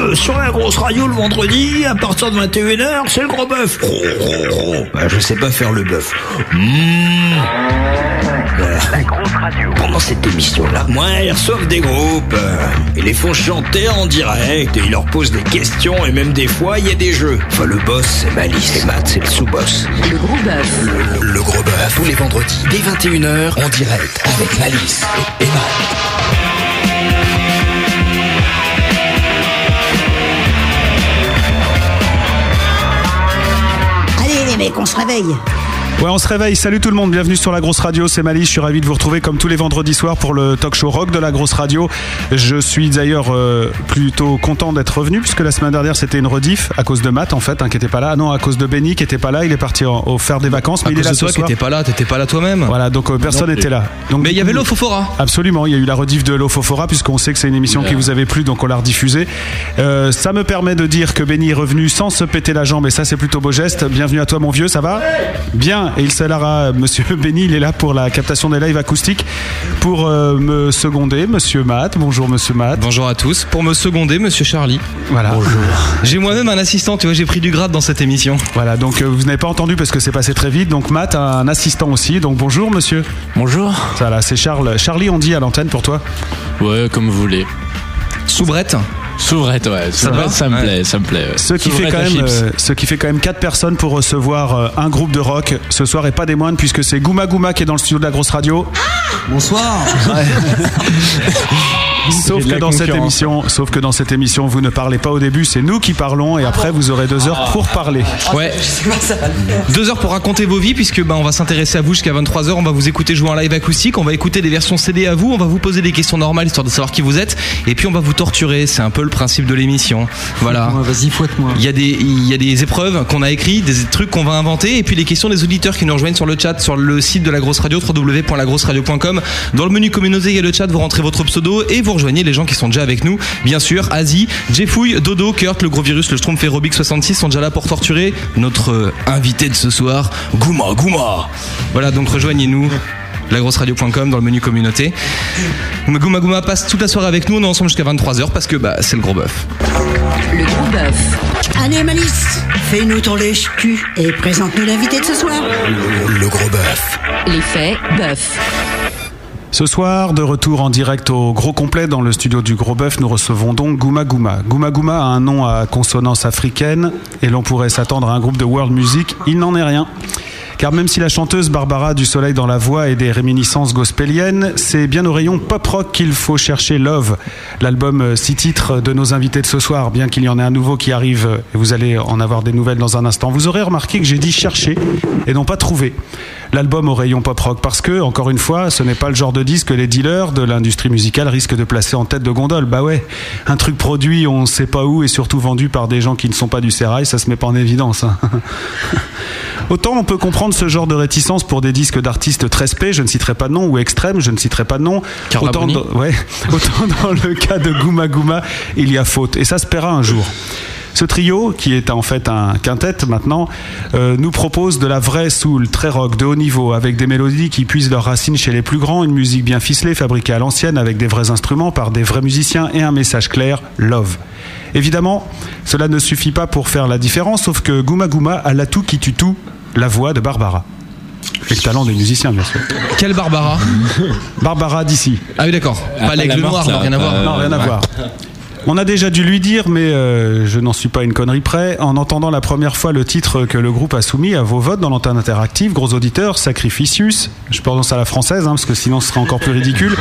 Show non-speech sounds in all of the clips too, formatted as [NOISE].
euh, sur la grosse radio le vendredi, à partir de 21h, c'est le gros bœuf. Oh, oh, oh. Bah, je sais pas faire le bœuf. Mmh. Voilà. La grosse radio. Pendant cette émission-là, moi, ils reçoivent des groupes. euh, Ils les font chanter en direct et ils leur posent des questions et même des fois, il y a des jeux. Enfin, le boss, c'est Malice. Et Matt, c'est le sous-boss. Le gros bœuf. Le, le gros bœuf, tous les vendredis, dès 21h, en direct, avec Malice et Emma. Allez les mecs, on se réveille. Ouais, on se réveille. Salut tout le monde. Bienvenue sur la Grosse Radio. C'est Mali. Je suis ravi de vous retrouver comme tous les vendredis soirs pour le talk show rock de la Grosse Radio. Je suis d'ailleurs euh, plutôt content d'être revenu puisque la semaine dernière c'était une rediff à cause de Matt en fait, hein, qui était pas là. Ah Non, à cause de Benny qui était pas là. Il est parti en- au faire des vacances, mais À il est cause là de ce toi qui soir. t'étais pas là, t'étais pas là toi-même. Voilà, donc euh, personne n'était là. Donc, Mais il y avait l'Ofofora. Absolument, il y a eu la rediff de l'Ofofora puisqu'on sait que c'est une émission qui vous avait plu donc on l'a rediffusée. Euh, ça me permet de dire que Benny est revenu sans se péter la jambe et ça c'est plutôt beau geste. Bienvenue à toi mon vieux, ça va Bien, et il s'est là, euh, monsieur [LAUGHS] Benny, il est là pour la captation des lives acoustiques pour euh, me seconder, monsieur Matt. Bonjour monsieur Matt. Bonjour à tous. Pour me seconder, monsieur Charlie. Voilà. J'ai moi-même un assistant, tu vois, j'ai pris du grade dans cette émission. [LAUGHS] Voilà, donc euh, vous n'avez pas entendu parce que c'est passé très vite. Donc Matt a un assistant aussi. Donc bonjour monsieur. Bonjour. Voilà, c'est Charles. Charlie on dit à l'antenne pour toi. Ouais, comme vous voulez. Soubrette. Souvrette, ouais. Souvrette, va ça me Ouais. plaît, ça me plaît. ouais. Ce qui, fait Souvrette quand à même, chips. euh, ce qui fait quand même 4 personnes pour recevoir euh, un groupe de rock ce soir et pas des moines puisque c'est Gouma Gouma qui est dans le studio de la grosse radio. Bonsoir. [LAUGHS] Sauf que, dans cette émission, sauf que dans cette émission, vous ne parlez pas au début, c'est nous qui parlons et après vous aurez deux heures pour parler. Ouais. Deux heures pour raconter vos vies, puisque bah, on va s'intéresser à vous jusqu'à 23h. On va vous écouter jouer en live acoustique. On va écouter des versions CD à vous. On va vous poser des questions normales histoire de savoir qui vous êtes. Et puis on va vous torturer. C'est un peu le principe de l'émission. Voilà. Vas-y, fouette-moi. Il y, a des, il y a des épreuves qu'on a écrites, des trucs qu'on va inventer, et puis les questions des auditeurs qui nous rejoignent sur le chat, sur le site de la grosse radio, www.lagrosseradio.com. Dans le menu communauté, il y a le chat, vous rentrez votre pseudo et vous rejoignez les gens qui sont déjà avec nous. Bien sûr, Asie, Jeffouille, Dodo, Kurt, le gros virus, le Schtroumpf et Robic66 sont déjà là pour torturer notre euh, invité de ce soir, Gouma Gouma. Voilà, donc rejoignez-nous. Lagrosseradio.com dans le menu communauté. Gouma Gouma passe toute la soirée avec nous, on est ensemble jusqu'à 23h parce que bah, c'est le gros bœuf. Le gros bœuf. Allez Malice, fais-nous ton lèche-cul et présente-nous l'invité de ce soir. Le gros bœuf, L'effet bœuf. Ce soir, de retour en direct au Gros Complet dans le studio du Gros Bœuf, nous recevons donc Gouma Gouma. Gouma Gouma a un nom à consonance africaine et l'on pourrait s'attendre à un groupe de world music, il n'en est rien. Car même si la chanteuse Barbara du Soleil dans la voix et des réminiscences gospéliennes, c'est bien au rayon pop rock qu'il faut chercher Love, l'album euh, six titres de nos invités de ce soir, bien qu'il y en ait un nouveau qui arrive euh, et vous allez en avoir des nouvelles dans un instant. Vous aurez remarqué que j'ai dit chercher et non pas trouver l'album au rayon pop rock parce que, encore une fois, ce n'est pas le genre de disque que les dealers de l'industrie musicale risquent de placer en tête de gondole. Bah ouais, un truc produit, on ne sait pas où et surtout vendu par des gens qui ne sont pas du sérail, ça se met pas en évidence. hein. Autant on peut comprendre ce genre de réticence pour des disques d'artistes très spé, je ne citerai pas de nom, ou extrême, je ne citerai pas de nom. Carla autant, Bruni. dans, ouais, [LAUGHS] autant dans le cas de Gouma Gouma, il y a faute. Et ça se paiera un jour. Ce trio, qui est en fait un quintet maintenant, euh, nous propose de la vraie soul, très rock, de haut niveau, avec des mélodies qui puisent leurs racines chez les plus grands, une musique bien ficelée, fabriquée à l'ancienne, avec des vrais instruments, par des vrais musiciens et un message clair, love. Évidemment, cela ne suffit pas pour faire la différence, sauf que Gouma Gouma a l'atout qui tue tout, la voix de Barbara. Et le talent des musiciens, bien sûr. Quelle Barbara Barbara d'ici. Ah oui, d'accord. Ah, Pas pas la l'aigle morte, noir, là, non, rien à pas- voir. euh, Non, rien à ouais. voir. On a déjà dû lui dire, mais euh, je n'en suis pas une connerie près. En entendant la première fois le titre que le groupe a soumis à vos votes dans l'antenne interactive, gros auditeurs, Sacrificius, je pense à la française, hein, parce que sinon ce serait encore plus ridicule,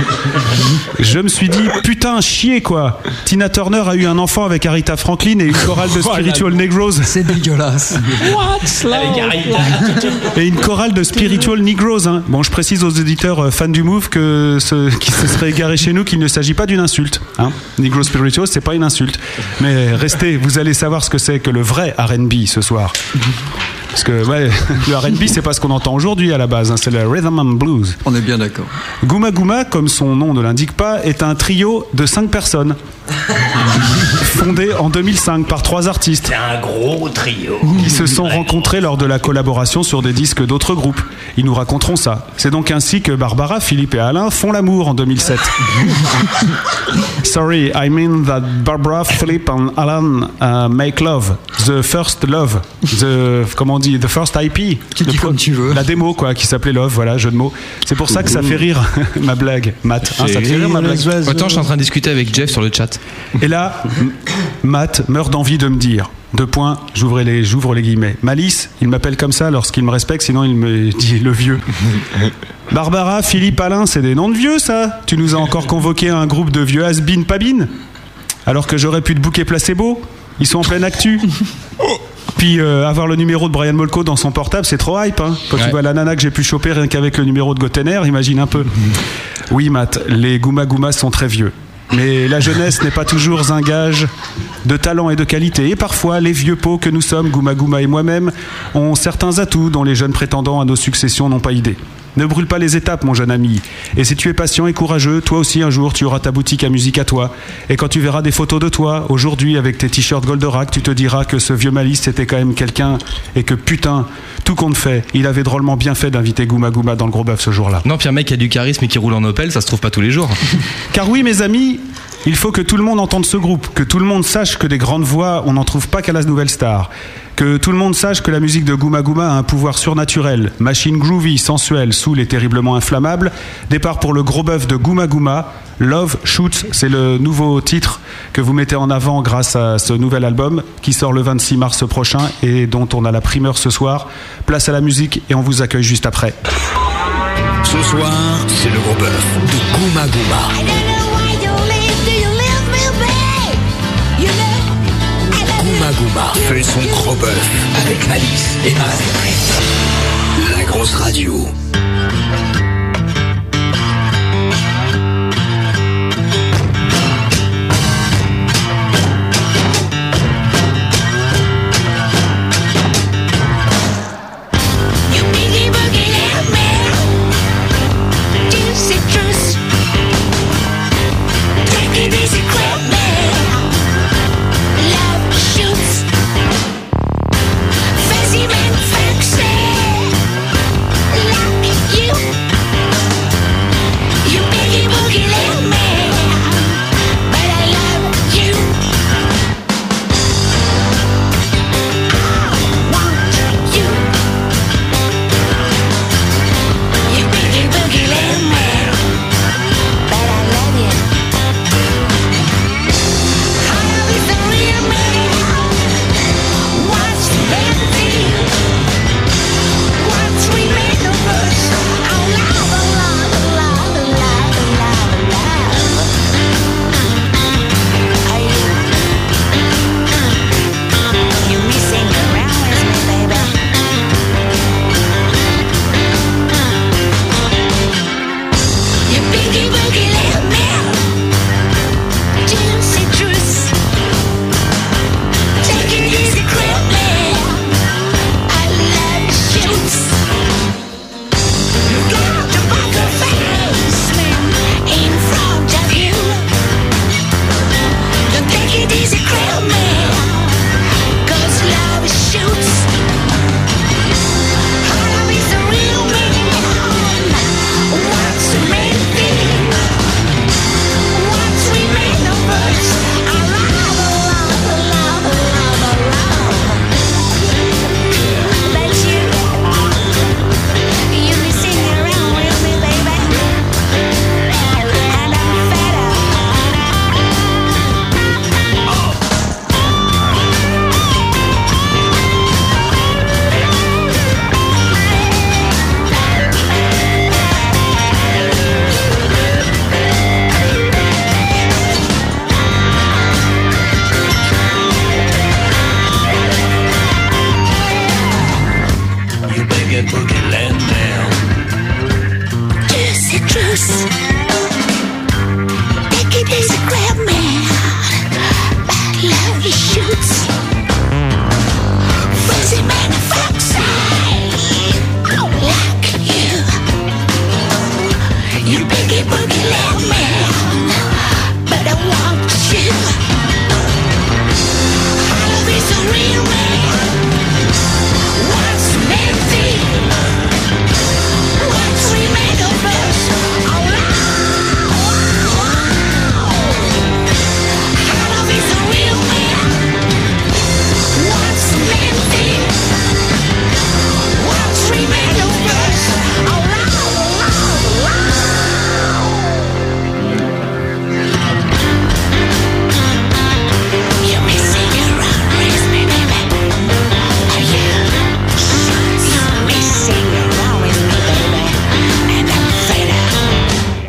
je me suis dit, putain, chier quoi Tina Turner a eu un enfant avec Arita Franklin et une chorale [LAUGHS] de Spiritual Negroes. C'est dégueulasse. Et une chorale de Spiritual Negroes. hein. Bon, je précise aux auditeurs euh, fans du Move que ce [LAUGHS] qui se serait égaré chez nous qu'il ne s'agit pas d'une insulte. Hein. Negro Spiritual, c'est pas une insulte. Mais restez, vous allez savoir ce que c'est que le vrai RB ce soir. Parce que ouais, [LAUGHS] le RB, c'est pas ce qu'on entend aujourd'hui à la base, hein, c'est le rhythm and blues. On est bien d'accord. Gouma Gouma, comme son nom ne l'indique pas, est un trio de cinq personnes. [LAUGHS] fondé en 2005 par trois artistes. Un gros trio. qui se sont rencontrés lors de la collaboration sur des disques d'autres groupes. Ils nous raconteront ça. C'est donc ainsi que Barbara, Philippe et Alain font l'amour en [LAUGHS] 2007. Sorry, I mean that Barbara, Philippe and Alan uh, make love. The first love. The, comment on dit The first IP. Tu Le dis pre- comme tu veux. Mmh. La démo, quoi, qui s'appelait Love, voilà, jeu de mots. C'est pour ça que ça fait rire, [LAUGHS] ma blague, Matt. Hein, ça te fait rire, ma blague Attends, je suis en train de discuter avec Jeff sur le chat. et là, M- Matt meurt d'envie de me dire. Deux points, j'ouvre les, j'ouvre les guillemets. Malice, il m'appelle comme ça lorsqu'il me respecte, sinon il me dit le vieux. Barbara, Philippe, Alain, c'est des noms de vieux, ça Tu nous as encore convoqué à un groupe de vieux has been pabine Alors que j'aurais pu te bouquer placebo Ils sont en pleine actu Puis euh, avoir le numéro de Brian Molko dans son portable, c'est trop hype. Hein Quand tu Ouais. vois la nana que j'ai pu choper rien qu'avec le numéro de Gotener, imagine un peu. Oui, Matt, les Gouma Gouma sont très vieux. Mais la jeunesse n'est pas toujours un gage de talent et de qualité. Et parfois, les vieux pots que nous sommes, Gouma Gouma et moi-même, ont certains atouts dont les jeunes prétendants à nos successions n'ont pas idée. Ne brûle pas les étapes, mon jeune ami. Et si tu es patient et courageux, toi aussi un jour tu auras ta boutique à musique à toi. Et quand tu verras des photos de toi, aujourd'hui avec tes t-shirts Goldorak, tu te diras que ce vieux Malice était quand même quelqu'un et que putain, tout compte fait, il avait drôlement bien fait d'inviter Gouma Gouma dans le gros bœuf ce jour-là. Non, puis un mec qui a du charisme et qui roule en Opel, ça se trouve pas tous les [LAUGHS] jours. Car oui, mes amis, il faut que tout le monde entende ce groupe, que tout le monde sache que des grandes voix, on n'en trouve pas qu'à la nouvelle star. Que tout le monde sache que la musique de Gouma Gouma a un pouvoir surnaturel, machine groovy, sensuelle, soul et terriblement inflammable. Départ pour le gros bœuf de Gouma Gouma, Love Shoots, c'est le nouveau titre que vous mettez en avant grâce à ce nouvel album qui sort le 26 mars prochain et dont on a la primeur ce soir. Place à la musique et on vous accueille juste après. Ce soir, c'est le gros bœuf de Gouma Gouma. I don't know why you leave, do you leave me babe? You know, I love you. Gouma Gouma Fait son gros bœuf avec Malice et Matt. La grosse radio. You biggie boogie left me. Juicy juice. Take it easy, grab me. Love shoots. Fuzzy man, foxy. Like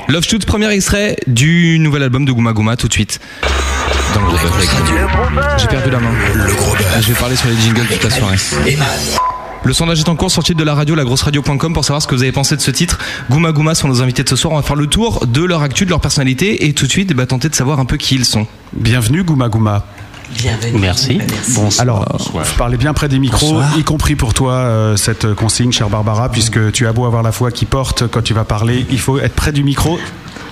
Love Shoot, premier extrait du nouvel album de Gouma Gouma, tout de suite. Dans le gros bœuf avec Manu. J'ai perdu la main. Le gros Je vais parler sur les jingles toute la soirée. Le sondage est en cours sur le site de la radio, lagrosseradio.com, pour savoir ce que vous avez pensé de ce titre. Gouma Gouma sont nos invités de ce soir. On va faire le tour de leur actu, de leur personnalité et tout de suite, bah, tenter de savoir un peu qui ils sont. Bienvenue Gouma Gouma. Merci. Alors, vous parlez bien près des micros, y compris pour toi euh, cette consigne, chère Barbara, puisque tu as beau avoir la foi qui porte quand tu vas parler, il faut être près du micro.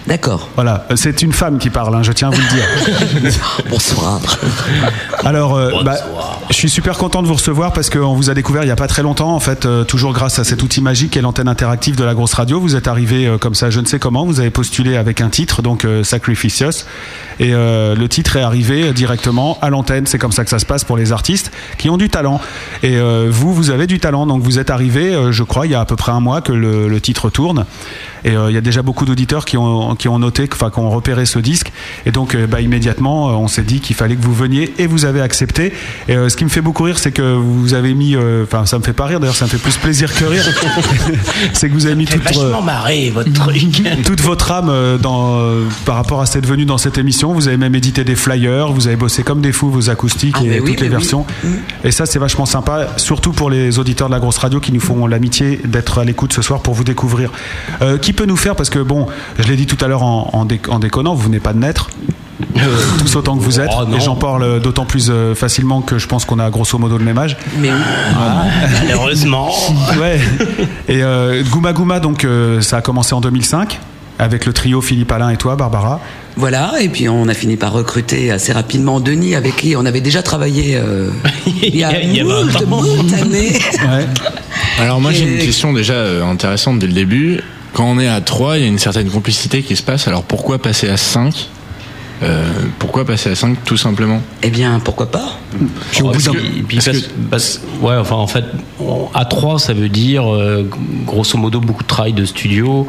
D'accord. Voilà, Euh, c'est une femme qui parle, hein, je tiens à vous le [LAUGHS] dire. Bonsoir. Alors, euh, bah, je suis super content de vous recevoir parce qu'on vous a découvert il n'y a pas très longtemps, en fait, euh, toujours grâce à cet outil magique et l'antenne interactive de la grosse radio. Vous êtes arrivé euh, comme ça, je ne sais comment, vous avez postulé avec un titre, donc euh, Sacrificious, et euh, le titre est arrivé directement à l'antenne. C'est comme ça que ça se passe pour les artistes qui ont du talent. Et euh, vous, vous avez du talent, donc vous êtes arrivé, euh, je crois, il y a à peu près un mois que le, le titre tourne. Et euh, il y a déjà beaucoup d'auditeurs qui ont, qui ont noté, enfin, qui ont repéré ce disque. Et donc, euh, bah, immédiatement, euh, on s'est dit qu'il fallait que vous veniez et vous avez accepté. Et euh, ce qui me fait beaucoup rire, c'est que vous avez mis, euh, enfin, ça me fait pas rire d'ailleurs, ça me fait plus plaisir que rire. [LAUGHS] c'est que vous avez mis toute, euh, Vachement marré votre truc. [LAUGHS] toute votre âme euh, dans, euh, par rapport à cette venue dans cette émission. Vous avez même édité des flyers, vous avez bossé comme des fous vos acoustiques Ah, et mais oui, toutes les mais oui. Mm. versions. Et ça, c'est vachement sympa, surtout pour les auditeurs de la grosse radio qui nous font l'amitié d'être à l'écoute ce soir pour vous découvrir. Euh, qui peut nous faire, parce que bon, je l'ai dit tout à l'heure en, en dé- en déconnant, vous venez pas de naître. Euh, tous autant que vous oh, êtes, et j'en parle d'autant plus euh, facilement que je pense qu'on a grosso modo le même âge. Mais oui. Malheureusement. Ouais. Et euh, Gouma Gouma, donc euh, ça a commencé en 2005 avec le trio Philippe Alain et toi, Barbara. Voilà, et puis on a fini par recruter assez rapidement Denis, avec qui on avait déjà travaillé euh, il y a, Il y a moult, 20 ans. moult années. Ouais. Alors moi j'ai une Et- question déjà euh, intéressante dès le début. Quand on est à 3, il y a une certaine complicité qui se passe. Alors pourquoi passer à 5 Euh, Pourquoi passer à 5 tout simplement Eh bien, pourquoi pas Puis au bout parce d'un- que- puis parce parce que- que- parce- Ouais, enfin en fait, on- à 3 ça veut dire euh, grosso modo beaucoup de travail de studio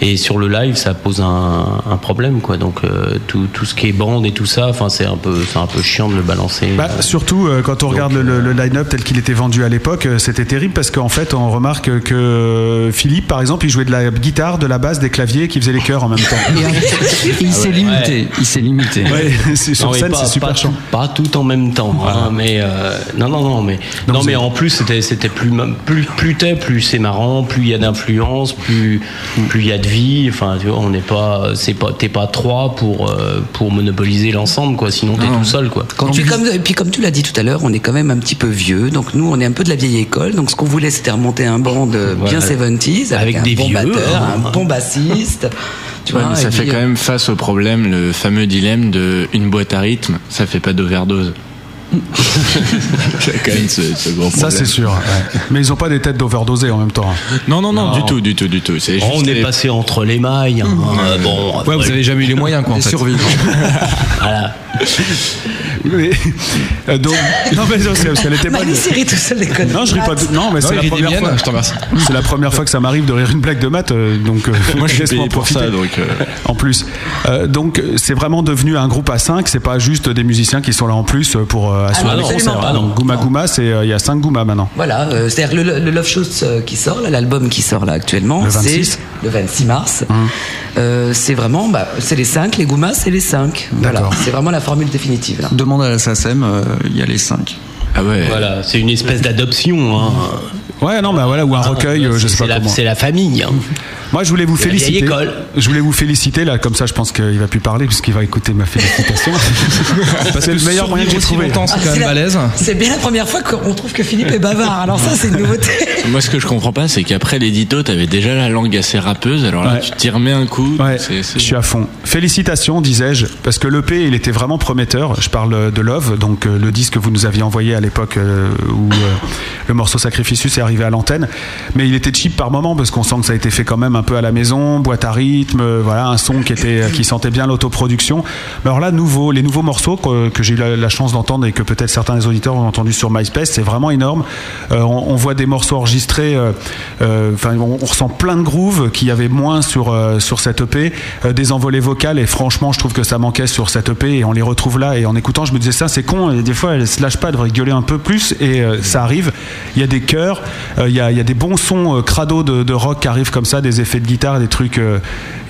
et sur le live ça pose un, un problème quoi. Donc euh, tout, tout ce qui est bande et tout ça, enfin c'est un peu c'est un peu chiant de le balancer. Bah, Euh, surtout euh, quand on regarde le, le line-up tel qu'il était vendu à l'époque, euh, c'était terrible parce qu'en fait on remarque que euh, Philippe, par exemple, il jouait de la guitare, de la basse, des claviers, qui faisait les chœurs en même temps. Il s'est limité. Il s'est limité. Ouais, [LAUGHS] c'est- sur non, mais scène, pas- c'est super pas chiant. tout- Pas tout en même temps, hein, mais euh, non, non, non, mais non, mais en plus c'était c'était plus plus plus t'es, plus c'est marrant, plus il y a d'influence, plus plus il y a de vie. Enfin, tu vois, on n'est pas c'est pas t'es pas trois pour euh, pour monopoliser l'ensemble quoi. Sinon t'es tout seul quoi. Quand tu- comme- et puis comme tu l'as dit tout à l'heure, on est quand même un petit peu vieux, donc nous on est un peu de la vieille école, donc ce qu'on voulait c'était remonter un band euh, bien Voilà. 70s, avec, Avec un des bon vieux, batteur, hein. un bon bassiste. Tu Ouais, Ah, vois, mais et ça fait puis, quand même face au problème, le fameux dilemme de une boîte à rythme, ça fait pas [LAUGHS] d'overdose. C'est quand même ce, ce gros Ça problème. c'est sûr. ouais. Mais ils ont pas des têtes d'overdosé en même temps. hein. Non, non, non, du tout, du tout, du tout. C'est on juste est les- passé entre les mailles. hein. Euh, bon, Ouais, vous avez jamais eu les moyens quoi en fait. Mais, [LAUGHS] euh, donc, non [LAUGHS] mais non, c'est parce qu'elle était euh, bonne. Manu Siri tout seul les connards. Non, je ris pas. de- Non, mais c'est la il rit des première miennes, fois. je t'en remercie. C'est la première fois que ça m'arrive de rire une blague de maths, euh, donc euh, [LAUGHS] Moi je suis laisse-moi payé en pour profiter. ça, donc... euh, En plus, Euh, donc euh, c'est vraiment devenu un groupe à 5 C'est pas juste des musiciens qui sont là en plus euh, pour euh, assurer Ah non, les absolument concerts. pas, non. Donc, Gouma Gouma, c'est euh, il y a 5 Gouma maintenant. Voilà, euh, c'est-à-dire le, le Love Shoots euh, qui sort, là, l'album qui sort là actuellement, Le 26. c'est le 26 mars. Euh, c'est vraiment, bah, c'est les 5, les Goumas, c'est les 5. Voilà, D'accord. c'est vraiment la formule définitive. Là. Demande à la SACEM, euh, il y a les 5. Ah ouais, Voilà, c'est une espèce d'adoption. Hein. Ouais, non, bah voilà, ou un recueil, euh, je sais C'est pas la, comment. c'est la famille. hein. Moi, je voulais vous c'est la vieille féliciter. école. Je voulais vous féliciter là, comme ça, je pense qu'il va plus parler puisqu'il va écouter ma [LAUGHS] félicitation. Parce que le meilleur moyen que j'ai aussi trouvé. longtemps, c'est quand même la- balèze. c'est bien la première fois qu'on trouve que Philippe est bavard. Alors ça, c'est une nouveauté. Moi, ce que je comprends pas, c'est qu'après l'édito, t'avais déjà la langue assez râpeuse. Alors là, Ouais. tu t'y remets un coup. Ouais, c'est- c'est- je suis à fond. Félicitations, disais-je, parce que l'EP, il était vraiment prometteur. Je parle euh, de Love, donc euh, le disque que vous nous aviez envoyé à l'époque euh, où euh, le morceau Sacrificius est arrivé à l'antenne. Mais il était cheap par moment, parce qu'on sent que ça a été fait quand même un peu à la maison, boîte à rythme, euh, voilà, un son qui, était, qui sentait bien l'autoproduction. Mais alors là, nouveau, les nouveaux morceaux que, que j'ai eu la, la chance d'entendre et que peut-être certains des auditeurs ont entendu sur MySpace, c'est vraiment énorme. Euh, on, on voit des morceaux enregistrés, euh, euh, enfin, on, on ressent plein de grooves qu'il y avait moins sur, euh, sur cette EP, euh, des envolées vocales, et franchement, je trouve que ça manquait sur cette EP, et on les retrouve là, et en écoutant, je me disais, ça c'est con, et des fois, elle se lâche pas, elle devrait gueuler un peu plus, et euh, ça arrive. Il y a des chœurs, euh, il y, a, il y a des bons sons euh, crado de, de rock qui arrivent comme ça, des effets effets de guitare, des trucs. euh,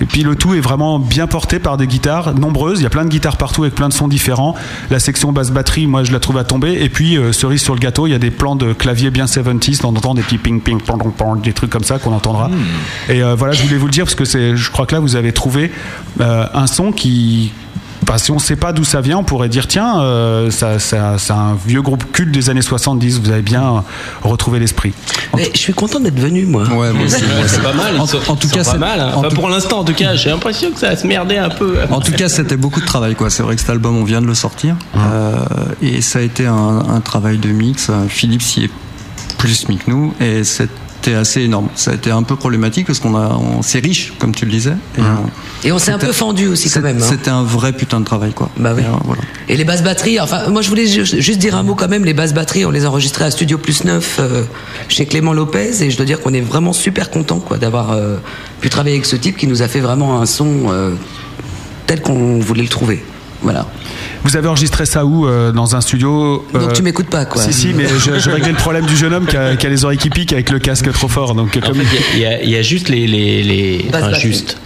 et puis le tout est vraiment bien porté par des guitares nombreuses. Il y a plein de guitares partout avec plein de sons différents. La section basse batterie, moi je la trouve à tomber. Et puis euh, cerise sur le gâteau, il y a des plans de clavier bien 70s. On entend des petits ping ping pong, pong, pong, des trucs comme ça qu'on entendra. Et euh, voilà, je voulais vous le dire parce que c'est, je crois que là vous avez trouvé euh, un son qui bah, si on ne sait pas d'où ça vient, on pourrait dire tiens, euh, ça, ça- c'est un vieux groupe culte des années 70, vous avez bien euh, retrouvé l'esprit. Mais je suis content d'être venu, moi. Ouais, Ouais, c'est pas mal. En, ils sont- en tout ils sont cas, pas c'est- mal. hein. en Enfin, tout- pour l'instant, en tout cas, j'ai l'impression que ça a se merdé un peu. En tout cas, c'était beaucoup de travail. quoi. C'est vrai que cet album, on vient de le sortir. Mmh. Euh, et ça a été un, un travail de mix. Euh, Philippe s'y est plus mis que nous. Et c'était assez énorme. Ça a été un peu problématique parce qu'on a, on, c'est riche, comme tu le disais. Et, Mmh. on- Et on s'est un c'était- peu fendu aussi, quand c'est- même, hein. C'était un vrai putain de travail, quoi. Bah oui. Et, euh, voilà. Et les basses batteries, enfin, moi je voulais ju- juste dire un mot quand même. Les basses batteries, on les a enregistrées à Studio Plus 9 euh, chez Clément Lopez, et je dois dire qu'on est vraiment super content quoi d'avoir euh, pu travailler avec ce type qui nous a fait vraiment un son euh, tel qu'on voulait le trouver. Voilà. Vous avez enregistré ça où euh, Dans un studio euh, Donc tu m'écoutes pas quoi. Si, si, mais je, je réglais le problème du jeune homme qui a, qui a les oreilles qui piquent avec le casque trop fort. Donc, euh, En comme fait, il y, a- il y a juste les. les, les Basse enfin, batterie. juste.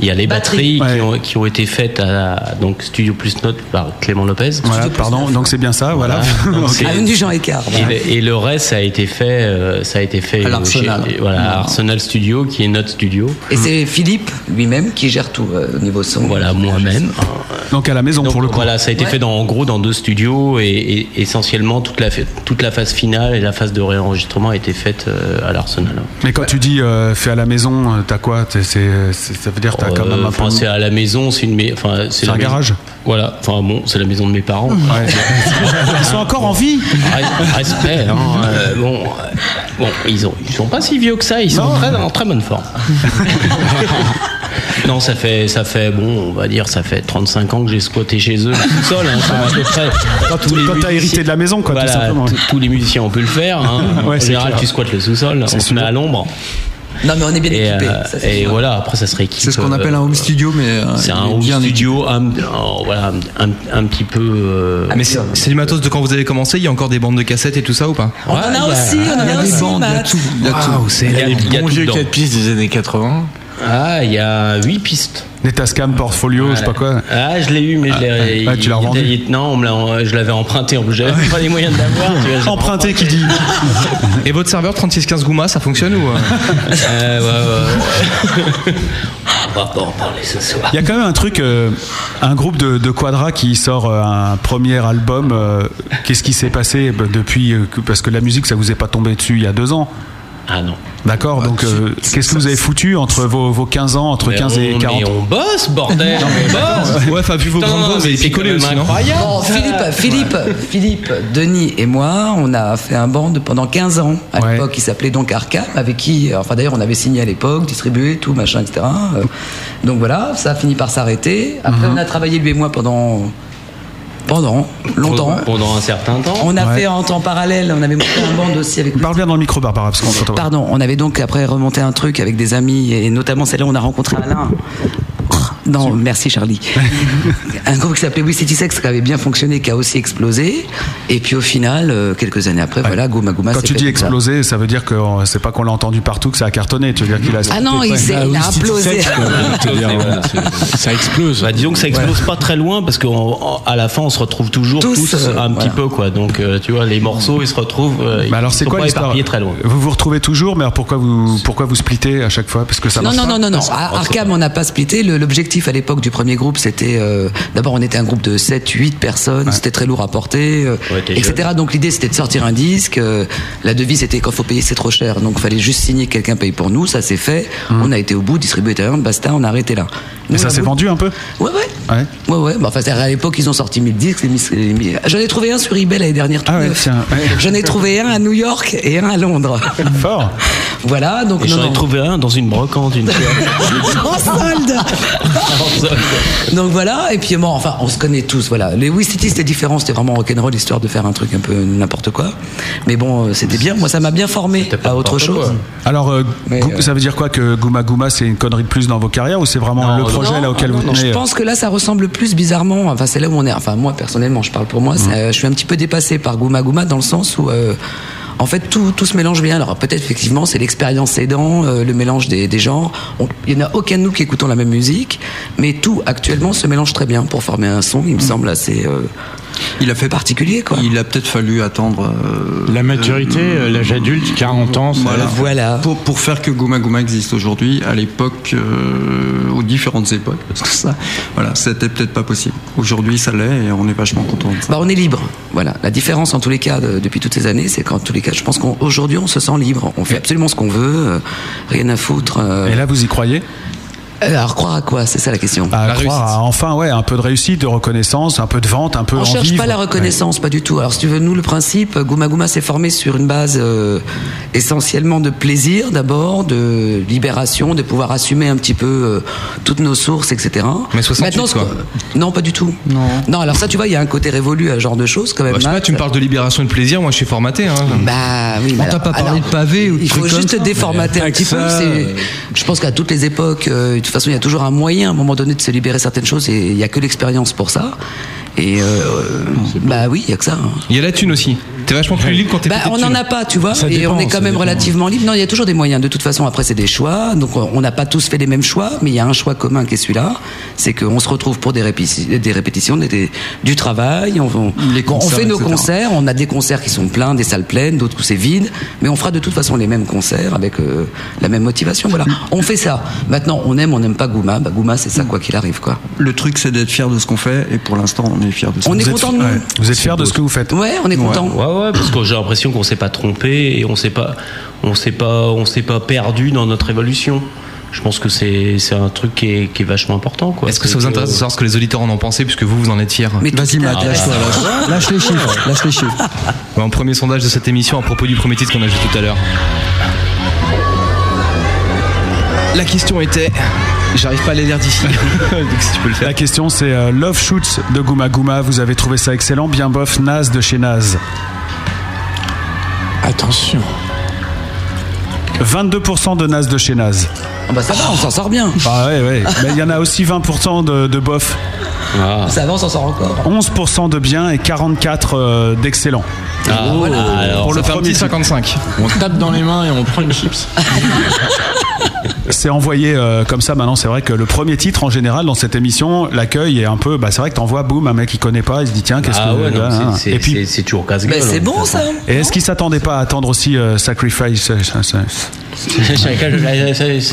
Il y a les Batterie. batteries qui, ont, qui ont été faites à donc Studio Plus Note par Clément Lopez. Voilà, pardon, donc c'est bien ça, voilà. Voilà, [LAUGHS] donc Ok. c'est- Avenue Jean Écart. Et voilà. le, et le reste, ça a été fait, euh, ça a été fait À l'Arsenal. chez- voilà, à Arsenal Studio, qui est notre studio. Et c'est Philippe lui-même qui gère tout euh, au niveau son. Voilà, moi-même. Donc à la maison Donc, pour le coup. Voilà, ça a été Ouais. fait dans, en gros dans deux studios et, et essentiellement toute la, fa- toute la phase finale et la phase de réenregistrement a été faite euh, à l'Arsenal. Mais quand tu dis euh, fait à la maison, euh, t'as quoi T'es- c'est- c'est- Ça veut dire t'as quand Euh, même un peu. enfin, c'est à la maison, c'est une mai- enfin, C'est la un maison- garage Voilà, enfin bon, c'est la maison de mes parents. Ouais. [LAUGHS] Ils sont encore en vie Res- Respect. hein, euh, bon, euh, bon, ils ont, ils sont pas si vieux que ça. Ils sont en très, en très bonne [LAUGHS] forme. non, ça fait, ça fait, bon, on va dire, ça fait 35 ans que j'ai squatté chez eux tout seul. Hein, comme à peu près tous les quand t'as musiciens- hérité de la maison, quoi, tout Voilà, simplement. tous- Tous les musiciens ont pu le faire. hein. [LAUGHS] Ouais, en c'est général, clair. tu squattes le sous-sol, on se sûr. met à l'ombre. Non mais on est bien Et, équipés. euh, ça, et sûr. voilà, après, ça serait équipe. C'est ce qu'on appelle un euh, home studio, mais euh, C'est il un est home bien studio, un, oh, voilà, un, un- un petit peu. euh, Ah, Mais c'est c'est du matos de quand vous avez commencé, il y a encore des bandes de cassettes et tout ça ou pas On en a aussi, on en Ah, Il y a a des aussi, bandes, il y a Matt. tout. Il y a tout. il y a- il y a Bon tout vieux dedans. 4 pistes des années 80. Ah, il y a 8 pistes. Des Tascam, portfolio, je sais pas quoi. Ah, je l'ai eu, mais je l'ai. Ah, tu l'as il- revendu il- Non, on me l'a- je l'avais emprunté. en plus, J'avais pas les moyens de l'avoir. tu vois, j'avais Emprunté qui dit Et votre serveur 3615 Gouma, ça fonctionne ou euh emprunté. Euh, ouais, ouais, ouais. on va pas en parler ce soir. Il y a quand même un truc, euh, un groupe de, de Quadra qui sort euh, un premier album. euh, Qu'est-ce qui s'est passé bah, depuis euh, que- Parce que la musique, ça vous est pas tombé dessus il y a deux ans. Ah non. D'accord Donc, euh, qu'est-ce que vous avez foutu entre vos, vos 15 ans, entre Mais 15 et on- 40 Mais on bosse, bordel. on bosse. Ouais, enfin, vu vos Putain, grandes voix, vous mais avez c'est quand picolé même hein. aussi, non incroyable. Bon, Oh, Philippe, Philippe, Philippe, Denis et moi, on a fait un band pendant 15 ans à Ouais. l'époque qui s'appelait donc Arkham, avec qui, euh, enfin d'ailleurs, on avait signé à l'époque, distribué, tout, machin, etc. Euh, Donc voilà, ça a fini par s'arrêter. Après, on a travaillé lui et moi pendant. pendant longtemps. hein. Pendant un certain temps. On a fait en temps parallèle, on avait monté un band aussi avec Parle bien dans le micro, Barbara, parce qu'on t'entend. Pardon, on avait donc après remonté un truc avec des amis, et notamment celle-là, on a rencontré Alain. Oh. Non, merci [LAUGHS] Charlie. un groupe qui s'appelait We City Sex qui avait bien fonctionné, qui a aussi explosé. Et puis au final, euh, quelques années après, voilà, Gouma Gouma. Quand s'est tu fait dis comme ça. exploser, ça veut dire que euh, c'est pas qu'on l'a entendu partout que ça a cartonné. Tu veux dire qu'il a. Ah non, il, s'est- il a implosé. C'est-à-dire, voilà, c'est- ça explose. Bah, disons que ça explose pas très loin parce qu'à la fin on se retrouve toujours Tous, tous, euh, un petit voilà. peu quoi. Donc euh, tu vois les morceaux ils se retrouvent. euh, ils Mais Bah, alors, c'est sont quoi pas l'histoire éparpillés très loin. Vous vous retrouvez toujours, mais alors pourquoi vous, pourquoi vous splittez à chaque fois Parce que ça Non, marche non, pas non, non, non. À Arkham, on n'a pas splitté. Le- L'objectif à l'époque du premier groupe, c'était. euh, D'abord, on était un groupe de 7, 8 personnes. C'était très lourd à porter, euh, Ouais, t'es etc. Donc, l'idée, c'était de sortir un disque. euh, la devise, c'était quand faut payer, c'est trop cher. Donc, fallait juste signer que quelqu'un paye pour nous. Ça, s'est fait. On a été au bout, distribué talent, basta, on a arrêté là. Nous, Mais Hum. ça on a s'est voulu- vendu [LAUGHS] un peu Ouais, ouais. Ouais. Ouais, ouais. Bah, enfin, c'est-à-dire, à l'époque, ils ont sorti 1000 disques. les mis- les mis- J'en ai trouvé un sur eBay l'année dernière. tout Ah ouais, neuf. tiens, ouais. J'en ai trouvé un à New York et un à Londres. [LAUGHS] Fort voilà, donc Et non, j'en ai non. trouvé un dans une brocante une fois. [LAUGHS] en solde Donc voilà, et puis bon, enfin, on se connaît tous, voilà. Les We City, c'était différent, c'était vraiment rock'n'roll, histoire de faire un truc un peu n'importe quoi. Mais bon, euh, c'était bien, moi ça m'a bien formé à autre chose. Alors, euh, Mais, Gou- euh, ça veut dire quoi que Gouma Gouma, c'est une connerie de plus dans vos carrières ou c'est vraiment le projet Non, là auquel non, vous non, tenez Je euh, pense que là, ça ressemble plus bizarrement. Enfin, Mm. c'est là où on est. Enfin, moi, personnellement, je parle pour moi. c'est, euh, je suis un petit peu dépassé par Gouma Gouma dans le sens où. euh, En fait, tout, tout se mélange bien. Alors peut-être effectivement, c'est l'expérience aidant, euh, le mélange des, des genres. On- il n'y en a aucun de nous qui écoutons la même musique, mais tout actuellement se mélange très bien pour former un son, il me semble assez. euh, Mm. Il a fait particulier quoi. Il a peut-être fallu attendre euh, La maturité, euh, l'âge adulte, 40 ans, ça- Voilà. voilà. Pour, pour faire que Gouma Gouma existe aujourd'hui, à l'époque, euh, aux différentes époques, parce que ça, voilà, c'était peut-être pas possible. Aujourd'hui, ça l'est et on est vachement content. Bah, on est libre. Voilà. La différence en tous les cas de- depuis toutes ces années, c'est qu'en tous les cas, je pense qu'aujourd'hui, on se sent libre. On fait absolument ce qu'on veut, euh, rien à foutre. euh. Et là, vous y croyez Alors, croire à quoi C'est ça la question. Ah, À croire à, enfin, ouais, un peu de réussite, de reconnaissance, un peu de vente, un peu on en cherche vivre. pas la reconnaissance, pas du tout. Alors si tu veux, nous le principe, Gouma Gouma s'est formé sur une base euh, essentiellement de plaisir d'abord, de libération, de pouvoir assumer un petit peu euh, toutes nos sources, etc. Mais 68, ce quoi. que- Non, pas du tout. Non. alors ça, tu vois, il y a un côté révolu à ce genre de choses quand même. Bah, je sais pas, Matt. tu me parles de libération et de plaisir, moi je suis formaté. Hein. Bah oui, mais alors- alors, Il faut juste déformater un petit peu. c'est- Je pense qu'à toutes les époques, euh, de toute façon, il y a toujours un moyen à un moment donné de se libérer certaines choses et il n'y a que l'expérience pour ça. Et euh, bah oui, il n'y a que ça. hein. Il y a la thune aussi. T'es vachement plus libre quand t'es Bah, pété de on n'en thune. a pas, tu vois, et on est quand même relativement libre. Non, il y a toujours des moyens. De toute façon, après, c'est des choix. Donc, on on n'a pas tous fait les mêmes choix, mais il y a un choix commun qui est celui-là. C'est qu'on se retrouve pour des, répéti- des répétitions, des, des- du travail. On, on- Les on concerts, fait nos etc. concerts. On a des concerts qui sont pleins, des salles pleines, d'autres où c'est vide. Mais on fera de toute façon les mêmes concerts avec euh, la même motivation. Voilà. On fait ça. Maintenant, on aime, on n'aime pas Gouma. Bah, Gouma, c'est ça, quoi qu'il arrive, quoi. Le truc, c'est d'être fier de ce qu'on fait et pour l'instant, on est fier de ça. On est content de nous. Vous êtes fier de ce que vous faites Ouais, on est content. [LAUGHS] Ouais, ouais, parce que j'ai l'impression qu'on s'est pas trompé et on s'est pas, on s'est pas, on s'est pas perdu dans notre évolution. Je pense que c'est, c'est un truc qui est, qui est vachement important, quoi. Est-ce que ça vous intéresse de savoir ce que les auditeurs en ont pensé, puisque vous, vous en êtes fiers Mais Vas-y, tout à Matt, fait. Ah bah, lâche-toi, lâche- lâche les chiffres, lâche les chiffres. Un premier sondage de cette émission à propos du premier titre qu'on a joué tout à l'heure. La question était. J'arrive pas à les lire d'ici. [LAUGHS] Donc, si tu peux le faire. La question c'est euh, Love Shoots de Gouma Gouma. Vous avez trouvé ça excellent, bien bof, naze de chez Naze. Attention. 22% de naze de chez naze. Ah bah ça va, on s'en sort bien. Ah ouais, ouais. Mais il y en a aussi 20% de, de bof. Ça va, on s'en sort encore. 11% de bien et 44% euh, d'excellent. Ah, voilà. alors, Pour ça le fait un premier petit 55. On tape dans les mains et on prend une chips. C'est envoyé euh, comme ça maintenant. C'est vrai que le premier titre, en général, dans cette émission, l'accueil est un peu. Bah, c'est vrai que t'envoies, boum, un mec qui connaît pas, il se dit tiens, qu'est-ce Ah que. ouais, voilà, non, hein. c'est- et c'est puis. c'est- c'est toujours casse-gueule. hein. Bah, [LAUGHS] c'est bon, ça. Et est-ce qu'il s'attendait pas à attendre aussi euh, Sacrifice euh, ça- ça-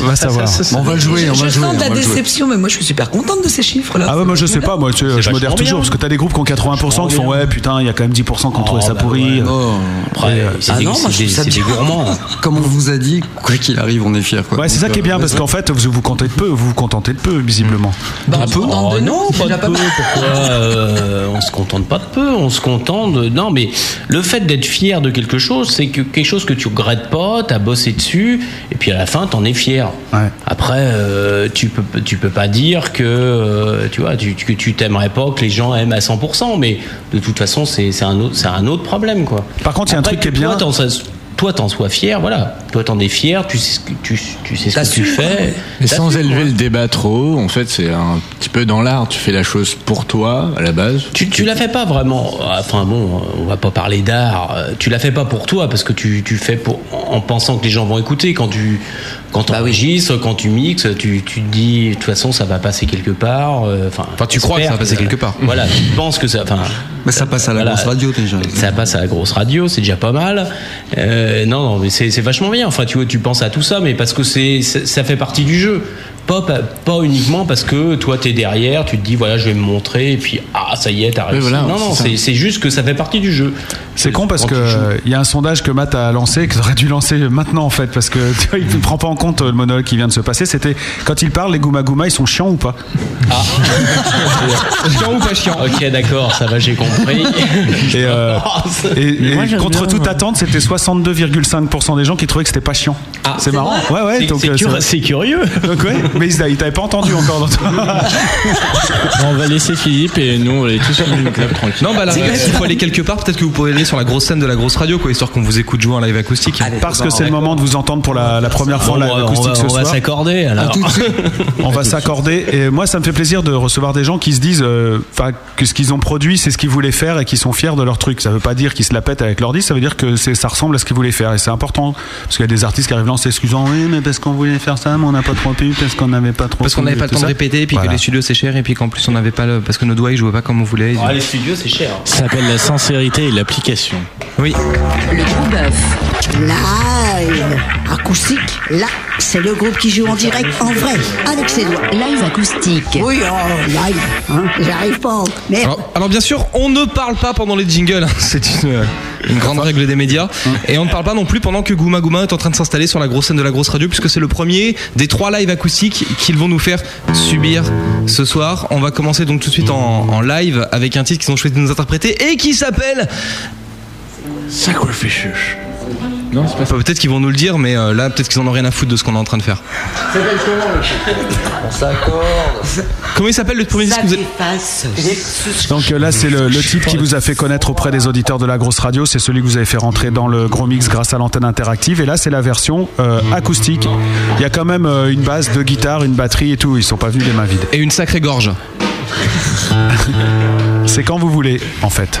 On va savoir. On va le jouer, on je va le jouer. sens de on la va le jouer. déception, mais moi, je suis super contente de ces chiffres-là. Ah ouais, moi je sais pas, moi tu sais, je vachement modère toujours bien. parce que t'as des groupes qui ont 80% qui font ouais putain, il y a quand même 10% qui ont trouvé Oh, ça bah pourri. ouais. Oh. Après, c'est Ah des- non, moi, je c'est des- trouve ça c'est des bien. gourmands. Comme on vous a dit, quoi qu'il arrive, on est fier. Ouais, c'est ça qui est euh, bien parce qu'en fait vous vous contentez de peu, vous vous contentez de peu visiblement. Bah, on se contente Oh de non, nous, c'est déjà pas de peu. Pourquoi euh, on se contente pas de peu On se contente de... non, mais le fait d'être fier de quelque chose, c'est que quelque chose que tu regrettes pas, t'as bossé dessus, et puis à la fin, t'en es fier. Ouais. Après, euh, tu peux tu peux pas dire que euh, tu vois tu, que tu t'aimerais pas que les gens aiment à 100%, mais de toute façon, c'est c'est un autre c'est un autre problème quoi. Par contre, il y a un Après, truc qui est que bien. Toi, t'en sois- toi, t'en sois fier, voilà. Toi, t'en es fier, tu sais ce que tu, tu sais ce que tu T'assumes, fais. Mais sans T'assumes, élever ouais. le débat trop haut, en fait, c'est un petit peu dans l'art. Tu fais la chose pour toi, à la base. Tu, tu la fais pas vraiment. Ah, Enfin bon, on va pas parler d'art. Euh, Tu la fais pas pour toi parce que tu, tu fais pour en pensant que les gens vont écouter quand tu quand Bah oui. t'enregistres, quand tu mixes, tu, tu te dis de toute façon ça va passer quelque part. euh, Enfin, Enfin, tu crois que ça va j'espère passer quelque part. Voilà, tu penses que ça. Enfin, Mais ça passe à la Voilà. grosse radio déjà. ça passe à la grosse radio, c'est déjà pas mal. Euh, non, non, mais c'est c'est vachement bien. Enfin, tu vois, tu penses à tout ça, mais parce que c'est c'est- ça fait partie du jeu. Pas, pas, pas uniquement parce que toi t'es derrière, tu te dis voilà je vais me montrer et puis ah ça y est t'as réussi. voilà, non non c'est ça. c'est c'est juste que ça fait partie du jeu. C'est con parce Quand que tu joues. euh, il y a un sondage que Matt a lancé, que t'aurais dû lancer maintenant en fait, parce que tu vois, il ne prend pas en compte euh, le monologue qui vient de se passer. C'était quand il parle, les Gouma Gouma, ils sont chiants ou pas [LAUGHS] chiant ou pas chiant Ok d'accord ça va j'ai compris. Et, euh, et- et contre toute attente, c'était 62,5% des gens qui trouvaient que c'était pas chiant. c'est marrant. Ouais, ouais, Ah, C'est- donc, c'est euh, curi- c'est- c'est curieux. donc, ouais, Mais ils ils t'avaient pas entendu encore dans on va laisser Philippe et nous on va aller tous sur une [LAUGHS] club tranquille. Non, bah là, [LAUGHS] C'est vrai. il faut aller quelque part. Peut-être que vous pouvez aller sur la grosse scène de la grosse radio, quoi, histoire qu'on vous écoute jouer en live acoustique. Parce que c'est le moment de vous entendre pour la, la première fois en Bon, live on va- on acoustique va- ce on va soir. s'accorder, alors. À tout de suite. on [LAUGHS] va s'accorder. Et moi, ça me fait plaisir de recevoir des gens qui se disent euh, 'fin, que ce qu'ils ont produit, c'est ce qu'ils voulaient faire et qui sont fiers de leur truc. Ça veut pas dire qu'ils se la pètent avec leur disque, ça veut dire que c'est- ça ressemble à ce qu'ils voulaient faire. Et c'est important. Parce qu'il y a des artistes qui arrivent là en s'excusant Oui, mais parce qu'on voulait faire ça, mais on n'a pas trop pu, parce qu'on n'avait pas trop Parce qu'on pu, n'avait pas et le tout temps de ça. répéter, et puis Voilà. que les studios c'est cher, et puis qu'en plus on n'avait pas le. Parce que nos doigts ils jouaient pas comme on voulait. ils- Ah, les studios, c'est cher. Ça s'appelle la sincérité et l'application. Oui. Le groupe bœuf. Live. Acoustique. Là, c'est le groupe qui joue en direct, en vrai, avec ses doigts. Live acoustique. Oui, oh, live. Hein, J'arrive pas. Merde. Alors, alors, bien sûr, on ne parle pas pendant les jingles, [LAUGHS] hein. c'est une, euh, une grande règle des médias. Mm. Et on ne parle pas non plus pendant que Gouma Gouma est en train de s'installer sur la grosse scène de la grosse radio, puisque c'est le premier des trois lives acoustiques qu'ils vont nous faire subir ce soir. On va commencer donc tout de suite en, en live avec un titre qu'ils ont choisi de nous interpréter et qui s'appelle Sacrificious. Non, c'est pas Enfin, peut-être qu'ils vont nous le dire, mais euh, là peut-être qu'ils en ont rien à foutre de ce qu'on est en train de faire. On s'accorde. Comment il s'appelle le premier disque que vous avez- Donc euh, là, c'est le, le titre qui vous a fait connaître auprès des auditeurs de la grosse radio. C'est celui que vous avez fait rentrer dans le gros mix grâce à l'antenne interactive. Et là, c'est la version euh, acoustique. Il y a quand même euh, une basse, deux guitares, une batterie et tout. Ils sont pas venus les mains vides. Et une sacrée gorge. c'est quand vous voulez, en fait.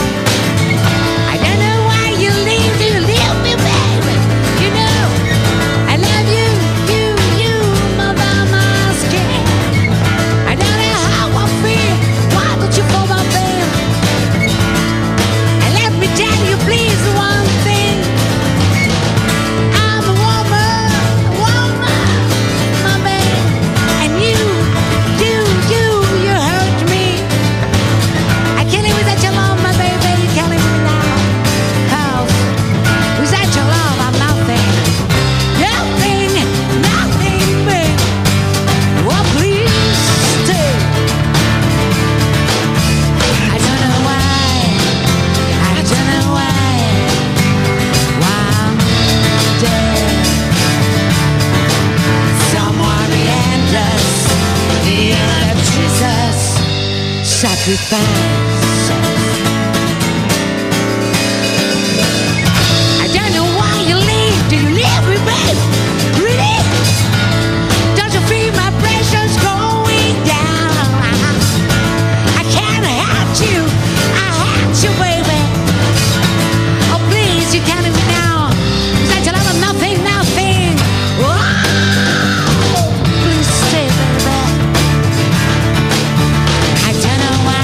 I don't know why you leave, you leave me, baby. You know, I love you, you, you, my mama's skin. I don't know how I feel. Why don't you for my pain? And let me tell you, please, one thing. I'm a woman, woman, my babe. And you, you, you, you hurt me. I can't live without your love, my baby. You can't leave me now. 'Cause without your love, I'm nothing. Nothing, nothing, babe. Oh, please stay. I don't know why. I don't know why. Why I'm dead. Someone behind us, the other Jesus sacrifice. I don't know why you leave. Do you leave me, babe? Really? Don't you feel my pressure's going down? I can't hurt you. I hurt you, baby. Oh, please, you can't even now. Such a lot of nothing, nothing. Wow. Please stay, baby. I don't know why.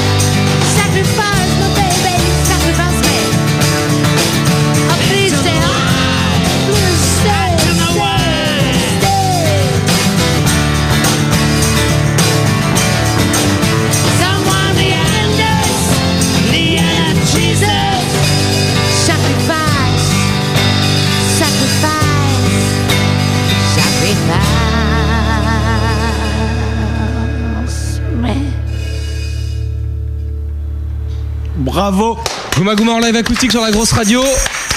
Oh, Bravo Gouma Gouma en live acoustique sur la grosse radio.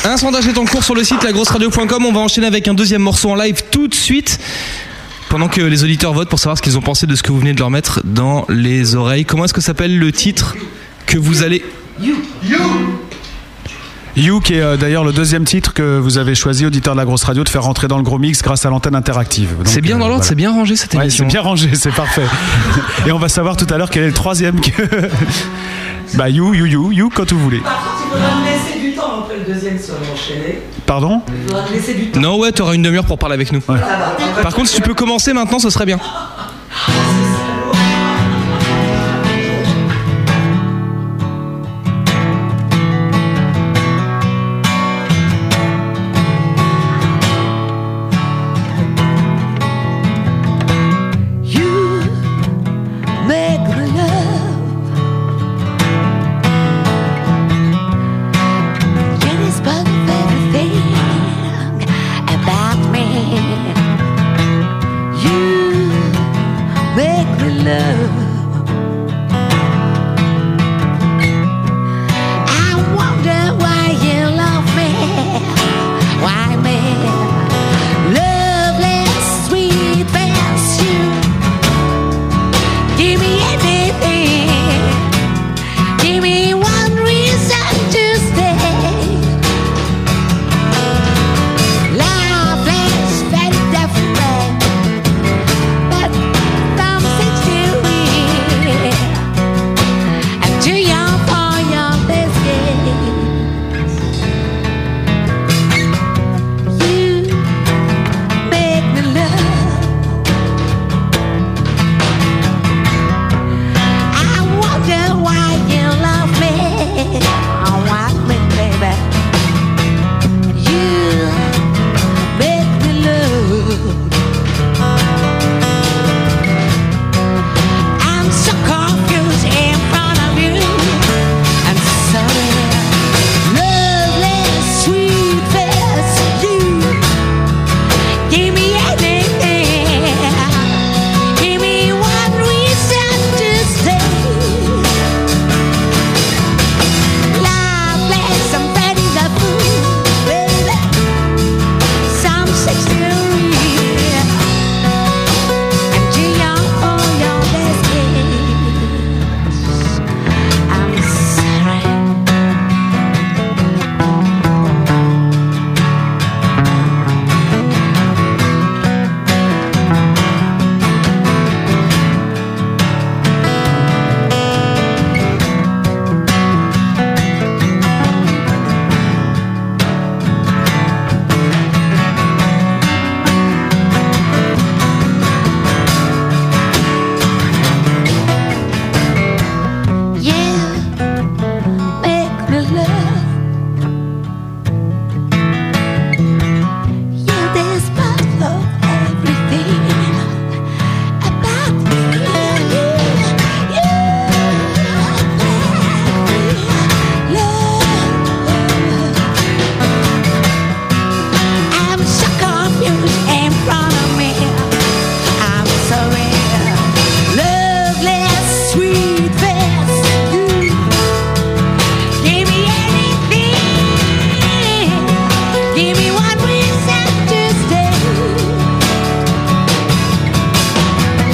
Un sondage est en cours sur le site lagrosseradio.com. On va enchaîner avec un deuxième morceau en live tout de suite. Pendant que les auditeurs votent pour savoir ce qu'ils ont pensé de ce que vous venez de leur mettre dans les oreilles. Comment est-ce que s'appelle le titre que vous allez. You, qui est euh, d'ailleurs le deuxième titre que vous avez choisi, auditeur de la grosse radio, de faire rentrer dans le gros mix grâce à l'antenne interactive. Donc, C'est bien euh, dans l'ordre, voilà. c'est bien rangé cette Ouais, émission. c'est bien rangé, c'est [LAUGHS] parfait. Et on va savoir tout à l'heure quel est le troisième que. [LAUGHS] Bah, you, you, you, you, quand vous voulez. Il faudra me laisser du temps après le deuxième sur l'enchaîner. Pardon Il faudra me laisser du temps. Non, ouais, t'auras une demi-heure pour parler avec nous. va. Par contre, si tu peux commencer maintenant, ce serait bien. You make me love. You're the spark of everything about me. You make me love. I wonder why you love me. Why me? Lovely, sweet, that's you. Give me anything. Give me one reason to stay. Love is very different, but something to me. I'm too young for your biscuit. You make me love. I wonder why you love me. Oh, why me, baby? You make me love. I'm so confused in front of you. I'm sorry. Lovely, sweet face, you. Give me anything. Give me one reason to stay. Loveless, I'm petty the fool, baby. Some sex theory. I'm too young for your best kiss. I'm sorry. You make me love. You're the spark of everything about me. You make me love. I'm so confused in front of me. I'm sorry. Loveless, sweet face. You Give me anything. Give me one reason to stay.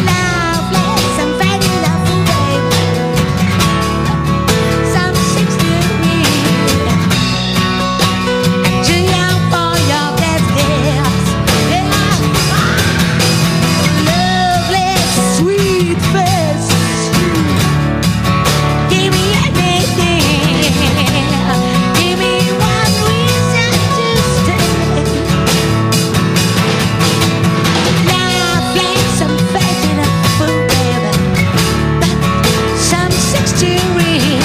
Loveless, I'm very lovely, baby. Some seems to me. Too young for your best gifts. Lovely, sweet face. Give me anything. Give me one reason to stay. Lovely, some faith in a fool, baby. Some sex to read.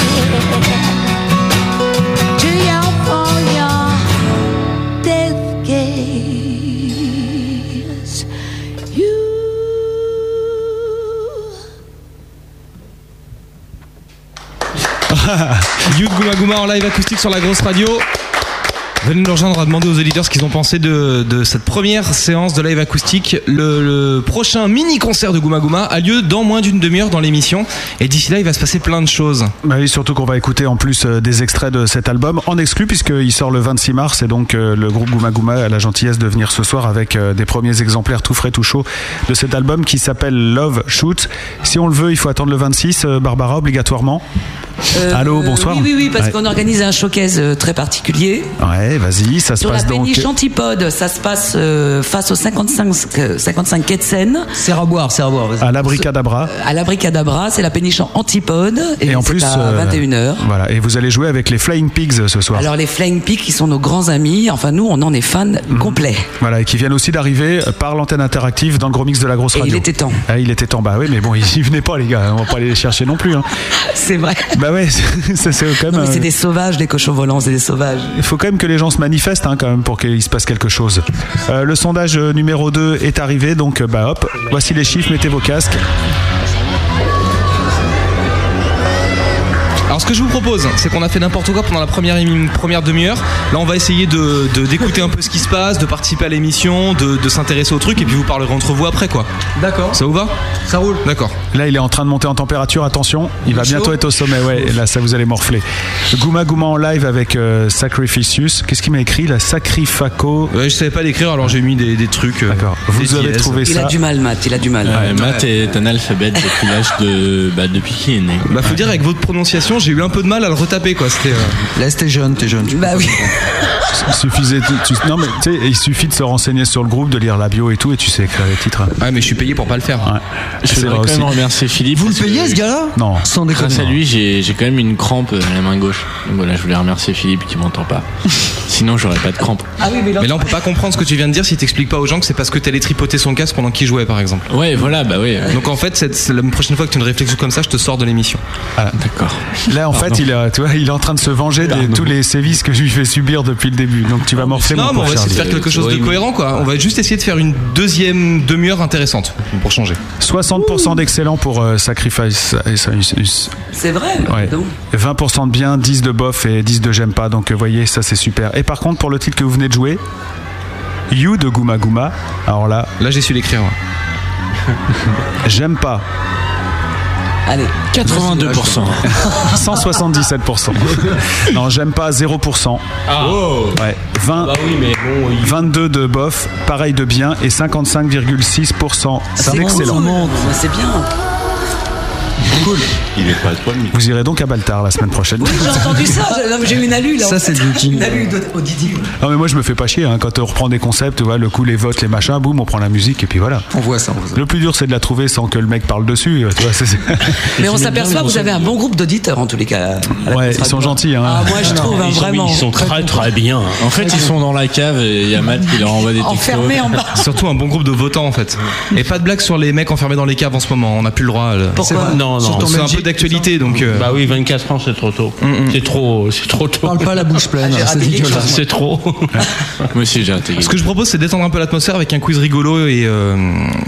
Too young for your death gaze. You Youth Gouma Gouma en live acoustique sur la grosse radio. Venez nous rejoindre, on va demander aux auditeurs ce qu'ils ont pensé de, de cette première séance de live acoustique. Le, le prochain mini-concert de Gouma Gouma a lieu dans moins d'une demi-heure dans l'émission. Et d'ici là, il va se passer plein de choses. Bah oui, surtout qu'on va écouter en plus euh, des extraits de cet album en exclu puisqu'il sort le 26 mars et donc euh, le groupe Gouma Gouma a la gentillesse de venir ce soir avec euh, des premiers exemplaires tout frais tout chaud de cet album qui s'appelle Love Shoot. Si on le veut, il faut attendre le 26, euh, Barbara obligatoirement. Euh, Allô, bonsoir. Oui, oui, oui, parce Ouais. qu'on organise un showcase euh, très particulier. Ouais, vas-y, ça se Sur la passe donc. euh, péniche Antipode, ça se passe euh, face aux 55, euh, 55 quais de Seine. C'est à boire, c'est à boire. À l'abricadabra. À l'Abricadabra, c'est la péniche Antipode. Et, en c'est plus. à euh, 21h. Voilà, et vous allez jouer avec les Flying Pigs euh, ce soir. Alors les Flying Peaks, qui sont nos grands amis, enfin nous, on en est fans complets. [LAUGHS] Voilà, et qui viennent aussi d'arriver euh, par l'antenne interactive dans le gros mix de la grosse radio. il était temps. Ah, il était temps, bah oui, mais bon, [LAUGHS] ils y venaient pas, les gars, on va pas aller les chercher non plus. hein. C'est vrai. Bah ouais, [LAUGHS] c'est- c'est c'est quand même. Non, mais c'est euh, des sauvages, des cochons volants, c'est des sauvages. Il faut quand même que les gens se manifestent hein, quand même pour qu'il se passe quelque chose. Euh, le sondage euh, numéro 2 est arrivé, donc euh, bah hop, voici les chiffres, mettez vos casques. Alors ce que je vous propose, c'est qu'on a fait n'importe quoi pendant la première, émi- première demi-heure. Là, on va essayer de de- d'écouter un peu ce qui se passe, de participer à l'émission, de, de s'intéresser au truc, et puis vous parlerez entre vous après, quoi. D'accord. Ça vous va Ça roule. D'accord. Là, il est en train de monter en température. Attention, il va bientôt être au sommet. Ouais, là, ça vous allez morfler. Gouma Gouma en live avec euh, Sacrificius. Qu'est-ce qu'il m'a écrit La Sacrifaco. Ouais, je savais pas l'écrire, alors j'ai mis des, des trucs. D'accord. Vous avez trouvé Il ça a du mal, Matt, il a du mal. Ouais, Matt est analphabète depuis l'âge de. Bah, depuis qu'il est né. Bah, faut dire, avec votre prononciation, j'ai eu un peu de mal à le retaper, quoi. C'était. euh, Laisse, t'es jeune, t'es jeune. Bah oui. Il suffisait. tu- tu- non, mais tu sais, il suffit de se renseigner sur le groupe, de lire la bio et tout, et tu sais écrire les titres. Ouais, mais je suis payé pour pas le faire. Ouais. Je C'est voudrais vrai quand aussi. même remercier Philippe. Vous le parce que payez, ce gars-là Non. Sans Grâce à déconner. hein. lui, j'ai j'ai quand même une crampe à la main gauche. Donc voilà, je voulais remercier Philippe qui m'entend [LAUGHS] pas. Sinon, j'aurais pas de crampe. Ah. Ah Mais là, on peut pas comprendre ce que tu viens de dire si t'expliques pas aux gens que c'est parce que t'allais tripoter son casque pendant qu'il jouait, par exemple. Ouais, voilà, bah ouais. Donc en fait, cette- c'est la prochaine fois que tu as une réflexion comme ça, je te sors de l'émission. D'accord. Là, en fait, il, a- tu vois, il est en train de se venger de tous les sévices que je lui fais subir depuis le début. Donc, tu vas morfler Non, mon mais on pauvre va essayer de Charlie. faire quelque chose de horrible. cohérent, quoi. On va juste essayer de faire une deuxième demi-heure intéressante pour changer. 60% d'excellent pour euh, Sacrifice. et ça- C'est vrai. Ouais. donc. 20% de bien, 10 de bof et 10 de j'aime pas. Donc, vous voyez, ça c'est super. Et par contre, pour le titre que vous venez de jouer, You de Gouma Gouma, alors là, Là, j'ai su l'écrire. ouais. j'aime pas. Allez. Ah, 82%. [LAUGHS] 177%. non, j'aime pas 0%. Ah. Ouais. 20, [LAUGHS] Bah oui, mais bon, il 22 de bof, pareil de bien et 55,6% Ah, C'est d'excellent. cool. Mais Bah, C'est bien. Vous irez donc à Baltar la semaine prochaine. Oui, [LAUGHS] j'ai entendu ça. Non, mais J'ai eu une alu là. Ça, en c'est fait. du King. Une alu de- au Didi. Non mais moi je me fais pas chier hein. quand on reprend des concepts, tu vois, le coup les votes, les machins, boum, on prend la musique et puis voilà. On voit ça, on voit ça. Le plus dur c'est de la trouver sans que le mec parle dessus, tu vois, [LAUGHS] c'est- Mais on s'aperçoit que vous avez un bon groupe d'auditeurs en tous les cas. à la Ouais, Grosse ils sont Radio. gentils hein. Ah, moi je trouve hein, ils sont, vraiment. ils sont très très bien. hein. En fait, ils sont dans la cave et il y a Matt qui leur envoie des textos. enfermés en bas. Surtout un bon groupe de votants, en fait. Et pas de blagues sur les mecs enfermés dans les caves en ce moment. On n'a plus le droit. là. Pourquoi Non, non. Surtout- C'est un peu d'actualité, donc. euh, Bah oui, 24 ans, c'est trop tôt. Mm, C'est trop, c'est trop tôt. Parle pas la bouche pleine, j'ai Ah, c'est raté quelque dégueulasse. [LAUGHS] C'est trop. Moi aussi, j'ai raté. Ce que je propose, c'est d'étendre un peu l'atmosphère avec un quiz rigolo et, euh,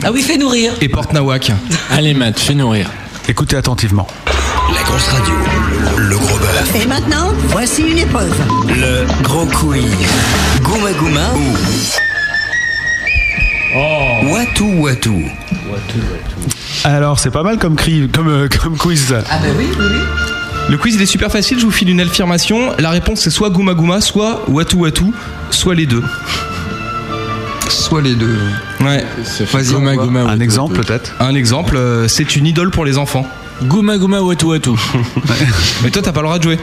Ah oui, fais nourrir. et porte nawak. Allez, Matt, fais nourrir. Écoutez attentivement. La grosse radio, le gros bœuf, Et maintenant, voici une épreuve. le gros quiz. Gouma Gouma Oh. ou Watu Watu. Alors c'est pas mal comme cri, comme, euh, comme quiz. ça. Ah bah oui, oui, oui. Le quiz, il est super facile. Je vous file une affirmation. La réponse, c'est soit Gouma Gouma, soit Watu Watu, soit les deux. Soit les deux. Ouais. Vas-y, Gouma on voit. Gouma Un Watu exemple Watu. peut-être. Un exemple, euh, c'est une idole pour les enfants. Gouma Gouma Watu Watu. Mais toi, t'as pas le droit de jouer.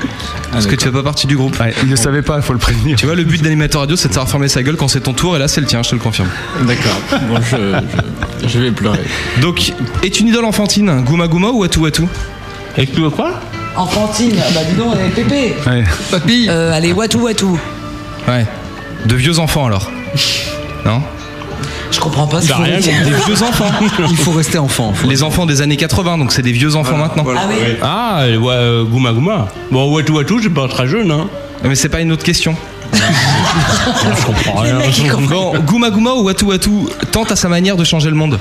Parce que tu fais pas partie du groupe. Ouais, il ne savait pas, il faut le prévenir. Tu vois, le but d'animateur radio, c'est de savoir fermer sa gueule quand c'est ton tour, et là, c'est le tien, je te le confirme. D'accord. Bon, je, je- je vais pleurer. Donc, est une idole enfantine, Gouma Gouma ou Watu Watu Et tu veux quoi Enfantine. Ah Bah dis donc, eh, Pépé. Ouais. Papy Euh, allez, Watou Watou. Ouais. De vieux enfants, alors. Non Je comprends pas ce que T'as Bah, rien vous dites. Des vieux [LAUGHS] enfants Il faut rester enfant. faut- Les enfants des années 80, donc c'est des vieux enfants maintenant. Ah oui. Ah, ouais, euh, Gouma Gouma. Bon, Watu Watu, c'est pas très [LAUGHS] jeune, hein. Mais c'est pas une autre question. Je comprends Les rien. [LAUGHS] mecs, ils comprennent. Bon, Gouma Gouma ou Watu Watu tente à sa manière de changer le monde.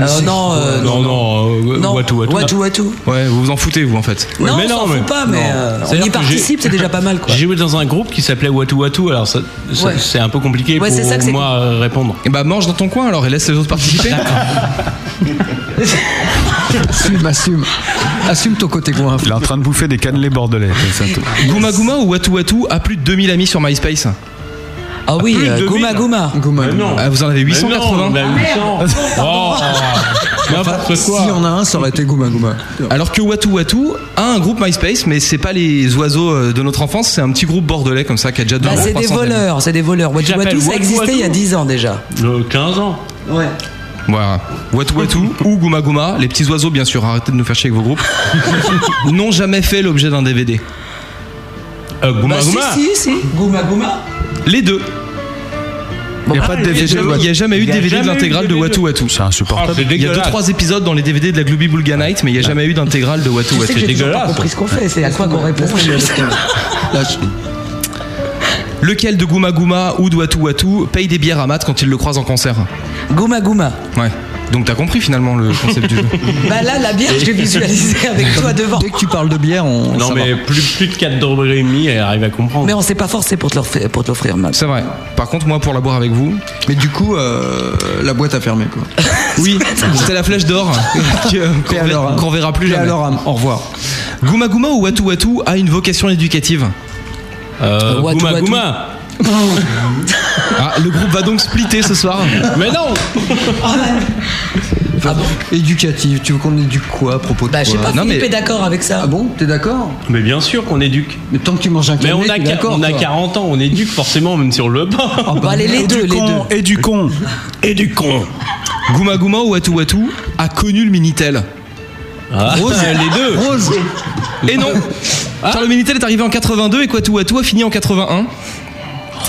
Euh, non, euh, non, non, euh, Non, Watou, Watou. Watou, Watou. Ouais, vous vous en foutez, vous, en fait. Non, on s'en fout pas, mais euh, on C'est-à-dire y que j'ai- participe, c'est déjà pas mal, quoi. [LAUGHS] J'ai joué dans un groupe qui s'appelait Watu Watu, alors ça- ça- Ouais. c'est un peu compliqué Ouais, c'est ça que pour c'est moi euh, répondre. Et bah, mange dans ton coin alors et laisse les autres participer. Assume, assume. Assume ton côté coin. Il est en train de bouffer des cannelés bordelais. C'est un truc. Gouma Gouma ou Watu Watu a plus de 2000 amis sur MySpace. Ah oui, Plus de euh, 2000. Gouma Gouma. Gouma, Mais non. Ah, vous en avez Mais non, 880. on a 800. Oh, Enfin, Ah, n'importe si Bah, quoi. y en a un, ça aurait été Gouma Gouma. Alors que Watu Watu a un groupe MySpace, mais c'est pas les oiseaux euh, de notre enfance, c'est un petit groupe bordelais comme ça qui a déjà deux Bah, ans, c'est des 300 amis. voleurs, c'est des voleurs. Watu J'appelle Watu, ça Watu existait il y a Watu. 10 ans déjà. Le 15 ans. Ouais. Voilà. Watu Watu ou Gouma Gouma, les petits oiseaux bien sûr, arrêtez de nous faire chier avec vos [LAUGHS] groupes, n'ont jamais fait l'objet d'un DVD. Euh, Gouma Bah, si, Gouma. si, si. Gouma Gouma. Les deux. Il n'y Ah, a pas de Il n'y a, DVD. jamais- il y a jamais eu de Il y a DVD de jamais eu l'intégrale de de Watu DVD. Watu. C'est insupportable. Oh, c'est Il y a deux dégueulasse. Bah. trois épisodes dans les DVD de la Gloobie Bulga Night, mais il n'y a jamais eu d'intégrale de Watu Tu sais Watu. que j'ai toujours pas dégueulasse. compris ce qu'on fait, c'est à quoi qu'on répond. Là, je- Lequel de Gouma Gouma ou de Watu Watu paye des bières à Matt quand il le croise en concert Gouma Gouma. Ouais. Donc t'as compris finalement le concept [LAUGHS] du jeu. Bah là, la bière, je l'ai visualisée avec toi devant. Dès que tu parles de bière, on. Non, ça mais va. plus, plus de 4 d'ombre et demi, elle arrive à comprendre. Mais on s'est pas forcé pour te l'offrir- pour te l'offrir, Max. C'est vrai. Par contre, moi, pour la boire avec vous, Mais du coup, euh, la boîte a fermé [LAUGHS] quoi. oui, c'était la [LAUGHS] flèche d'or que- qu'on Paix à leur verra, âme. qu'on verra plus Paix à jamais. leur âme. Au revoir. Gouma Gouma ou Watu Watu a une vocation éducative. Euh, Watu Gouma Watu. Gouma. Ah, le groupe va donc splitter ce soir. Mais non Ah bon Éducative. Tu veux qu'on éduque quoi à propos de Bah, je sais quoi pas, Non, Philippe mais- est d'accord avec ça. Ah bon T'es d'accord Mais bien sûr qu'on éduque. Mais tant que tu manges un Mais cannelé, on a, t'es qua- d'accord, on a toi. 40 ans, on éduque forcément, même si on le veut pas. Bah, allez, les deux, les deux. Con et du con. Et du con. Gouma Gouma ou Watu Watu a connu le Minitel. Ah, Rose, Ah, les deux. Rose Et non Ah. Car le Minitel est arrivé en 82 et Watu Watu a fini en 81.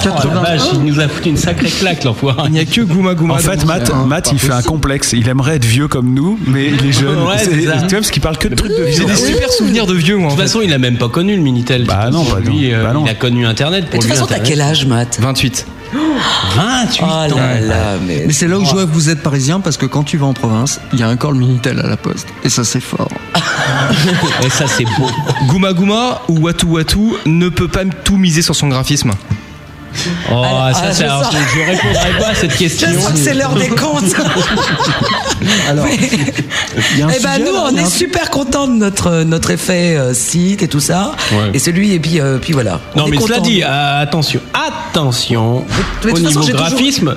Oh la vache, il nous a foutu une sacrée claque, Ah, l'enfoiré. Il n'y a que Gouma Gouma. En fait, Donc, Matt, Matt, il fait un complexe. Il aimerait être vieux comme nous, mais il est jeune. Ouais, C'est- c'est tu ça. vois, parce qu'il parle que de trucs de j'ai vieux. des super souvenirs de vieux, moi. en De toute façon, il a même pas connu le Minitel. Bah non, bah non, lui, euh, bah non. il a connu Internet. Mais Pour de toute lui, façon, t'as Internet. quel âge, Matt fait. 28. 28 Ah ans. là là, mais. Mais c'est là où je vois que vous êtes parisien parce que quand tu vas en province, il y a encore le Minitel à la poste. Et ça, c'est fort. Et ça, c'est beau. Gouma Gouma ou Watu Watu ne peut pas tout miser sur son graphisme. Oh, Alors, ça, ah, c'est je un- sens. je répondrai pas à cette question. Je sens que c'est l'heure des comptes. Alors, il y a un Eh ben sujet, nous, là, on il y a est un- super contents de notre notre effet euh, site et tout ça. Ouais. Et celui et puis euh, puis voilà. On Non, est mais cela contents. dit, euh, attention, attention. mais de au toute façon, niveau j'ai toujours- graphisme,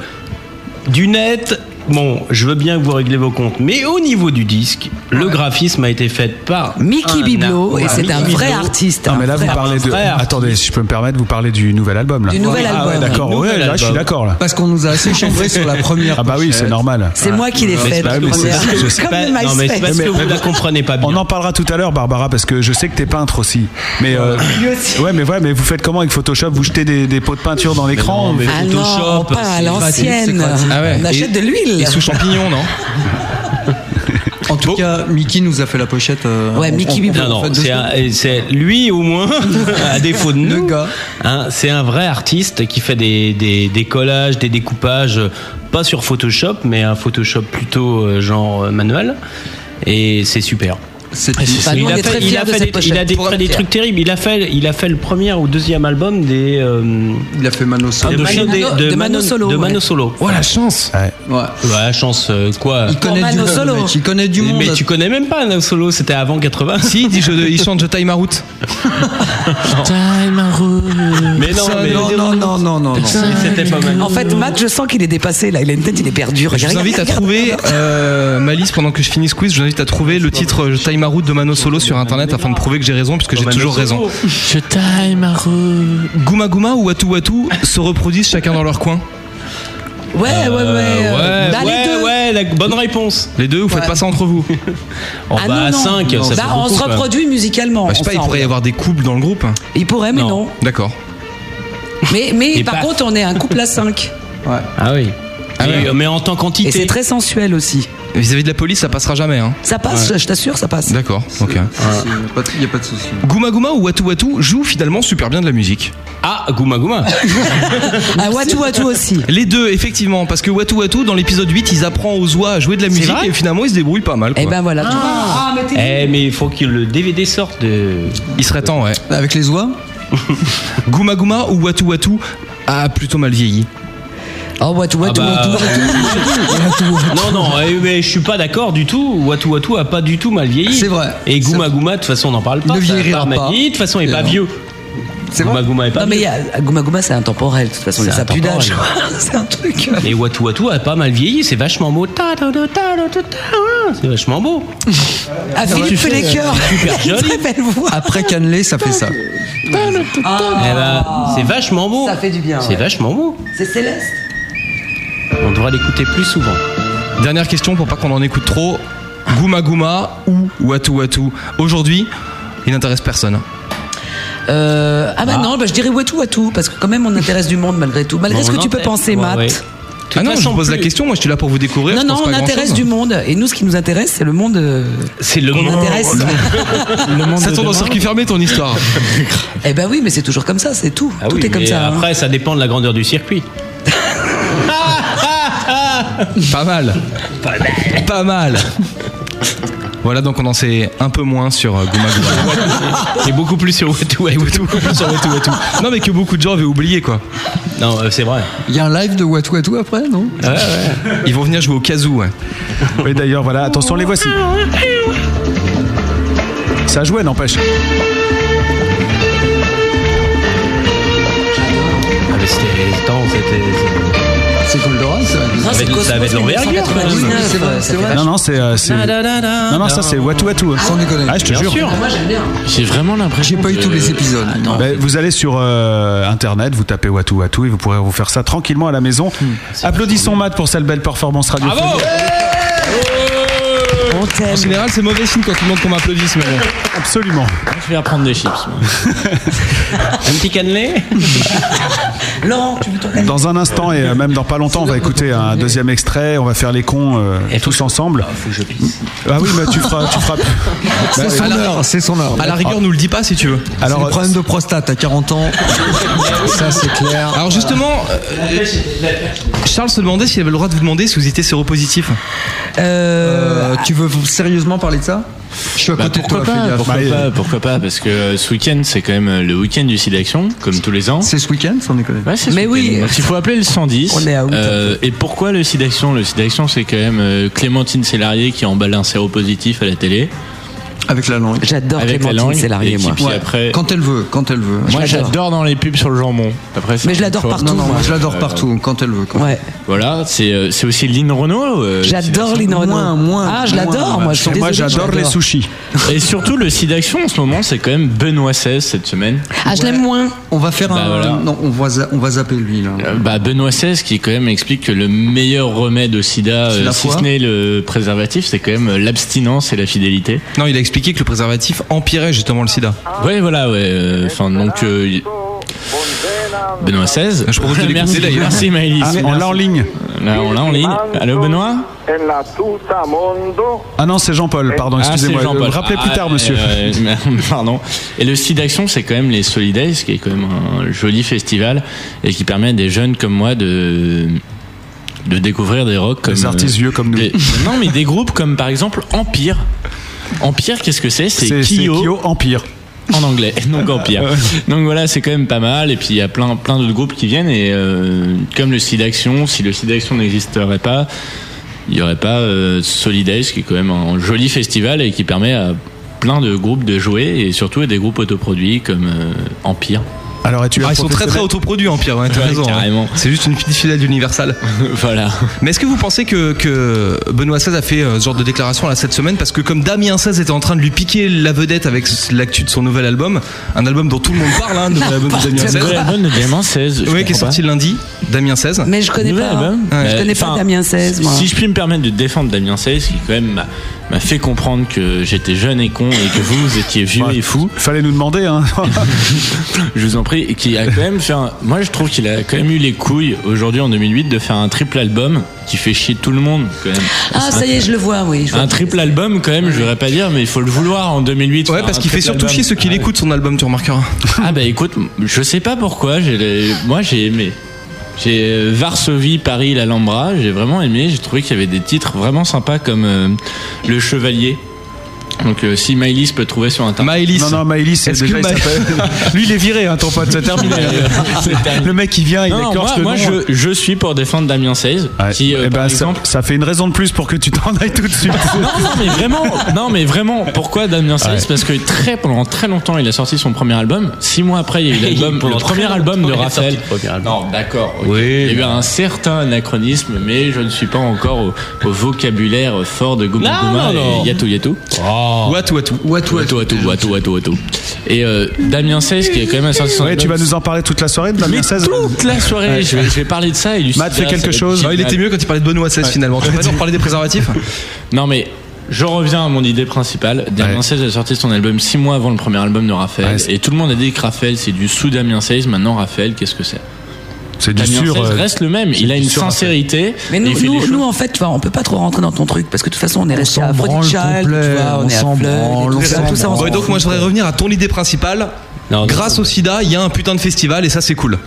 du net, bon, je veux bien que vous réglez vos comptes, mais au niveau du disque, le graphisme a été fait par Mickey un- Biblo et Ouais, c'est un Mickey vrai Biblo. artiste. Non, un mais là, vous vrai parlez de. frère. Attendez, si je peux me permettre, vous parlez du nouvel album, là. Du nouvel ah, album. ouais, d'accord. Du Ouais, nouvel là, je suis album. d'accord, là. Parce qu'on nous a assez chambré sur la première. Ah, bah oui, c'est pochette. normal. C'est moi qui l'ai fait. parce que- mais c'est- je sais Comme Pas- le non, mais c'est parce MySpace. que vous ne comprenez pas bien. On en parlera tout à l'heure, Barbara, parce que je sais que t'es peintre aussi. Mais euh, [LAUGHS] ouais, mais ouais, mais vous faites comment avec Photoshop Vous jetez des, des pots de peinture dans l'écran non, mais- Ah non, Photoshop, pas à c'est pratique, l'ancienne. c'est pratique. Ah ouais. On achète Et- de l'huile. Et sous champignons, non En tout cas, Mickey nous a fait la pochette. euh, Ouais, on- Mickey on- Biblo. Non, en non, fait, de- c'est un- et c'est lui au moins, [LAUGHS] à défaut de nous, gars. hein, c'est un vrai artiste qui fait des, des- des collages, des découpages, euh, pas sur Photoshop, mais un Photoshop plutôt euh, genre euh, manuel. Et c'est super. c'est- Bah, nous, il, on a est très fait, il fiers a de fait cette des, il a pochette, des- pour fait être des fier. trucs terribles. Il a fait, il a fait le premier ou deuxième album des euh, Il a fait Mano Solo. de, Mano- de Ah, de Mano Solo, de ouais. Mano Solo. Oh Ah, la chance Ouais. Ouais, chance euh, quoi. Il connaît du Mano monde. Solo. le mec, Il connaît du monde. Mais tu connais même pas Mano Solo, c'était avant 80. Si, [LAUGHS] il, dit, je, il chante Je taille ma route. Mais non, mais Non, non, non, non, non, non. mais c'était pas mal. En fait, Matt, je sens qu'il est dépassé là. Il a une tête, il est perdu. Je vous Regarde, invite à regarde, regarde. trouver euh, ma liste pendant que je finis ce quiz. Je vous invite à trouver le titre euh, Je taille ma route de Mano Solo sur internet afin de prouver que j'ai raison, puisque j'ai Mano toujours raison. Solo. Je taille ma roue. Gouma Gouma ou Watu Watu se reproduisent chacun dans leur coin. Ouais, ouais, ouais. euh, Ouais, bah, les ouais, deux. ouais, la bonne réponse. Les deux, vous faites Ouais. pas ça entre vous. On Ah, va non, à non. 5, ça fait Bah, on beaucoup, se quand même. reproduit musicalement. Bah, je sais pas, il ensemble. pourrait y avoir des couples dans le groupe. Il pourrait, mais non. D'accord. Mais, mais Et par paf. [LAUGHS] contre, on est un couple à 5. Ah oui. Ah mais, ouais. mais en tant qu'entité. Et c'est très sensuel aussi. Vis-à-vis de la police, ça passera jamais. Hein. Ça passe, je t'assure, ça passe. D'accord, ok. Ah. Il n'y a pas de souci. Gouma Gouma ou Watu Watu jouent finalement super bien de la musique. Ah, Gouma Gouma Bah, Ah, Watu Watu aussi. [LAUGHS] Les deux, effectivement, parce que Watu Watu, dans l'épisode 8, ils apprennent aux oies à jouer de la musique vrai et finalement ils se débrouillent pas Eh mal. Quoi. Et ben voilà. tu vois. Eh, mais il faut que le DVD sorte de. Il [LAUGHS] serait temps, ouais. Avec les oies Gouma Gouma ou Watu Watu a plutôt mal vieilli. Oh, Watu Watu, bah, Watu [LAUGHS] Watu. Watu Watu. Non, non, eh, mais je suis pas d'accord du tout. Watu Watu a pas du tout mal vieilli. C'est vrai. Et Gouma C'est- Gouma, de toute façon, on n'en parle pas. Ne ça a vieillira mal pas. vieilli. De toute façon, il est pas Non. vieux. C'est Gouma Gouma est bah, pas Non, mais il vieux. y a, Gouma Gouma, c'est intemporel, de toute façon, C'est ça a plus d'âge. intemporel. [LAUGHS] c'est un truc. euh, Et Watu Watu a pas mal vieilli. C'est vachement beau. Ta, ta, ta, ta, ta, ta, ta. C'est vachement beau. Ah, Philippe fait les cœurs. super [LAUGHS] Il a une joli. Ah, Très belle voix. Après Canelé, ça fait ça. Eh ben, c'est vachement beau. Ça fait du bien, C'est ouais. vachement beau. C'est Céleste. On devrait l'écouter plus souvent. Dernière question pour pas qu'on en écoute trop. Gouma Gouma ou Watu Watu. Aujourd'hui, il n'intéresse personne. Euh, ah, bah non, bah, je dirais Watu Watu, parce que quand même, on intéresse du monde malgré tout. Malgré Bon, ce que Bah, on tu peux entête. penser, Ouais, Matt. ouais. Ah non, je façon, pose la plus- question, moi je suis là pour vous découvrir. Non, je pense non, on pas intéresse grand-chose. du monde. Et nous, ce qui nous intéresse, c'est le monde euh, C'est le qu'on moment. intéresse. Ça tourne en circuit fermé ton [LAUGHS] histoire. eh ben oui, mais c'est toujours comme ça, c'est tout. Ah tout oui, est comme mais ça. hein. Après, ça dépend de la grandeur du circuit. Pas mal. Pas mal. Voilà, donc on en sait un peu moins sur euh, Gouma [LAUGHS] Gouma. Et beaucoup plus sur Watu Et Watu. Watu, [LAUGHS] sur Watu Watu. Non, mais que beaucoup de gens avaient oublié quoi. Non, euh, c'est vrai. Il y a un live de Watu Watu après, non Ils vont venir jouer au kazoo. ouais. Et d'ailleurs, voilà, attention, les voici. Ça jouait, n'empêche. Ah, mais c'était. attends, c'était- C'est Goldorak, ça. Non, c'est Ça va être- ça va être Cosmos l'envergure, quand même. 1999, C'est vrai, ça c'est fait vrai. vachement- Non, non, c'est. euh, c'est- Non, non, ça, c'est Watu Watu. hein. Sans déconner. Ah, je te Bien jure. sûr. Moi, j'aime bien. J'ai vraiment l'impression. J'ai pas eu tous les épisodes. non. Ben, vous allez sur euh, internet, vous tapez Watu Watu et vous pourrez vous faire ça tranquillement à la maison. Applaudissons Matt pour cette belle performance radiophonique. Hmm. Bravo On En t'aime. général, c'est mauvais signe quand tout le monde qu'on m'applaudisse, mais bon. Absolument. Je vais apprendre des chips. moi. Un petit cannelé Laurent, tu veux ton Dans un instant et euh, même dans pas longtemps, on va écouter un deuxième extrait. On va faire les cons euh, tous ensemble. Faut que je pisse. Ah oui, mais tu feras, tu feras. Bah, C'est son heure, c'est son heure. À la rigueur, nous le dis pas si tu veux. Alors, Ah, Alors, le problème de prostate à 40 ans, ça c'est clair. Alors justement, euh, Charles se demandait s'il avait le droit de vous demander si vous étiez séropositif. Euh, tu veux sérieusement parler de ça Je suis à Bah, côté de pourquoi toi, fais pas, gaffe. pourquoi Bah, pas, pourquoi pas, parce que euh, ce week-end c'est quand même euh, le week-end du site d'action, comme tous les ans. C'est ce week-end, sans déconner. Ouais, Bah, c'est ce Mais week-end. oui. Donc, il faut appeler le 110. On est out. Euh, et pourquoi le site d'action Le site d'action c'est quand même euh, Clémentine Célarier qui emballe un séropositif à la télé Avec la langue. J'adore avec la Oh, Clémentine langue Célarier, et qui, moi. puis après. Quand elle veut, quand elle veut. moi l'adore. j'adore dans les pubs sur le jambon. Après, c'est Mais je l'adore autre chose. partout. Non, non, moi. moi je l'adore partout, quand elle veut. quand- Ouais. Voilà, c'est euh, c'est aussi Lynn Renault. euh, J'adore Lynn Renaud. Moins, moins, ah, je moins. l'adore, moi. Je suis et moi, désolée, je j'adore les l'adore. sushis. Et surtout, le site d'action en ce moment, c'est quand même Benoît XVI cette semaine. Ah, je l'aime moins. On va faire Bah, un. voilà. Non, on va, za- on va zapper lui là. Euh, Bah, Benoît XVI qui quand même explique que le meilleur remède au sida, C'est euh, la si foi. ce n'est le préservatif, c'est quand même euh, l'abstinence et la fidélité. Non, il a expliqué que le préservatif empirait justement le sida. Ouais, voilà, ouais. euh, Enfin, donc, euh, y- Benoît XVI. Je propose de l'écouter, [LAUGHS] merci, d'ailleurs. merci Maëlys. Ah, on l'a en ligne. Là, on l'a en ligne. Allô, Benoît Ah non, c'est Jean-Paul, pardon, Ah, excusez-moi. c'est Jean-Paul. Rappelez plus Ah, tard, ouais, monsieur. ouais, ouais, [LAUGHS] pardon. Et le site d'action, c'est quand même les Solidays, qui est quand même un joli festival et qui permet à des jeunes comme moi de de découvrir des rocks comme euh, Des artistes vieux comme nous. des- [LAUGHS] non, mais des groupes comme par exemple Empire. Empire, qu'est-ce que c'est C'est C'est c'est Kyo, Kyo Empire. en anglais, [LAUGHS] donc Empire. donc voilà, c'est quand même pas mal. Et puis il y a plein plein d'autres groupes qui viennent et euh, comme le site d'action, si le site d'action n'existerait pas. Il n'y aurait pas euh, Solidays, qui est quand même un joli festival et qui permet à plein de groupes de jouer et surtout à des groupes autoproduits comme euh, Empire. [LAUGHS] Alors, es-tu un Ah, ils sont très très professionnel autoproduits, Empire, ouais, t'as Ouais, raison. hein. carrément. C'est juste une petite fidèle d'Universal. voilà. Mais est-ce que vous pensez que, que Benoît XVI a fait euh, ce genre de déclaration là cette semaine Parce que comme Damien XVI était en train de lui piquer la vedette avec s- l'actu de son nouvel album, un album dont tout le monde parle, [LAUGHS] hein, de l'album de Damien C'est XVI. l'album de Diamant 16. Oui, je qui est comprends sorti pas. lundi, Damien XVI. Mais je connais Nouvel pas. album. hein. Je Euh, connais pas enfin, Damien 16, moi. Si je puis me permettre de défendre Damien 16, qui quand même m'a- m'a fait comprendre que j'étais jeune et con et que vous, vous étiez vieux Ouais. et fou, Fallait nous demander, hein. je vous en compris, qui a quand même fait un- Moi, je trouve qu'il a quand même eu les couilles, aujourd'hui, en 2008, de faire un triple album qui fait chier tout le monde, quand même. Ah, ça y est, je le vois, oui. je vois. Un triple album, quand même, je voudrais pas dire, mais il faut le vouloir en 2008. Ouais, faire parce un qu'il fait triple surtout album. chier ceux qui Ah ouais. l'écoutent, son album, tu remarqueras. Ah bah écoute, je sais pas pourquoi, j'ai les- moi j'ai aimé. J'ai euh, Varsovie, Paris, l'Alhambra, j'ai vraiment aimé, j'ai trouvé qu'il y avait des titres vraiment sympas comme euh, Le Chevalier. Donc euh, si Mylis peut trouver sur internet. Maëlys. Non, non, Maëlys, c'est Est-ce déjà, que il Ma- [LAUGHS] s'appelle- Lui, il est viré, hein, ton pote, c'est terminé. [LAUGHS] C'est terminé. le mec, il vient, il Non, non, écorche moi, le moi, nom. je, je suis pour défendre Damien 16 Ouais. qui Eh euh, ben, par ça- exemple ça, fait une raison de plus pour que tu t'en ailles tout de suite. Non, non, mais [LAUGHS] vraiment, non, mais vraiment, pourquoi Damien Seiss Parce que très, pendant très longtemps, il a sorti son premier album. Six mois après, [LAUGHS] il y a eu l'album, le Pendant premier très album de longtemps, il a Raphaël. sorti le premier album. Non, d'accord. ok. Oui. Il y a eu un certain anachronisme, mais je ne suis pas encore au, au vocabulaire fort de Gouma Non, Gouma non, non. et Yatou Yatou. Oh, What, what, what. bah, Watou Watou Watou Watou Watou Watou. Et euh, Damien Seiss qui est quand même sorti son Ouais, album. tu vas nous en parler toute la soirée de Damien mais 16 toute la soirée, je, vais, je vais parler de ça. Et Lucida, Matt, fais ça quelque va être chose. Ah, Non, il était mieux quand il parlait de Benoît XVI finalement. Tu veux pas nous reparler des préservatifs Non mais je reviens à mon idée principale. Damien Ouais. 16 a sorti son album six mois avant le premier album de Raphaël. Ouais, c'est- et tout le monde a dit que Raphaël c'est du sous Damien 16. Maintenant Raphaël, qu'est-ce que c'est C'est du Damien sûr. 16 euh, reste le même. Il a une sincérité. Mais et nous, il fait nous, des choses. nous, en fait, tu vois, on peut pas trop rentrer dans ton truc parce que de toute façon, on est resté s'en à Freddy branle Child, tu complet, vois, on, on est à s'en Fleur, branle, tout on ça, s'en tout ça, on branle. s'en Ouais, donc fout. moi je voudrais revenir à ton idée principale. Non, Grâce au sida, il y a un putain de festival et ça c'est cool.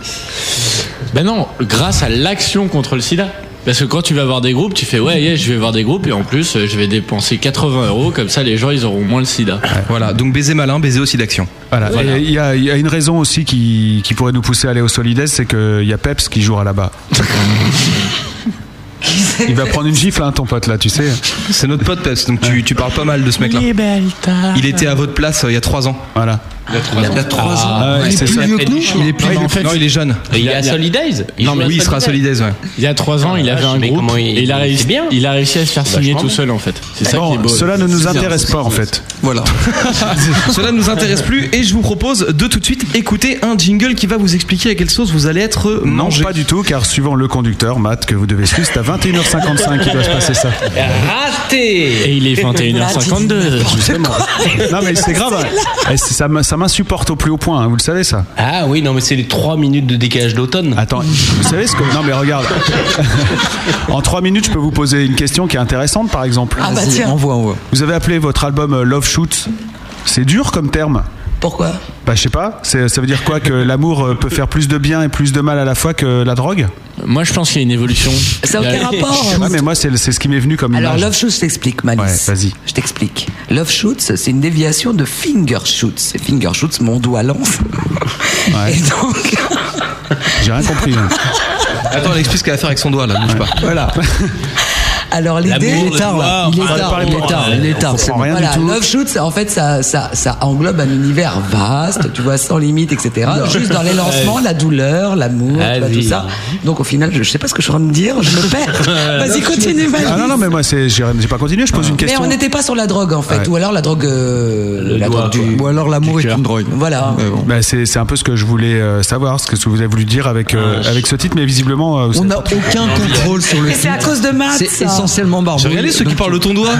Ben non, grâce à l'action contre le SIDA. Parce que quand tu vas voir des groupes, tu fais ouais, yeah, je vais voir des groupes et en plus euh, je vais dépenser 80 euros comme ça les gens ils auront moins le SIDA. Voilà, donc baiser malin, baiser aussi d'action. Voilà. Et Il y, a- il y a une raison aussi qui, qui pourrait nous pousser à aller au Solides, c'est qu'il y a Peps qui jouera [LAUGHS] là-bas. Il va prendre une gifle, hein, ton pote, là, tu sais. C'est notre pote Peps, donc tu, tu parles pas mal de ce mec là. Il était à votre place euh, il y a 3 ans. Voilà. Il y a 3 ans. Ah, ouais, c'est ça. Il est plus vieux Non, mais en fait- Non, il est jeune. Et il y a Il y a- Solidays Non, mais oui, il sera à Solidaise, ouais. Il y a trois ans, il avait vache, un mais groupe Ah, comment il- et il a réussi. c'est bien. Il a réussi à se faire signer Vachement tout bien. seul en fait. C'est ça qui est Bon, beau. cela ne nous C'est bien, intéresse c'est pas, en bien. fait. Voilà. [LAUGHS] Cela ne nous intéresse plus et je vous propose de tout de suite écouter un jingle qui va vous expliquer à quelle sauce vous allez être Non, mangé. pas du tout, car suivant le conducteur, Matt, que vous devez suivre, c'est à 21h55 qu'il doit se passer [LAUGHS] ça. Et Raté Ah, il est Là, [LAUGHS] 21h52. Non, mais c'est grave. hein. Eh, c'est- Ça me- ça m'insupporte au plus haut point, hein, vous le savez, ça. Ah oui, non, mais c'est les 3 minutes de décalage d'automne. Attends, vous savez ce que. Non, mais regarde. en trois minutes, je peux vous poser une question qui est intéressante, par exemple. Ah bah Vas-y, tiens, Envoie, envoie. Vous avez appelé votre album euh, Love Shoots. C'est dur comme terme. pourquoi Bah, je sais pas. C'est- Ça veut dire quoi Que l'amour euh, peut faire plus de bien et plus de mal à la fois que la drogue Moi, je pense qu'il y a une évolution. Ça n'a Il y aucun a- rapport. hein. Ouais, Ah, mais moi, c'est c'est ce qui m'est venu comme Alors, image. Love Shoots, je t'explique, Malice. Ouais, vas-y. Je t'explique. Love Shoots, c'est une déviation de Finger Shoots. Et Finger Shoots, mon doigt lance. Ouais. Et donc, [LAUGHS] J'ai rien compris. hein. Attends, elle explique ce qu'elle va faire avec son doigt là, bouge pas. voilà. Alors l'idée, L'amour, Il est tard, le là. il est devoir. tard, Ah, il est tard, il est tard. on comprend rien Voilà, du tout. Love Shoots, en fait, ça, ça, ça englobe un univers vaste, tu vois, sans limite, etc. Juste dans les lancements, la douleur, l'amour, tu vois, Vas-y. tout ça. Donc au final, je, je sais pas ce que je suis en train de dire, je me [LAUGHS] perds. Vas-y, continue, Malice. Ah non, non, mais moi, c'est- j'ai j'ai pas continué. Je pose une Mais question. on n'était pas sur la drogue en fait, Ouais. ou alors la drogue, euh, la doigt, drogue du. Ou alors l'amour est cœur. une drogue. Voilà. Mais bon. Bah, c'est c'est un peu ce que je voulais euh, savoir, ce que ce que vous avez voulu dire avec, euh, avec ce titre, mais visiblement, euh, vous Ah, On savez n'a aucun contrôle sur le Mais c'est à titre. cause de maths. C'est essentiellement J'ai barbouille. regardé ceux qui parlent de [LAUGHS] ton doigt.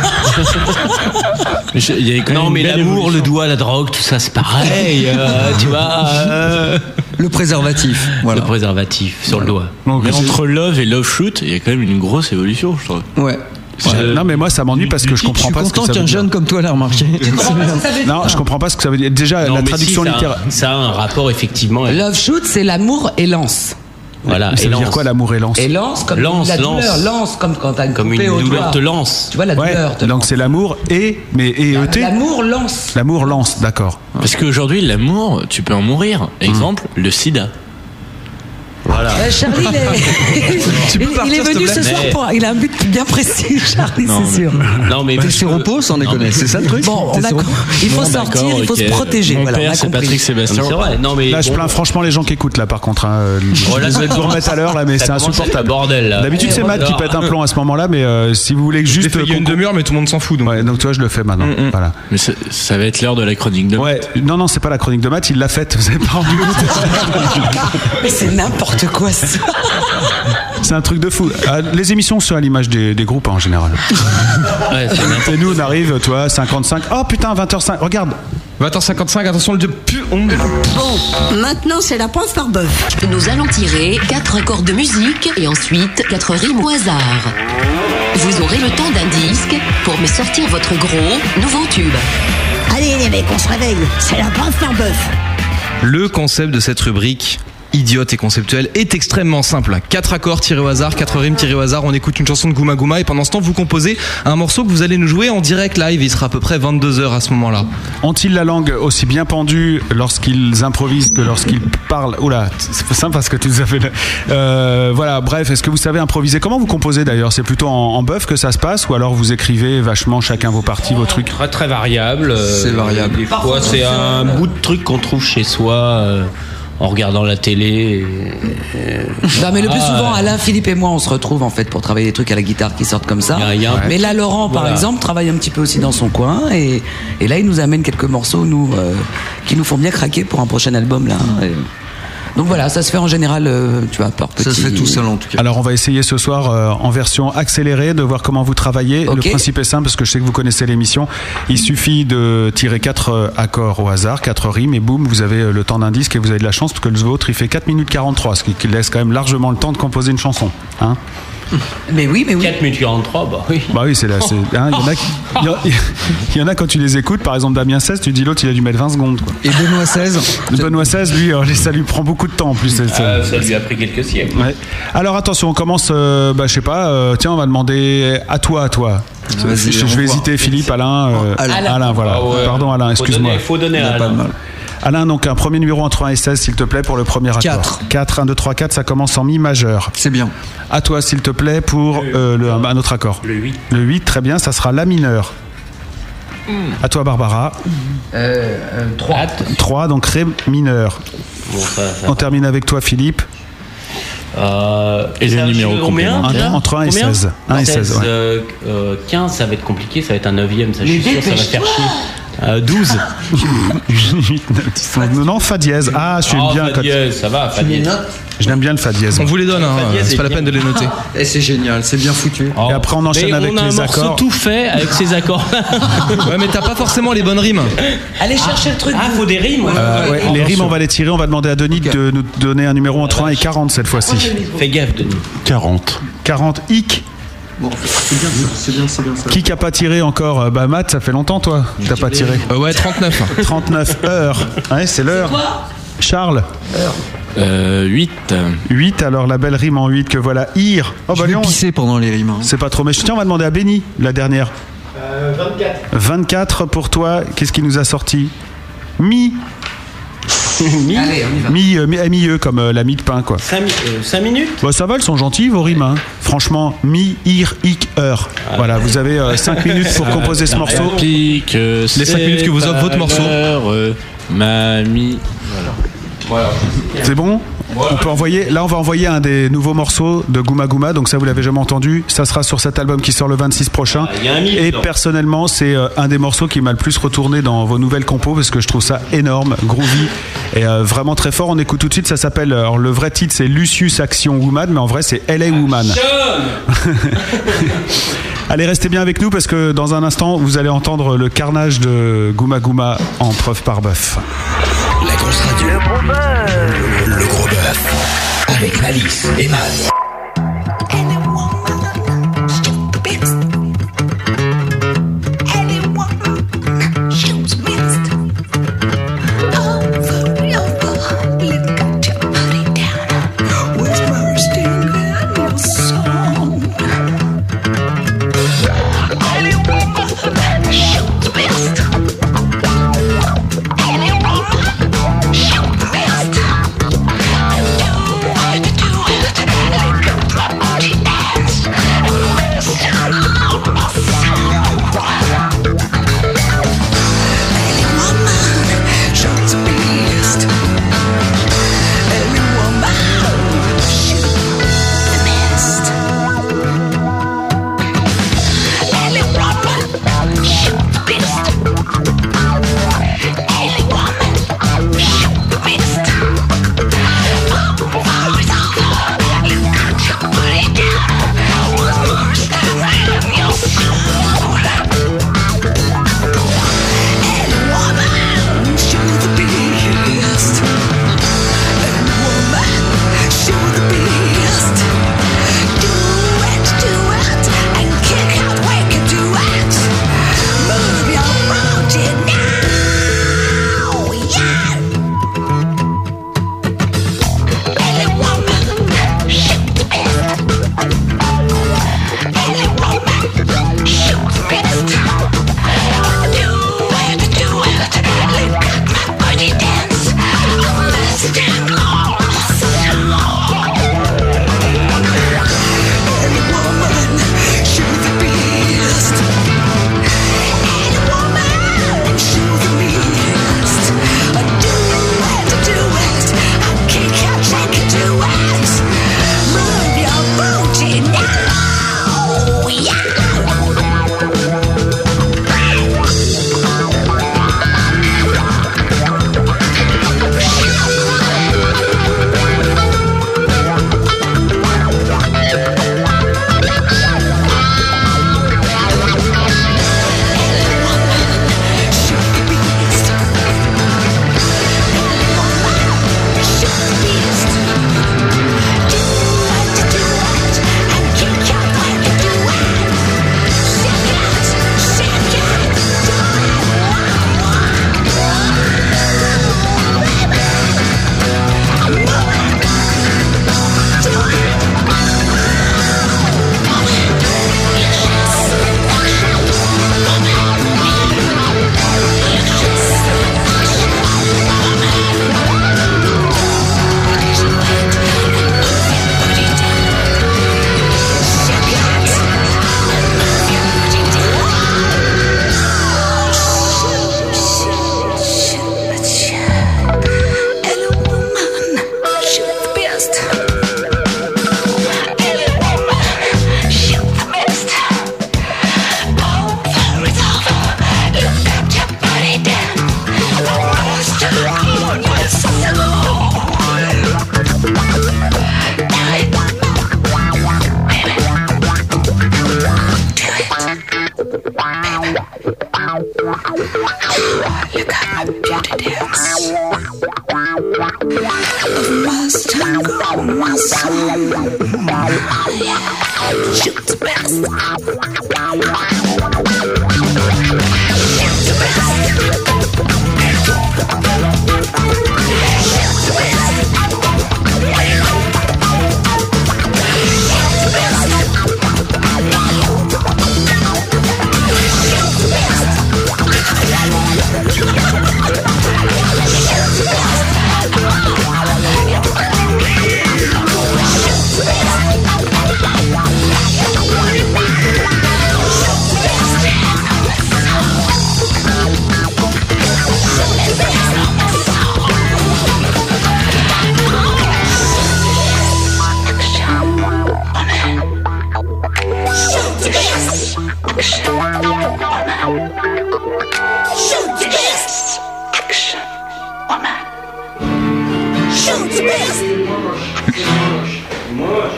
Je- il y a quand même Non, une mais belle l'amour, le évolution. doigt, la drogue, tout ça, c'est pareil. euh, tu vois, [LAUGHS] euh, Le préservatif. Voilà. le préservatif sur le doigt. Mais entre love et love shoot, il y a quand même une grosse évolution, je trouve. Ouais. pas. Ouais. Non, mais moi, ça m'ennuie parce que je Je suis comprends pas ce que content ça veut qu'un dire. jeune comme toi l'ait remarqué. euh, Non, je comprends pas ce que ça veut dire. Déjà, Ah. Non, la mais si, traduction ça a un- littéraire. Ça a un rapport, effectivement. avec- Love shoot, c'est l'amour et lance. Voilà. Ça et veut dire lance. quoi l'amour et lance Et lance comme Lance, la lance. douleur, lance comme quand t'as une Comme une poupée au douleur doigt. te lance. Tu vois la Ouais, douleur. te donc c'est l'amour et mais et lance. ET [LAUGHS] L'amour lance. L'amour lance, d'accord. Parce qu'aujourd'hui, l'amour, tu peux en mourir. Exemple, le sida. Bah, Euh, Charlie, [LAUGHS] il est, il- il partir, est venu s'il te ce plaît. soir Mais- pour. Il a un but bien précis, Charlie, Non, c'est sûr. Non, mais T'es sur repos sans déconner, c'est ça le truc Bon, T'es on a sur- com- il faut Bon, sortir, d'accord, il faut ok. se protéger. Mon voilà, on père, a c'est compris. Eh Patrick Sébastien. C'est vrai. Non, mais ben, Là, je bon, Oh, plains franchement les gens qui écoutent là, par contre. hein, euh, là, je ça vais vous remettre à l'heure là, mais ça c'est commence à être le insupportable. bordel, là. D'habitude, c'est Matt qui pète un plomb à ce moment-là, mais euh, si vous voulez que J'ai juste. fait il y a une qu'on- demi-heure, Mm, mais tout le monde s'en fout. donc. Ouais, donc toi, je le fais maintenant. Voilà. Mais ça, ça va être l'heure de la chronique de Ouais, non, non, c'est pas la chronique de Matt, il l'a faite, [LAUGHS] vous avez pas entendu. Mais c'est n'importe quoi. ça. C'est un truc de fou. Ah, Les émissions sont à l'image des, des groupes hein, en général. hein. Ouais, c'est n'importe Et nous, on arrive, tu vois, 55. Oh putain, 20h05. Regarde, 20h55, attention le dieu. Pu- on- Bon, maintenant c'est la preuve par bœuf. Nous allons tirer quatre accords de musique et ensuite quatre rimes au hasard. Vous aurez le temps d'un disque pour me sortir votre gros nouveau tube. Allez les mecs, on se réveille. C'est la preuve par bœuf. Le concept de cette rubrique idiote et conceptuelle est extrêmement simple. Quatre accords tirés au hasard, quatre rimes tirées au hasard, on écoute une chanson de Gouma Gouma et pendant ce temps vous composez un morceau que vous allez nous jouer en direct live, il sera à peu près 22h à ce moment-là. Ont-ils la langue aussi bien pendue lorsqu'ils improvisent que lorsqu'ils parlent Oula, c'est pas simple parce que tu nous as fait. le- Euh, voilà, bref, est-ce que vous savez improviser Comment vous composez d'ailleurs C'est plutôt en, en bœuf que ça se passe ou alors vous écrivez vachement chacun vos parties, vos trucs Très très variable. C'est variable. Des fois, c'est un bout de truc qu'on trouve chez soi euh, en regardant la télé. Non, mais le Ah, plus souvent, Alain, Philippe et moi, on se retrouve en fait pour travailler des trucs à la guitare qui sortent comme ça. y a un Mais là, Laurent, par Voilà. exemple, travaille un petit peu aussi dans son coin et, et là, il nous amène quelques morceaux nous euh, qui nous font bien craquer pour un prochain album là. Hmm. Et- Donc voilà, ça se fait en général, euh, tu vois, par petits. Alors on va essayer ce soir euh, en version accélérée de voir comment vous travaillez. Ok. Le principe est simple parce que je sais que vous connaissez l'émission. Il suffit de tirer quatre euh, accords au hasard, quatre rimes et boum, vous avez euh, le temps d'un disque et vous avez de la chance parce que le vôtre il fait 4 minutes 43, ce qui- qui laisse quand même largement le temps de composer une chanson. Hein mais oui, mais oui. 4 minutes 43, bah oui. Bah oui, c'est là. c'est- hein, Il y en a qui- il y en- il y, en a quand tu les écoutes, par exemple Damien 16, tu dis l'autre il a dû mettre 20 secondes. Et Benoît 16 Benoît 16, lui, euh, ça lui prend beaucoup de temps en plus. c'est- c'est- Ah, ça lui a pris quelques siècles. Ouais. Alors attention, on commence, euh, bah, je sais pas, euh, tiens, on va demander à toi, à toi. Vas-y, je, je on vais voit. hésiter, Philippe, Alain, euh, Alain. Alain. voilà. Oh, Ah ouais. Pardon, Alain, Faut excuse-moi. donner- faut donner à Alain. Alain, donc un premier numéro en 3 et 16, s'il te plaît, pour le premier accord. 4. 4, 1, 2, 3, 4, ça commence en mi majeur. C'est bien. À toi, s'il te plaît, pour euh, le- un autre accord. Le 8. Le 8, très bien, ça sera la mineur. À toi, Barbara. 3. 3, donc ré mineur. Bon, ça, ça- On termine avec toi, Philippe. Euh, Et c'est le un numéro chiffre combien complémentaire. déjà Entre un et Combien 16. Un et 16, ouais. euh, euh, 15, ça va être compliqué, ça va être un 9ème, ça je suis sûr, ça va faire chier. Euh, 12. Non, non, fa dièse. Ah, je suis Oh, bien. Fa quand- dièse, ça va, Fa dièse. J'aime bien le fa dièse. On vous les donne, hein, Fabien, c'est c'est pas la bien. peine de les [LAUGHS] noter. Et Eh, c'est génial, c'est bien foutu. Oh. Et après, on enchaîne Mais avec on a les un morceau accords. tout fait avec ces accords. Ouais mais t'as pas forcément les bonnes rimes. Allez chercher le truc. ah, faut des rimes. Euh, ouais, les rimes, on va les tirer. On va demander à Denis de nous donner un numéro entre 1 et 40 cette fois-ci. Fais gaffe, Denis. 40. 40 hic. Bon, c'est bien, c'est bien, c'est bien ça. Qui qui a pas tiré encore Euh, Bah, Matt, ça fait longtemps, toi. T'as pas [LAUGHS] tiré. Euh, ouais 39. 39 heures. Ouais, c'est l'heure. Charles, Euh, 8. 8. Alors, la belle rime en 8 que voilà. Ir. Oh, Je bah, vais Lyon. pisser pendant les rimes. hein. C'est pas trop méchant. Tiens, on va demander à Benny, la dernière. 24. 24 pour toi. Qu'est-ce qui nous a sorti Mi. mi. Allez, on y va. Mi, euh, mi, eh, mi, euh, comme euh, la mi de pain, quoi. 5, minutes Bah, ça va, elles sont gentilles, vos rimes. hein. Franchement, mi, ir, hic, heure. Voilà, vous avez 5 minutes pour composer ce morceau. Pique, les cinq minutes que vous offre euh, votre morceau. mamie. C'est bon on peut envoyer, là on va envoyer un des nouveaux morceaux de Gouma Gouma, donc ça vous l'avez jamais entendu, ça sera sur cet album qui sort le 26 prochain. Ah, il y a un mythe Et dedans. personnellement c'est euh, un des morceaux qui m'a le plus retourné dans vos nouvelles compos parce que je trouve ça énorme, groovy et euh, vraiment très fort. On écoute tout de suite, ça s'appelle, euh, alors le vrai titre c'est Lucius Action Woman, mais en vrai c'est LA Woman. [LAUGHS] Allez, restez bien avec nous parce que dans un instant, vous allez entendre le carnage de Gouma Gouma en preuve par bœuf. La grosse radio. Le gros bœuf. Le, gros bœuf. Avec Malice et Matt. Shoot the best. Do it, do it, let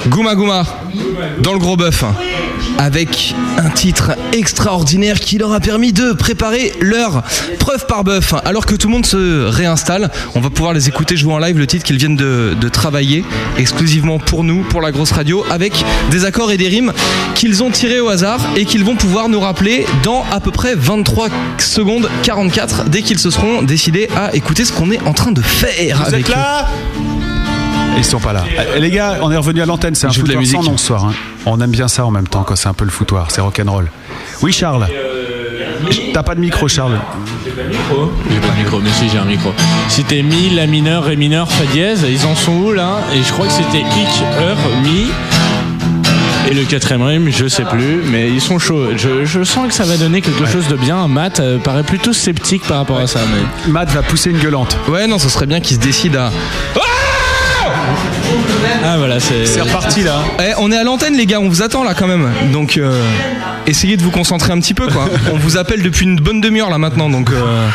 Gouma Gouma dans le gros bœuf avec un titre extraordinaire qui leur a permis de préparer leur preuve par bœuf. Alors que tout le monde se réinstalle, on va pouvoir les écouter jouer en live le titre qu'ils viennent de, de travailler exclusivement pour nous, pour la grosse radio, avec des accords et des rimes qu'ils ont tirés au hasard et qu'ils vont pouvoir nous rappeler dans à peu près 23 secondes 44 dès qu'ils se seront décidés à écouter ce qu'on est en train de faire. Vous êtes avec là Ils sont pas là. Euh, Les gars, on est revenu à l'antenne, c'est un Joue de la foutoir sans musique. nom ce soir. hein. On aime bien ça en même temps, quand c'est un peu le foutoir, c'est rock'n'roll. Oui, Charles T'as pas de micro, Charles micro J'ai pas de micro, mais si j'ai un micro. C'était mi, la mineur, ré mineur, fa dièse. Ils en sont où là Et je crois que c'était hic, heure, mi. Et le quatrième rime, je sais plus, mais ils sont chauds. Je, je sens que ça va donner quelque chose de bien. Matt euh, paraît plutôt sceptique par rapport à ça. Mais... Matt va pousser une gueulante. Ouais, non, ce serait bien qu'il se décide à. Ah voilà, c'est. C'est reparti là. Eh, on est à l'antenne les gars, on vous attend là quand même. Donc euh, essayez de vous concentrer un petit peu quoi. on vous appelle depuis une bonne demi-heure là maintenant donc. euh,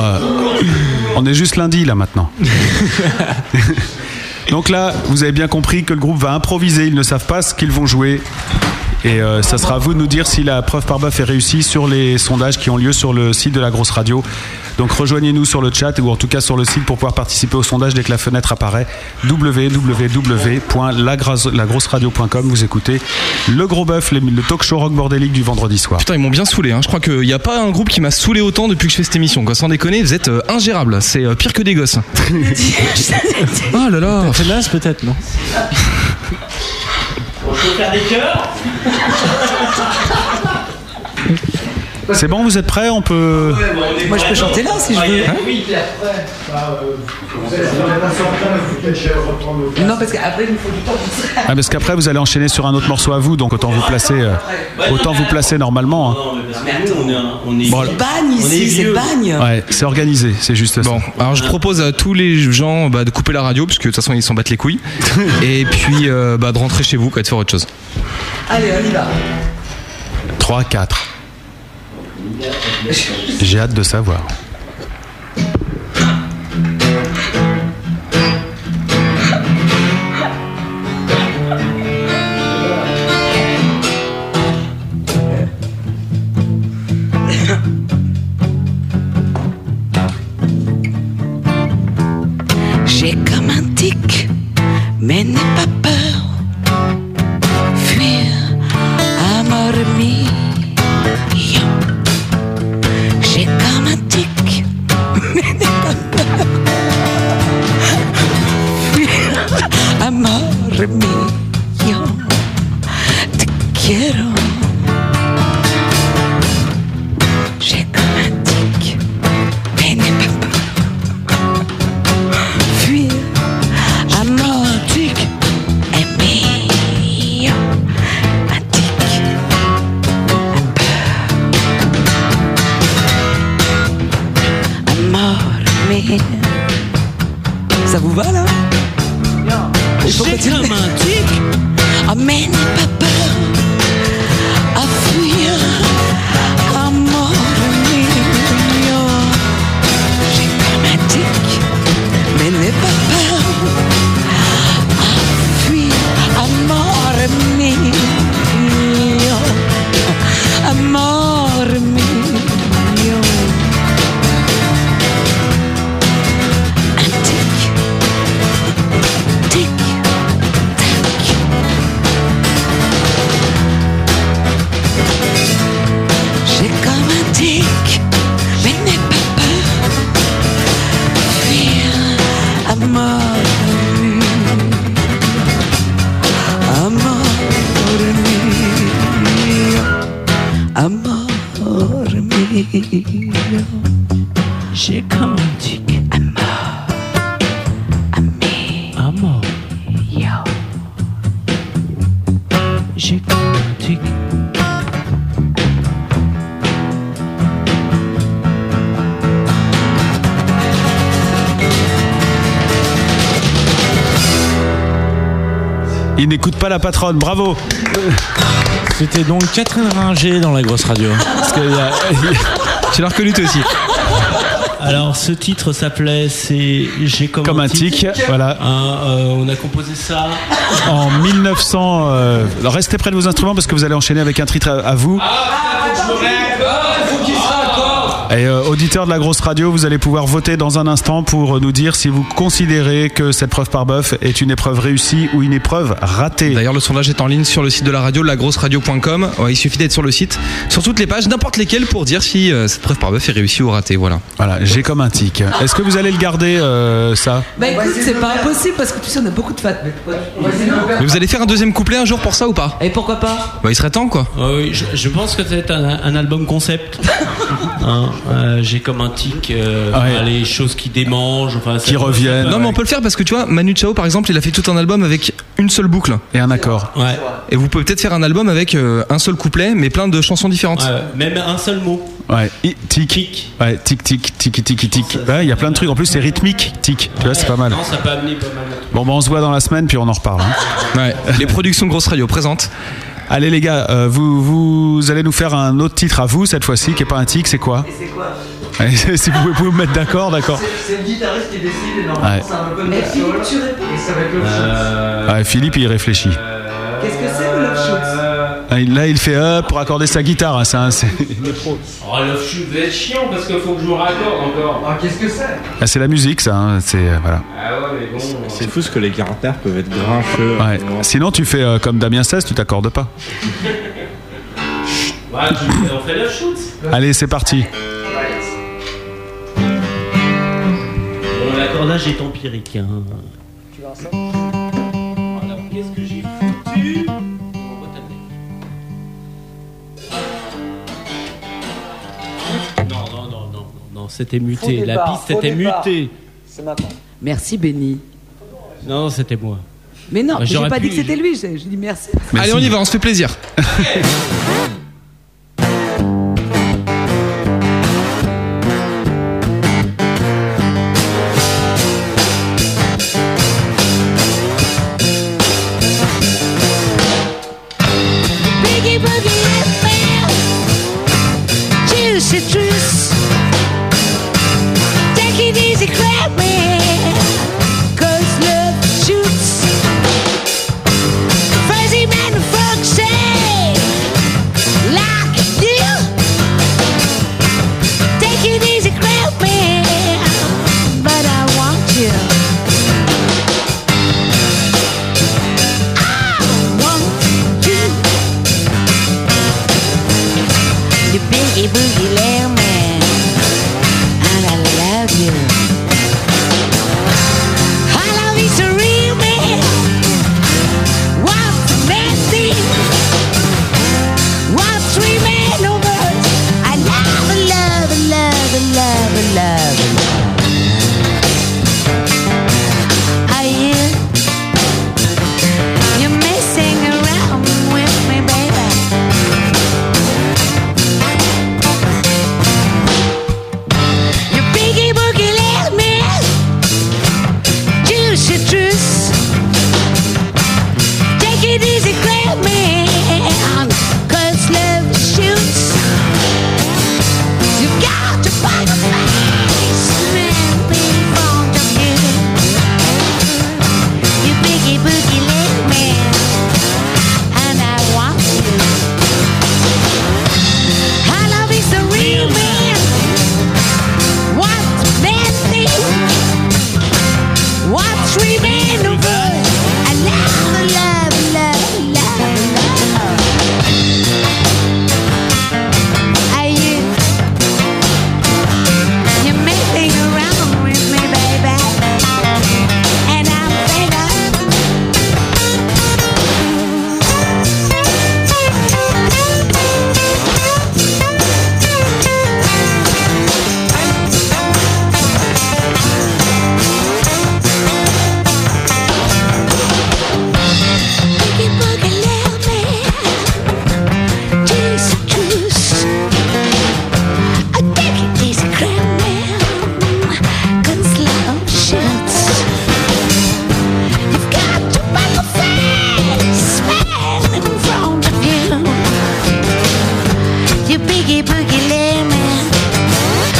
Euh, on est juste lundi là maintenant. Donc là, vous avez bien compris que le groupe va improviser, ils ne savent pas ce qu'ils vont jouer. Et euh, ça sera à vous de nous dire si la preuve par bœuf est réussie sur les sondages qui ont lieu sur le site de la grosse radio. Donc rejoignez-nous sur le chat ou en tout cas sur le site pour pouvoir participer au sondage dès que la fenêtre apparaît. www.lagrosseradio.com. Vous écoutez le gros bœuf, les- le talk show rock bordélique du vendredi soir. Putain, ils m'ont bien saoulé. Hein. Je crois qu'il n'y a pas un groupe qui m'a saoulé autant depuis que je fais cette émission. Quoi. Sans déconner, vous êtes euh, ingérables. C'est euh, pire que des gosses. oh là là. C'est de l'as peut-être, non C'est bon, vous êtes prêts On peut. Moi, je peux chanter là si je veux. Non, parce qu'après, il me faut du temps pour ça. Ah, parce qu'après vous allez enchaîner sur un autre morceau à vous, donc autant vous placer, euh, autant vous placer normalement. hein. Bon, alors- Bagne ici, c'est bagne. Ouais, c'est organisé, c'est juste ça. Bon, alors je propose à tous les gens bah, de couper la radio, parce que de toute façon ils s'en battent les couilles. Et puis euh, bah, de rentrer chez vous, quoi, de faire autre chose. Allez, on y va. 3, 4. J'ai hâte de savoir. J'ai comme un tic, mais n'aie pas peur. Fuir à mort mia. J'ai comme un tic, mais n'aie pas peur. Fuir à mort mia. Te quiero. J'ai comme un tic, mais n'aie pas peur fuir à mort tic et pire un tic un peur à mort mais Ça vous va là j'ai comme un tic ah mais n'aie pas peur à fuir à mort mais j'ai comme un tic Mais n'aie pas peur. fuir amore mio amore mio l'eau. J'ai comme un duc amour. Amé. Amour. Yo. J'ai comme un duc. Il n'écoute pas la patronne, bravo C'était donc Catherine Ringer dans la grosse radio. euh, [LAUGHS] Tu l'as reconnu toi aussi. Alors ce titre s'appelait c'est j'ai comme, Comme un tic, voilà. Hein, euh, on a composé ça En 1900. euh, alors restez près de vos instruments parce que vous allez enchaîner avec un titre à, à vous. Et euh, auditeurs de la grosse radio, vous allez pouvoir voter dans un instant pour euh, nous dire si vous considérez que cette preuve par bœuf est une épreuve réussie ou une épreuve ratée. D'ailleurs, le sondage est en ligne sur le site de la radio, lagrosseradio.com. Ouais, il suffit d'être sur le site, sur toutes les pages, n'importe lesquelles, pour dire si euh, cette preuve par bœuf est réussie ou ratée. Voilà. Voilà, j'ai comme un tic. Est-ce que vous allez le garder, euh, ça Bah écoute, c'est pas impossible parce que tu sais, on a beaucoup de fans. Mais vous allez faire un deuxième couplet un jour pour ça ou pas Et pourquoi pas Bah, il serait temps quoi. Ah oui, je, je pense que c'est un, un album [LAUGHS] concept. Hein, euh, j'ai comme un tic, euh, voilà, les choses qui démangent, enfin, ça- Non, mais on peut le faire parce que tu vois, Manu Chao par exemple, il a fait tout un album avec une seule boucle. Et un accord. Ouais. Et vous pouvez peut-être faire un album avec euh, un seul couplet, mais plein de chansons différentes. Ouais, même un seul mot. Ouais, I- tic. Ouais, tic, tic, tic, tic, tic. Ouais, Il y a plein de trucs. En plus, c'est rythmique, tic. Tu vois, c'est pas mal. Non, ça peut amener pas mal. Bon, bah, on se voit dans la semaine, puis on en reparle. hein. [LAUGHS] Les productions Grosse Radio présentes. Allez, les gars, euh, vous, vous allez nous faire un autre titre à vous cette fois-ci, qui est pas un tic, c'est quoi C'est quoi [LAUGHS] Allez, Si vous pouvez vous mettre d'accord, d'accord. le guitariste qui décide, normalement, Ouais. c'est un peu Mais Philippe, tu réponds. Et ça va être Ouais, Philippe, il réfléchit. Qu'est-ce que c'est le love shoot Ah, il- Là, il fait up pour accorder sa guitare. hein, c'est un- [LAUGHS] c'est Oh, le chou, vous êtes chiant parce qu'il faut que je me raccorde encore. Ah, qu'est-ce que c'est ah, c'est la musique, ça. hein, c'est voilà. Ah ouais, mais bon. C'est fou ce que les caractères peuvent être grincheux. Ouais. Sinon, tu fais euh, comme Damien 16, tu t'accordes pas. Ouais, tu- on fait le shoot Allez, c'est parti. Bon, Euh, l'accordage est empirique. hein. Qu'est-ce que j'ai foutu Non, non, non, non, non, non, c'était muté. Faux La départ, piste faux était départ. mutée. C'est maintenant. Merci Benny. Non, non, c'était moi. Mais non, Bah, j'ai j'aurais pas pu- dit que c'était lui, j'ai j'ai dit merci. Allez, on y va, on se fait plaisir. Biggie Boogie FM. Juicy Juice. Take it easy, grab me. Cause love shoots. Fuzzy man, fuck say.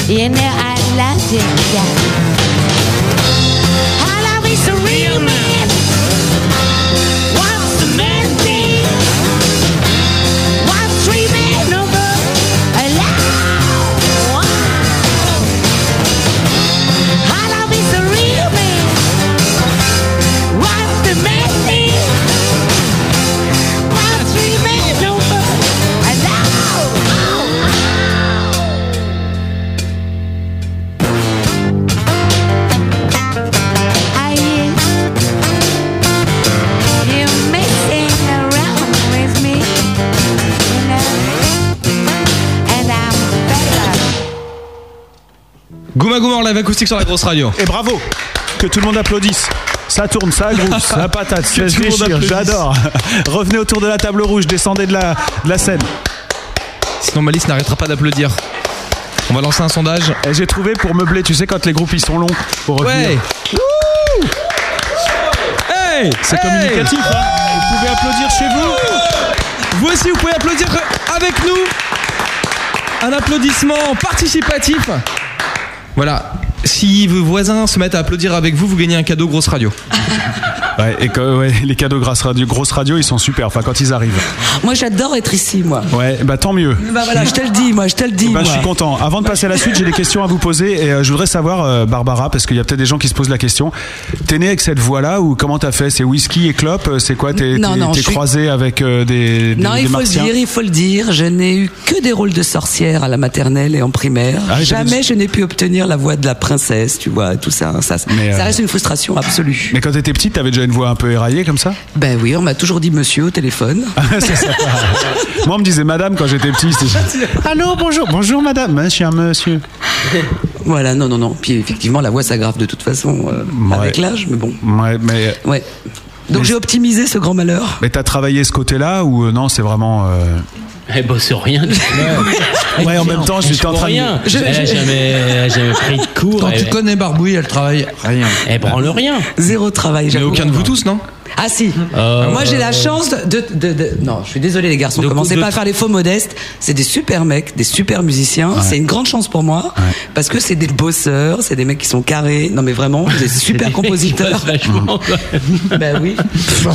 You know I love you. yeah. I love is a real man. What's a man be? What's three men over allowed? I love is a real man. What's the man be? What's three men over Oh, allowed? oh. I hear you mixing around with me, you know, and I'm better. Gouma Gouma en live acoustique sur la grosse radio. Et bravo Que tout le monde applaudisse ça tourne, ça groupe, [LAUGHS] ça patate, Que ça se tout le monde déchire, applaudisse. [LAUGHS] j'adore. Revenez autour de la table rouge, descendez de la, de la scène. Sinon Malice n'arrêtera pas d'applaudir. On va lancer un sondage. Eh, J'ai trouvé pour meubler, tu sais, quand les groupes ils sont longs, pour revenir. Ouais. Hey C'est communicatif, hein. Vous pouvez applaudir chez vous. Vous aussi, vous pouvez applaudir avec nous. Un applaudissement participatif. Voilà. Si vos voisins se mettent à applaudir avec vous, vous gagnez un cadeau grosse radio. Ouais, et que- ouais, les cadeaux grâce radio, grosses radio, ils sont super. Enfin, quand ils arrivent. Moi, j'adore être ici, moi. Ouais, bah tant mieux. Bah voilà, je te le dis, moi, je te le dis. Bah, je moi. suis content. Avant de passer à la suite, j'ai des questions à vous poser et euh, je voudrais savoir, euh, Barbara, parce qu'il y a peut-être des gens qui se posent la question. T'es né avec cette voix-là ou comment t'as fait C'est whisky et clope euh, C'est quoi T'es Non, t'es- non, t'es je suis- croisé avec euh, des, des- Non, des il faut le martiens dire, il faut le dire. Je n'ai eu que des rôles de sorcière à la maternelle et en primaire. Ah, j'avais Jamais je n'ai pu obtenir la voix de la princesse, tu vois, tout ça. Ça, ça euh, reste une frustration absolue. Mais quand t'étais petite, t'avais déjà une voix un peu éraillée comme [LAUGHS] ça Ben oui, on m'a toujours dit monsieur [LAUGHS] au téléphone. C'est sympa. Moi, on me disait madame quand j'étais [LAUGHS] petit. c'était- Allô, bonjour, bonjour madame, monsieur, monsieur. Voilà, non, non, non. Puis effectivement, la voix s'aggrave de toute façon euh, avec l'âge, mais bon. Ouais, mais. Ouais. Donc j'ai optimisé ce grand malheur. Mais t'as travaillé ce côté-là ou euh, non C'est vraiment. euh, Elle bosse Eh ben, rien. du tout. Ouais, en même temps, j'étais en comprends train de- rien. Je- Elle a je- jamais, elle a jamais pris de cours. Quand tu connais Barbouille, elle travaille rien. Elle branle rien. [LAUGHS] Zéro travail. Mais aucun de vous tous, non Ah si. Euh, Moi j'ai euh, la chance de, de- de- Non, je suis désolé les garçons, commencez de- pas à faire les faux modestes. C'est des super mecs, des super musiciens. C'est une grande chance pour moi parce que c'est des bosseurs, c'est des mecs qui sont carrés. Non mais vraiment, des super des [LAUGHS] compositeurs. mecs qui bossent Mmh. ben oui.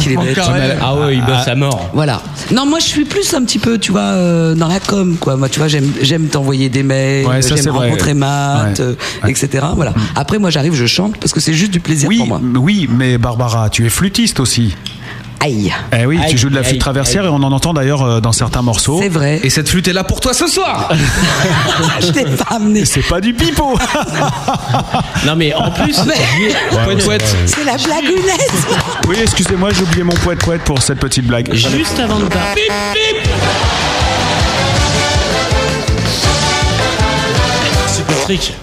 Qu'il est bête. Ah ouais, il bosse à mort. Voilà. Non, moi je suis plus un petit peu, tu vois, euh, dans la com, quoi. Moi, tu vois, j'aime, j'aime t'envoyer des mails, Ouais, ça, c'est j'aime vrai. rencontrer Matt, Ouais. euh, etc. Voilà. Après, moi, j'arrive, je chante parce que c'est juste du plaisir Oui, pour moi. oui, mais Barbara, tu es flûtiste aussi. Aïe. Eh oui, Aïe, tu joues de la aïe, flûte traversière aïe. et on en entend d'ailleurs euh, dans certains morceaux. C'est vrai. Et cette flûte est là pour toi ce soir. je t'ai pas amené. C'est pas du [LAUGHS] pipeau. non mais en plus, Pouette, pouette. C'est la blagounette. Oui, excusez-moi, j'ai oublié mon poète poète pour cette petite blague. Juste avant de partir. C'est Patrick.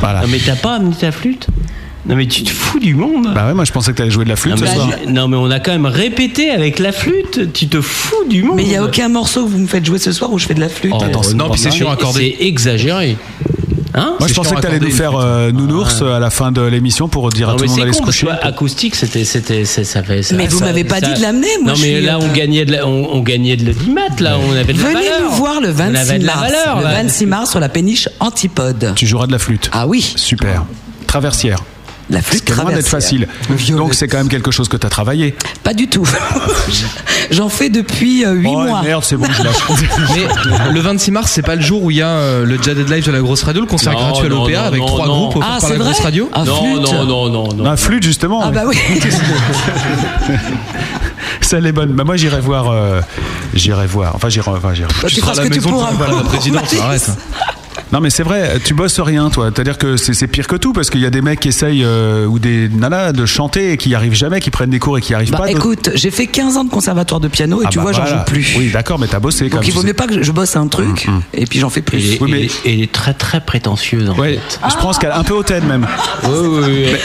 Voilà. Non mais t'as pas amené ta flûte Ah. Non mais tu te fous du monde. Bah ouais, moi je pensais que t'allais jouer de la flûte Non ce mais, soir. non, mais on a quand même répété avec la flûte. Tu te fous du monde. Mais il y a aucun morceau que vous me faites jouer ce soir où je fais de la flûte. Oh, Attends, c'est non, pas puis c'est mal. sûr accordé. C'est exagéré. Hein Moi je pensais que t'allais nous faire euh, nounours Ah. euh, à la fin de l'émission pour dire à Non, tout mais le monde c'est d'aller con, se parce que, coucher. tu vois, acoustique, c'était, c'était, c'est- ça fait. ça- Mais vous ça- m'avez pas ça- dit de l'amener, moi, Non, je mais suis, là, on euh, gagnait de, la- on, on gagnait de l'audimat, là, on avait de la Venez valeur. nous voir le On 26 avait de la mars. valeur, le là. 26 mars sur la péniche Antipode. Tu joueras de la flûte. Ah oui. Super. Traversière. La flûte C'est loin d'être facile. traversière. Donc c'est quand même quelque chose que t'as travaillé. Pas du tout. [LAUGHS] J'en fais depuis 8 Oh mois. merde, c'est bon, je lâche. [LAUGHS] Mais le 26 mars, c'est pas le jour où il y a euh, le Jaded Live de la grosse radio, le concert Non, gratuit à non, l'OPA non, avec non, trois non. groupes offerts Ah, par c'est la vrai grosse radio. Un Non, flûte. non, non, non, non. La flûte justement. Ah oui. bah oui. Ça elle est bonne. Bah moi j'irai voir. euh, j'irai voir. Enfin j'irai. Enfin, j'irai. Bah, [LAUGHS] tu feras ce que tu pourras. [LAUGHS] Bah, Mathis. hein. Non mais c'est vrai, tu bosses rien toi. C'est-à-dire que c'est c'est pire que tout parce qu'il y a des mecs qui essayent euh, ou des nanas de chanter et qui n'y arrivent jamais, qui prennent des cours et qui n'y arrivent Bah, pas. d'autres- écoute, j'ai fait 15 ans de conservatoire de piano et Ah tu bah vois, j'en voilà. joue plus. Oui d'accord, Mm, mais t'as bossé quand Donc même. il vaut tu mieux pas que je- je bosse un truc et puis j'en fais Elle plus. est- elle est- elle est très très prétentieuse en fait. sais. Je pense qu'elle est un peu hautaine même.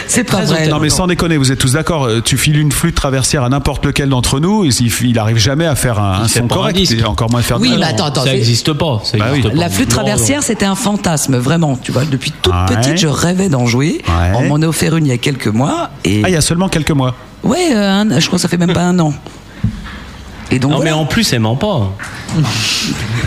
C'est pas vrai. Non mais sans déconner, vous êtes tous d'accord. euh, Tu files une flûte traversière à n'importe lequel d'entre nous, et s'il- il arrive jamais à faire un, un fait son pas un correct, disque. et encore moins faire. Oui, de- mais attends, attends. Ça c'est- n'existe pas. ça Bah oui. existe pas. La flûte Non, non. traversière, c'était un fantasme, vraiment. Tu vois, depuis toute Ouais. petite, je rêvais d'en jouer. Ouais. On m'en a offert une il y a quelques mois. Et Ah, Ah, il y a seulement quelques mois. ouais, euh, un- je crois que ça fait même pas un an. Et donc non, voilà. mais en plus, elle ment [LAUGHS] pas.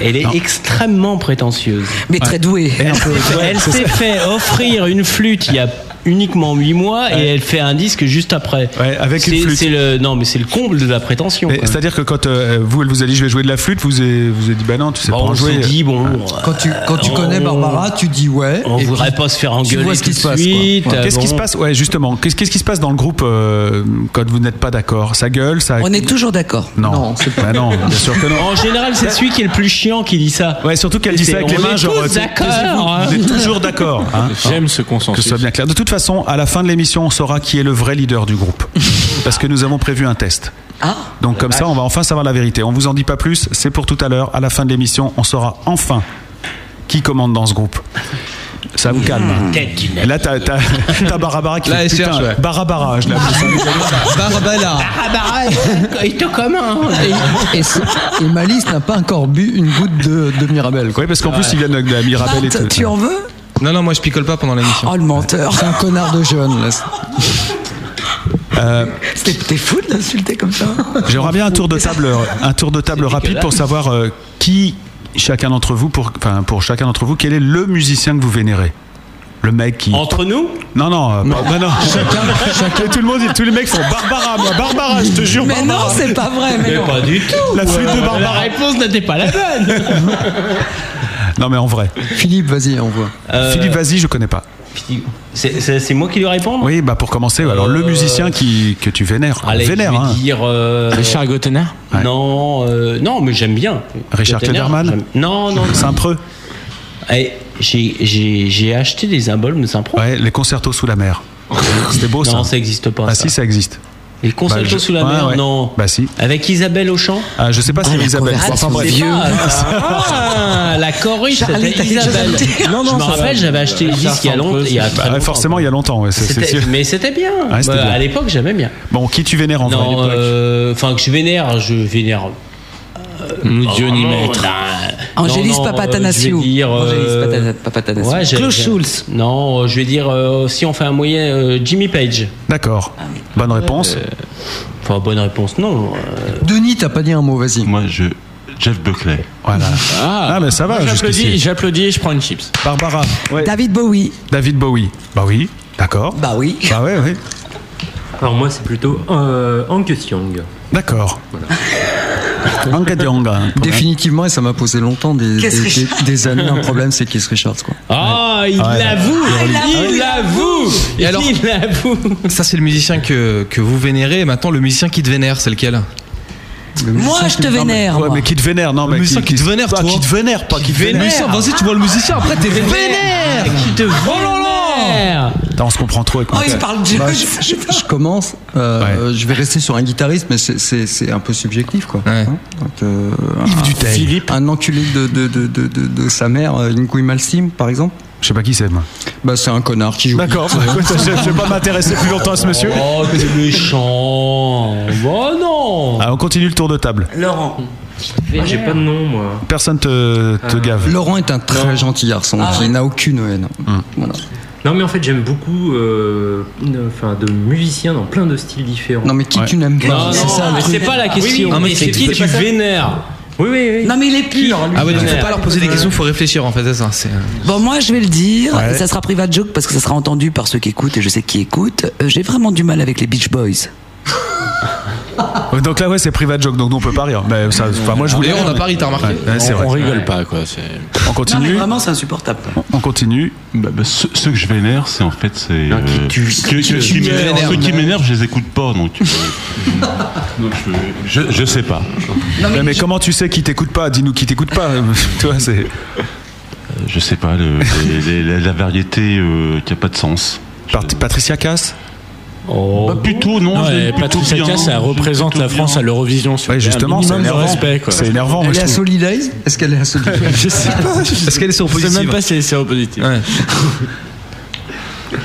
Elle est extrêmement prétentieuse. Mais très douée. Elle, Ouais, elle c'est s'est ça. fait offrir une flûte il y a uniquement 8 mois et elle fait un disque juste après. avec une C'est- flûte. c'est le, non, mais c'est le comble de la prétention. Mais quoi. C'est-à-dire que quand euh, vous, elle vous a dit je vais jouer de la flûte, vous avez, vous avez dit bah non, tu sais Bah, pas en on jouer. s'est dit, bon, Quand tu, quand tu on- connais Barbara, tu dis ouais. on et voudrait puis pas se faire Tu vois ce qui se passe. quoi. Euh, Ouais. Qu'est-ce qui se passe Ouais, justement. Qu'est-ce qu'est-ce qui se passe dans le groupe euh, quand vous n'êtes pas d'accord Ça gueule, ça. On est toujours d'accord. Non, c'est pas. non, bien sûr que non. En général, c'est celui qui est le plus chiant qui dit ça. Ouais, surtout qu'elle dit ça avec les mains, genre. t'es- D'accord. t'es- Vous êtes toujours d'accord. hein. J'aime ce consensus. Que ce soit bien clair. De toute façon, à la fin de l'émission, on saura qui est le vrai leader du groupe. Parce que nous avons prévu un test. Donc comme ça, on va enfin savoir la vérité. On vous en dit pas plus, c'est pour tout à l'heure. À la fin de l'émission, on saura enfin qui commande dans ce groupe. Ça vous calme. Et Là, t'as, t'as, [LAUGHS] t'as Barabara qui Là, fait elle putain, cherche, ouais. Barabara, je l'appelle ça. Barbala. il te commande. Et, et, c'est- et Malice n'a pas encore bu une goutte de, de Mirabelle. Oui, parce qu'en plus, ils viennent de la Bah, Mirabelle et tout. veux Non, non, moi je picole pas pendant [LAUGHS] l'émission. Oh le menteur. C'est un connard de jeune. Là. Euh, T'es t'es fou de l'insulter comme ça J'aimerais bien un tour de table, un tour de table rapide dégueulasse. pour savoir euh, qui chacun d'entre vous, pour, enfin, pour chacun d'entre vous, quel est le musicien que vous vénérez. Le mec qui. Entre nous Non, non, euh, bah, bah [LAUGHS] non. Et Tout le monde, tous les mecs font Barbara, moi, Barbara, je te jure. Mais Barbara. non, c'est pas vrai, mais non. Pas du tout. La flûte de Barbara. La réponse n'était pas la bonne. Non, mais en vrai. Philippe, vas-y, envoie. Euh, Philippe, vas-y, je connais pas. C'est- C'est c'est moi qui lui réponds Oui, bah pour commencer, alors le Euh, musicien qui, que tu vénères. Allez, vénère, je vais hein. dire. euh, Richard Gottener Non, euh, non, mais j'aime bien. Richard Gottener, Klederman j'aime- Non, [LAUGHS] non. Saint-Preux Eh, J'ai j'ai- j'ai acheté des symboles de Saint-Preux. Ouais, les concertos sous la [LAUGHS] mer. C'était beau ça. Non, ça n'existe pas. Ah ça. si, ça existe. Les concertos Bah, je- sous la ouais, mer, ouais. non. Bah si. Avec Isabelle Auchan Ah, je sais pas si Isabelle. Enfin bref. C'est pas, ah, la chorus, Charlie, c'était t'as quelque chose à Isabelle. me dire Non, non, je me ça va. rappelle, j'avais acheté le disque il y a longtemps. il y a Bah, très longtemps. forcément, il y a longtemps, ouais, c'est c'est C'était- sûr. Mais c'était bien. Ouais, c'était Bah, bien. À l'époque, j'aimais bien. Bon, qui tu vénères en vrai Non, à l'époque euh, enfin que je vénère, je vénère. Nous, Oh, Dieu ni vraiment, maître. d'un- Angélis non, non, Papathanassiou. euh, je vais dire, euh, Angélis Pata- Papathanassiou. ouais, j'ai- Klaus j'ai- Schulz. Non, euh, je vais dire euh, si on fait un moyen, euh, Jimmy Page. D'accord. Bonne réponse. Enfin, bonne réponse, non. euh, Denis, t'as pas dit un mot, vas-y. Moi, je. Jeff Buckley. Voilà. Ah, mais ça va Moi, J'applaudis, jusqu'ici. j'applaudis et je prends une chips. Barbara. Ouais. David Bowie. David Bowie. Bah oui. D'accord. Bah oui. Bah ouais, ouais. Alors moi c'est plutôt euh, Angus Young. D'accord. [LAUGHS] Anka Diong, hein. Définitivement, et ça m'a posé longtemps, des, Keith des- des- Richards. des années, un problème, c'est Keith Richards. Quoi. Ah, il Ouais. l'avoue, il Il l'avoue. Et alors Il l'avoue. Ça, c'est le musicien que, que vous vénérez. Et maintenant, le musicien qui te vénère, c'est lequel Moi, je te vénère. Ouais, moi. mais qui te vénère Non, Le mais musicien qui te vénère, Pas toi. qui te vénère, pas qui te Le vénère. musicien, vas-y, tu vois le musicien, après, t'es vénère Qui te Oh vénère Putain, on se comprend trop avec Oh, mon il père. parle de Bah, je, je- je commence. euh, Je vais rester sur un guitariste, mais c'est- c'est c'est un peu subjectif, quoi. Hein Donc, euh, un- Dutheil. Philippe. Un enculé de, de, de, de, de- de sa mère, euh, Lingui Malsim, par exemple. Je sais pas qui c'est, moi. Bah, c'est un connard qui joue. D'accord. bah, écoute, [LAUGHS] je, je vais pas m'intéresser plus longtemps à ce monsieur. Oh, t'es méchant. Oh non. Ah, on continue le tour de table. Laurent. Ah, J'ai pas de nom moi. Personne te, te gave. Laurent est un très gentil garçon Ah qui ouais. n'a aucune haine. Voilà. Non mais en fait j'aime beaucoup euh, une- enfin, de musiciens dans plein de styles différents. Non, mais qui tu n'aimes Non, pas non, C'est ça le Ah, mais truc. c'est pas la question. Oui, oui, mais mais c'est c'est- qui c'est tu pas ça. vénères Oui, oui, oui. Non, mais il est pur. lui. Ah ouais, donc faut Vénère. pas leur poser des questions, faut réfléchir en fait, c'est ça. c'est- euh, Bon, moi, je vais le dire. Ouais. Ça sera private joke parce que ça sera entendu par ceux qui écoutent et je sais qui écoute. Euh, J'ai vraiment du mal avec les Beach Boys. Donc là, ouais, c'est private joke, donc nous on peut pas rire. Mais ça, enfin, moi je voulais. D'ailleurs, Ah, on n'a pas ri, t'as remarqué. Ouais, ouais, c'est vrai. On rigole pas, quoi. c'est- On Non, mais continue. vraiment, c'est insupportable. On continue. Bah, bah, ceux, ceux que je vénère, c'est en fait. c'est Non, qui euh, tu- que- que- qui ceux tu qui m'énervent, vénères. ceux qui m'énervent, je les écoute pas, donc. euh, donc je, je, je sais pas. mais, comment tu sais qui t'écoute pas Dis-nous qui t'écoute pas. [LAUGHS] tu vois, c'est. Euh, Je sais pas, [LAUGHS] le- les- les- la variété euh, qui a pas de sens. Pat- Patricia Cass Oh. Bah, plutôt, non. Non, je l'aime et plutôt Patricia bien, hein. Cass, elle je l'aime représente plutôt la bien. France à l'Eurovision. s'il vous Ouais, plaît, un justement, c'est minimum de énervant. respect, quoi. [LAUGHS] C'est énervant, moi, Elle je est à trouve. Solidays Est-ce qu'elle est à Solidays Je sais pas. Est-ce qu'elle est Je sais séropositive même pas si elle est séropositive. Ouais.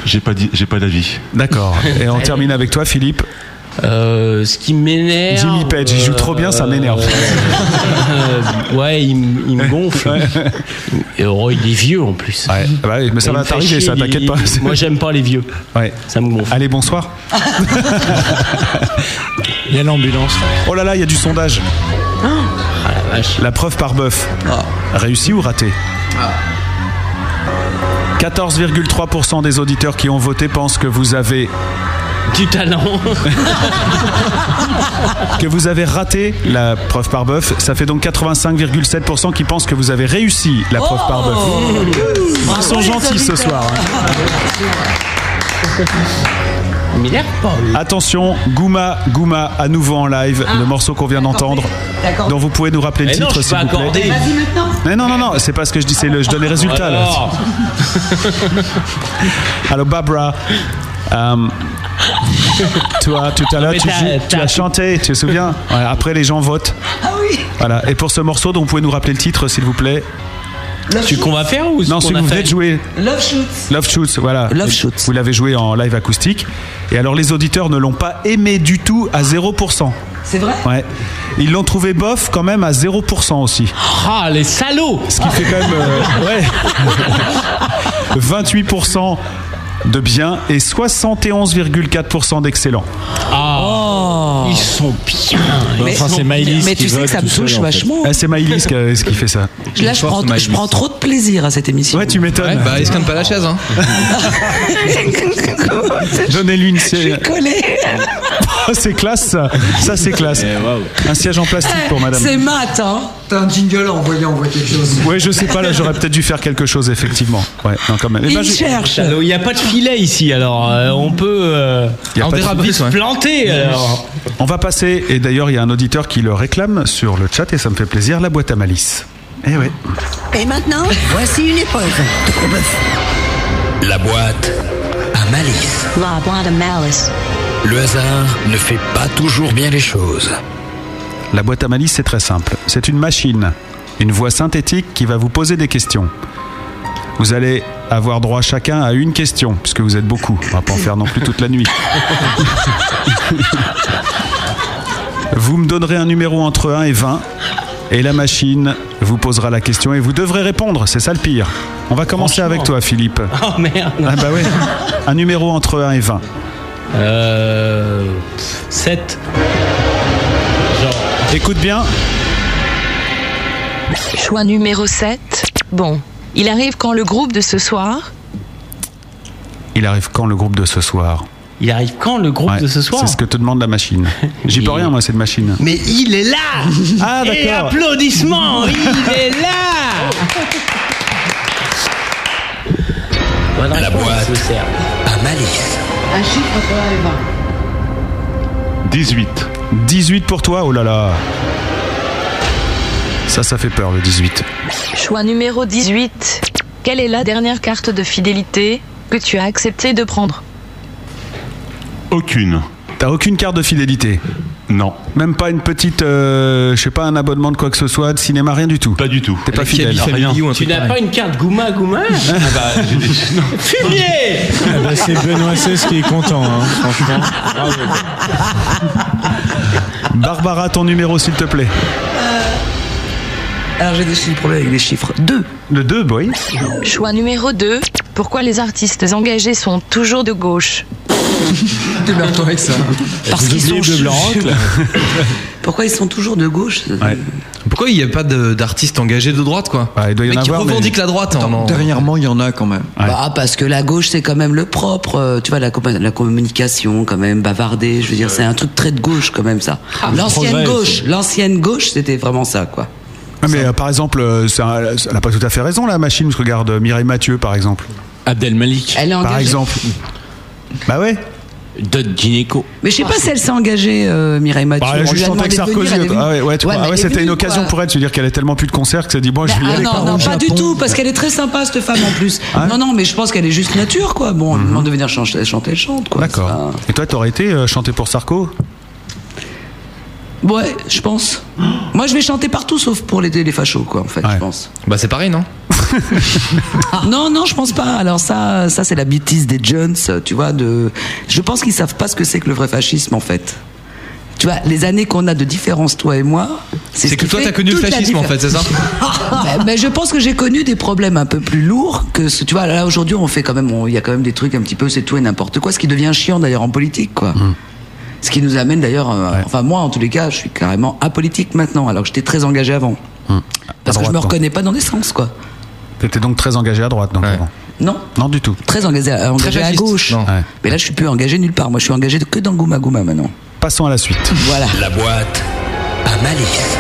J'ai pas, dit- j'ai pas d'avis. D'accord. Et on termine avec toi, Philippe. Euh, ce qui m'énerve. Jimmy Page, il joue trop bien, ça m'énerve. euh, ouais, il, m- il me gonfle. Et Roy, il est vieux en plus. Ah bah mais ça Il va me fait t'arriver, chier, ça, il- t'inquiète pas. [LAUGHS] Moi, j'aime pas les vieux. Ouais. Ça me gonfle. Allez, bonsoir. Il y a l'ambulance. Oh là là, il y a du sondage. la preuve par bœuf. Ah. Réussi ou raté 14,3% des auditeurs qui ont voté pensent que vous avez [LAUGHS] du talent. [LAUGHS] que vous avez raté la preuve par bœuf. Ça fait donc 85,7% qui pensent que vous avez réussi la preuve par bœuf. Oh. Ils sont gentils ce soir. hein. Attention, Gouma, Gouma, à nouveau en live, le morceau qu'on vient d'entendre, Ah. D'accord. dont vous pouvez nous rappeler le Mais non, titre, je suis s'il pas vous plaît. accordé. Vas-y maintenant. Mais non, non, non, c'est pas ce que je dis, c'est le, je donne les résultats. là. Alors. Allô, Barbara. Euh, toi, tout à l'heure, tu, joues- tu as chanté, tu te souviens Ouais, Après, les gens votent. Ah oui Voilà. Et pour ce morceau, dont vous pouvez nous rappeler le titre, s'il vous plaît Tu qu'on va faire ou Non, ce celui que vous qu'on a venez fait de jouer. Love Shoots. Love Shoots, voilà. Love Vous l'avez joué en live acoustique. Et alors, les auditeurs ne l'ont pas aimé du tout à 0%. C'est vrai Ouais. Ils l'ont trouvé bof quand même à 0% aussi. Ah, les salauds Ce qui fait quand même. euh, ouais. [LAUGHS] 28% de bien et 71,4% d'excellent. Oh. Ah, ils sont bien. Mais- Enfin, c'est Maëlys Oh. mais qui tu sais vote que ça me tout seul, touche en fait. vachement. Ah, c'est Maïlis qui, qui fait ça. Là, je prends, je prends trop de plaisir à cette émission. [LAUGHS] Ouais, tu m'étonnes. Ouais, bah, il se calme pas la chaise, hein. Donnez-lui une siège. collée. c'est classe ça. Ça, c'est classe. Eh, Un siège en plastique pour madame. Eh, C'est mat, hein T'as un jingle à envoyer, on voit quelque chose. Ouais, je sais pas, là j'aurais peut-être dû faire quelque chose, effectivement. Ouais, non, quand même. Eh ben, je- Alors, Il n'y a pas de filet ici, alors euh, on peut euh, Y a on pas de peut souci. se planter. Alors. On va passer, et d'ailleurs il y a un auditeur qui le réclame sur le chat et ça me fait plaisir, la boîte à malice. Eh ouais. Et maintenant, voici une épreuve de gros bœuf. La boîte à malice. La boîte à malice. Le hasard ne fait pas toujours bien les choses. La boîte à malice, c'est très simple. C'est une machine, une voix synthétique qui va vous poser des questions. Vous allez avoir droit chacun à une question, puisque vous êtes beaucoup. On va pas en faire non plus toute la nuit. [LAUGHS] Vous me donnerez un numéro entre 1 et 20, et la machine vous posera la question et vous devrez répondre. C'est ça le pire. On va commencer avec toi, Philippe. Oh merde. Ah bah ouais. Un numéro entre 1 et 20. Euh, 7. Écoute bien. Choix numéro 7. Bon, il arrive quand le groupe de ce soir Il arrive quand le groupe de ce soir Il arrive quand le groupe de ce soir C'est ce que te demande la machine. J'y [LAUGHS] peux rien, moi, cette machine. Mais il est là Ah, Et d'accord. applaudissements Il est là La boîte à malice. Un chiffre entre 1 et 20. 18. 18 pour toi, oh là là. Ça, ça fait peur, le 18. Choix numéro 18. Quelle est la dernière carte de fidélité que tu as accepté de prendre Aucune. T'as aucune carte de fidélité Non. Même pas une petite, euh, je sais pas, un abonnement de quoi que ce soit, de cinéma, rien du tout. Pas du tout. T'es pas Avec fidèle. hein. Cabby Family Rien. ou un Tu n'as pas une carte Gouma Gouma [LAUGHS] Fumier c'est Benoît XVI qui est content, hein, franchement. [LAUGHS] Barbara, ton numéro, s'il te plaît. Alors, j'ai des chiffres, problème avec les chiffres. 2. Le 2, oui. Choix numéro 2. Pourquoi les artistes engagés sont toujours de gauche Démerde-toi avec ça. Parce qu'ils sont de blanc, chou- [LAUGHS] Pourquoi ils sont toujours de gauche Pourquoi il n'y a pas de- d'artistes engagés de droite, quoi il doit Mais qui revendiquent la droite, hein, non. Dernièrement, il y en a quand même. Bah, parce que la gauche, c'est quand même le propre. euh, Tu vois, la, com- la communication, quand même, bavarder. Je veux dire, c'est un truc très de gauche, quand même, ça. le l'ancienne progrès, gauche, l'ancienne gauche, c'était vraiment ça, quoi. Ah, Mais euh, par exemple, euh, ça- elle n'a pas tout à fait raison, la machine. Je regarde euh, Mireille Mathieu, par exemple. Abdel Malik. Elle est Par engagée. exemple. Bah ouais. Dodd Gineco. Mais je sais pas si elle s'est engagée, euh, Mireille Mathieu. Ah, Bah, On elle a lui juste a chanté avec demandé de venir, Sarkozy. elle est venue. ah ouais, ouais, tu crois- mais ah ouais, elle est c'était venue, une occasion quoi. pour elle. Tu veux dire qu'elle a tellement plus de concerts que ça dit bon, je vais y Ah aller. non, quoi, non, au pas Japon. du Hein tout, parce qu'elle est très sympa, cette femme en plus. non, non, mais je pense qu'elle est juste nature, quoi. Bon, on lui demande de venir Ah. chanter, elle chante, elle chante, quoi. D'accord. Et toi, t'aurais été euh, chanté pour Sarko Ouais, je pense. Moi, je vais chanter partout, sauf pour les, les fachos, quoi, en fait, je pense. Bah c'est pareil, non Non, non, je pense pas. Alors ça, ça c'est la bêtise des Jones, tu vois. De, je pense qu'ils savent pas ce que c'est que le vrai fascisme, en fait. Tu vois, les années qu'on a de différence, toi et moi, C'est ce que qui toi, fait t'as connu le toute la fascisme, en fait, c'est ça [LAUGHS] Ben, ben, je pense que j'ai connu des problèmes un peu plus lourds que ce, tu vois là aujourd'hui on fait quand même on- il y a quand même des trucs un petit peu c'est tout et n'importe quoi ce qui devient chiant d'ailleurs en politique quoi. Ce qui nous amène d'ailleurs euh, enfin moi en tous les cas je suis carrément apolitique maintenant alors que j'étais très engagé avant. Parce À que droite, je me donc. reconnais pas dans l'essence quoi. T'étais donc très engagé à droite, donc avant. Non. Non, du tout. Très engagé, euh, engagé à fasciste. gauche. Ouais. Mais là je suis plus engagé nulle part moi je suis engagé que dans Gouma Gouma maintenant. Passons à la suite. Voilà. La boîte à malice.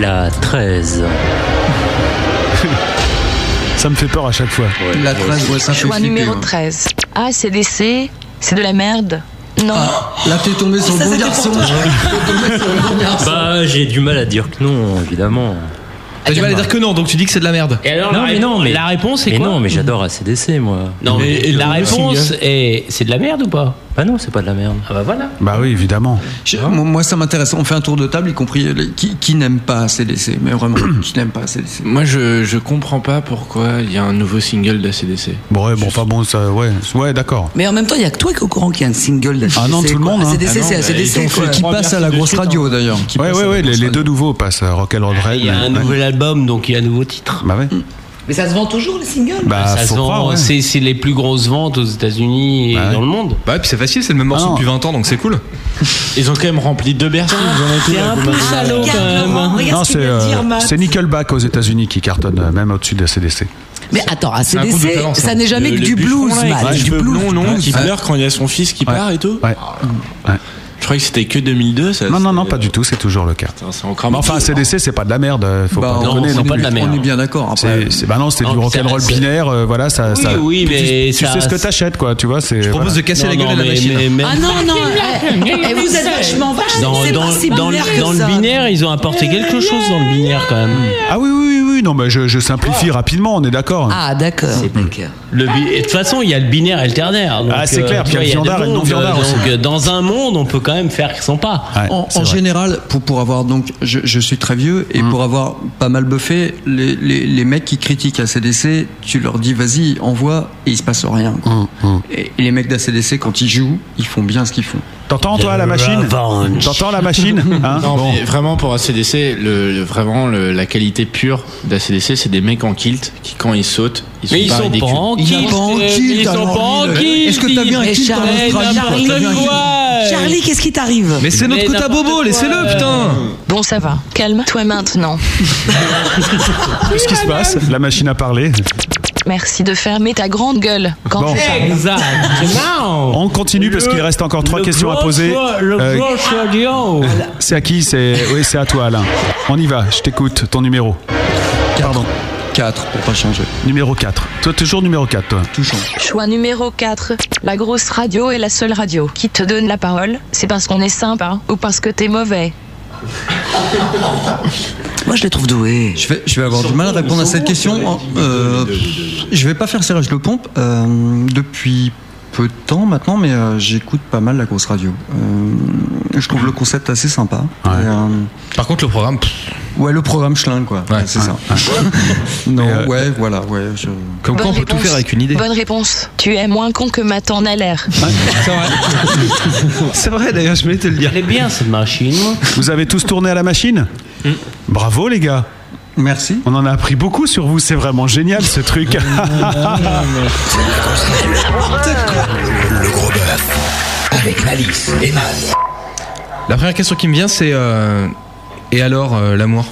La 13. Ça me fait peur à chaque fois. La trace, ouais, ça fait Choix flipper, numéro ouais. 13. Ah, c'est laissé, c'est de la merde. Non. Là, t'es tombé sur le bon garçon. Bah, j'ai du mal à dire que non, évidemment. T'as du mal à dire que non, donc tu dis que c'est de la merde. Et alors, la, non, mais, la réponse est mais quoi Non, mais j'adore ACDC, moi. Non, Mais- mais- et la le- le réponse single est. C'est de la merde ou pas Bah non, c'est pas de la merde. Ah bah voilà. Bah oui, évidemment. Je- moi, moi, ça m'intéresse. On fait un tour de table, y compris les- qui, qui n'aime pas CDC. Mais vraiment, qui n'aime pas CDC. Moi, je, je comprends pas pourquoi il y a un nouveau single d'ACDC. Bon, ouais, bon, pas bon, ça, ouais, ouais, d'accord. Mais en même temps il y a que toi qui est au courant qu'il y a un single d'ACDC. Ah non, tout le quoi. monde, hein. ACDC, Ah non, c'est bah, ACDC, ils ont fait quoi. qui passe à la grosse radio, d'ailleurs. Ouais, ouais, ouais, les, les deux nouveaux passent, euh, Rock'n'Roll Red. Ah, Il y a un ouais. nouvel album, donc il y a un nouveau titre. Bah ouais. Mais ça se vend toujours les singles Bah, ça faut se vend, croire, ouais. c'est, c'est les plus grosses ventes aux États-Unis et Bah ouais. dans le monde. Bah, et puis c'est facile, c'est le même morceau Ah non. depuis 20 ans, donc c'est cool. Ils ont quand même rempli deux berceaux. Ah, T'es un peu salaud Bah, quand même. Non, c'est euh, c'est Nickelback aux États-Unis qui cartonne, euh, même au-dessus de la CDC. Mais attends, C'est un groupe de ACDC, talent, ça. ça n'est jamais Le- que le du bûcheron, blues, là, man. avec les Du cheveux blues. Non, non, qui Ouais. pleure quand il y a son fils qui part et tout. Ouais. Ah, Ouais. Je croyais que c'était que 2002. Ça, Non, non, euh, non, pas du tout, c'est toujours le cas. c'est encore Mais enfin, CDC, c'est pas de la merde, euh, faut pas Bah, non, déconner c'est non pas plus. de la merde. On est bien d'accord. C'est, c'est- bah non, c'était du Non, rock'n'roll c'est- binaire, euh, voilà, ça. Oui, ça- oui, tu- mais tu, ça- sais ce que t'achètes, quoi, tu vois. C'est, je propose de casser la gueule à la machine. Ah non, non, euh, eh, eh, vous êtes vachement vache, Dans, c'est dans- pas si dans le- binaire que dans le ça. binaire, ils ont apporté quelque chose dans le binaire quand même. Ah oui, oui, oui, oui, non, mais je, je simplifie rapidement, on est d'accord. Ah, d'accord. Le bi- et De toute façon, il y a le binaire et le ternaire. donc, Ah, c'est euh, clair, tu puis vois, il y a le des viandard et le mondes, non-viandard donc, aussi. Ah, euh, Dans un monde, on peut quand même faire qu'ils sont pas. en en général, pour, pour avoir donc, je, je suis très vieux et pour avoir pas mal buffé, les, les, les mecs qui critiquent ACDC, tu leur dis vas-y, envoie et il se passe rien. quoi. Mmh, Et, et les mecs d'ACDC, quand ils jouent, ils font bien ce qu'ils font. T'entends, toi, la machine T'entends la machine [LAUGHS] hein Non, Bon. mais vraiment pour ACDC, le, le- vraiment le- la qualité pure d'ACDC, c'est des mecs en kilt qui, quand ils sautent, ils sont Mais ils pas sont ridicules. pas hein. en kilt. Ils sont pas en kilt. Est-ce que t'as vu un Mais kilt en Charlie, Australie, quoi n'importe T'as vu un kilt quoi. Charlie, qu'est-ce qui t'arrive Mais c'est notre Mais côte à n'importe bobo, quoi. laissez-le, putain Bon, ça va. Calme-toi maintenant. Qu'est-ce qui se passe La machine à parler. Merci de fermer ta grande gueule quand Bon. tu parles. [LAUGHS] On continue parce qu'il reste encore trois questions à poser. Euh, c'est à qui C'est oui, c'est à toi, Alain. On y va. Je t'écoute. Ton numéro. Pardon. 4 pour pas changer. Numéro 4. Toi, toujours numéro 4, toi. Touchant. Choix numéro 4. La grosse radio est la seule radio qui te donne la parole. C'est parce qu'on est sympa ou parce que t'es mauvais. Moi, je les trouve doués. Je vais, je vais avoir du mal à répondre à cette question. Euh, je vais pas faire serrage le pompe. Euh, depuis peu de temps maintenant, mais euh, j'écoute pas mal la grosse radio. Euh, je trouve le concept assez sympa. Et, euh, Par contre, le programme. pff, ouais, le programme schlingue, quoi. Ouais, c'est ça. non, ouais, voilà, ouais. je- euh, Comme quoi, on Bonne peut tout réponse. faire avec une idée. Bonne réponse. Tu es moins con que ma t'en a l'air. C'est vrai. [LAUGHS] C'est vrai, d'ailleurs, je voulais te le dire. Elle est bien cette machine. Vous avez tous tourné à la machine Mm. Bravo, les gars. Merci. On en a appris beaucoup sur vous. C'est vraiment génial, ce truc. Mm. Le gros bœuf avec malice et mal. La première question qui me vient, c'est. euh, Et alors, euh, l'amour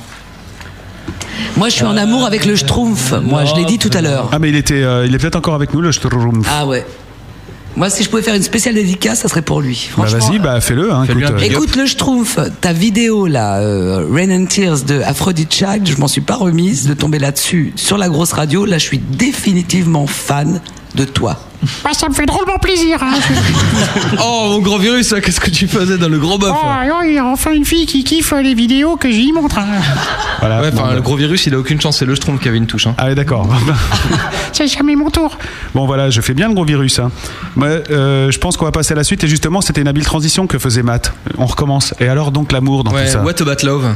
Moi, je suis en amour avec le Schtroumpf. Moi, je l'ai dit tout à l'heure. [LAUGHS] ah, mais il était, euh, il est peut-être encore avec nous, le Schtroumpf. Ah ouais. Moi, si je pouvais faire une spéciale dédicace, ça serait pour lui. Bah, Franchement. vas-y, bah, fais-le. hein, écoute, euh, Écoute, le Schtroumpf, ta vidéo là, euh, Rain and Tears de Aphrodite Child, je m'en suis pas remise de tomber là-dessus sur la grosse radio. Là, je suis définitivement fan de toi. Bah, ça me fait drôlement plaisir. Hein. Oh mon grand virus, hein, qu'est-ce que tu faisais dans le gros bœuf Oh, hein alors, il y a enfin une fille qui kiffe les vidéos que j'y montre. hein. Ouais, enfin, le gros virus, il a aucune chance, c'est le Strom qui avait une touche. hein. Ah ouais, bah. [LAUGHS] d'accord. [LAUGHS] C'est jamais mon tour. Bon voilà, je fais bien le gros virus. hein. Mais, euh, je pense qu'on va passer à la suite. Et justement, c'était une habile transition que faisait Matt. On recommence. Et alors donc l'amour dans Ouais, tout ça what about love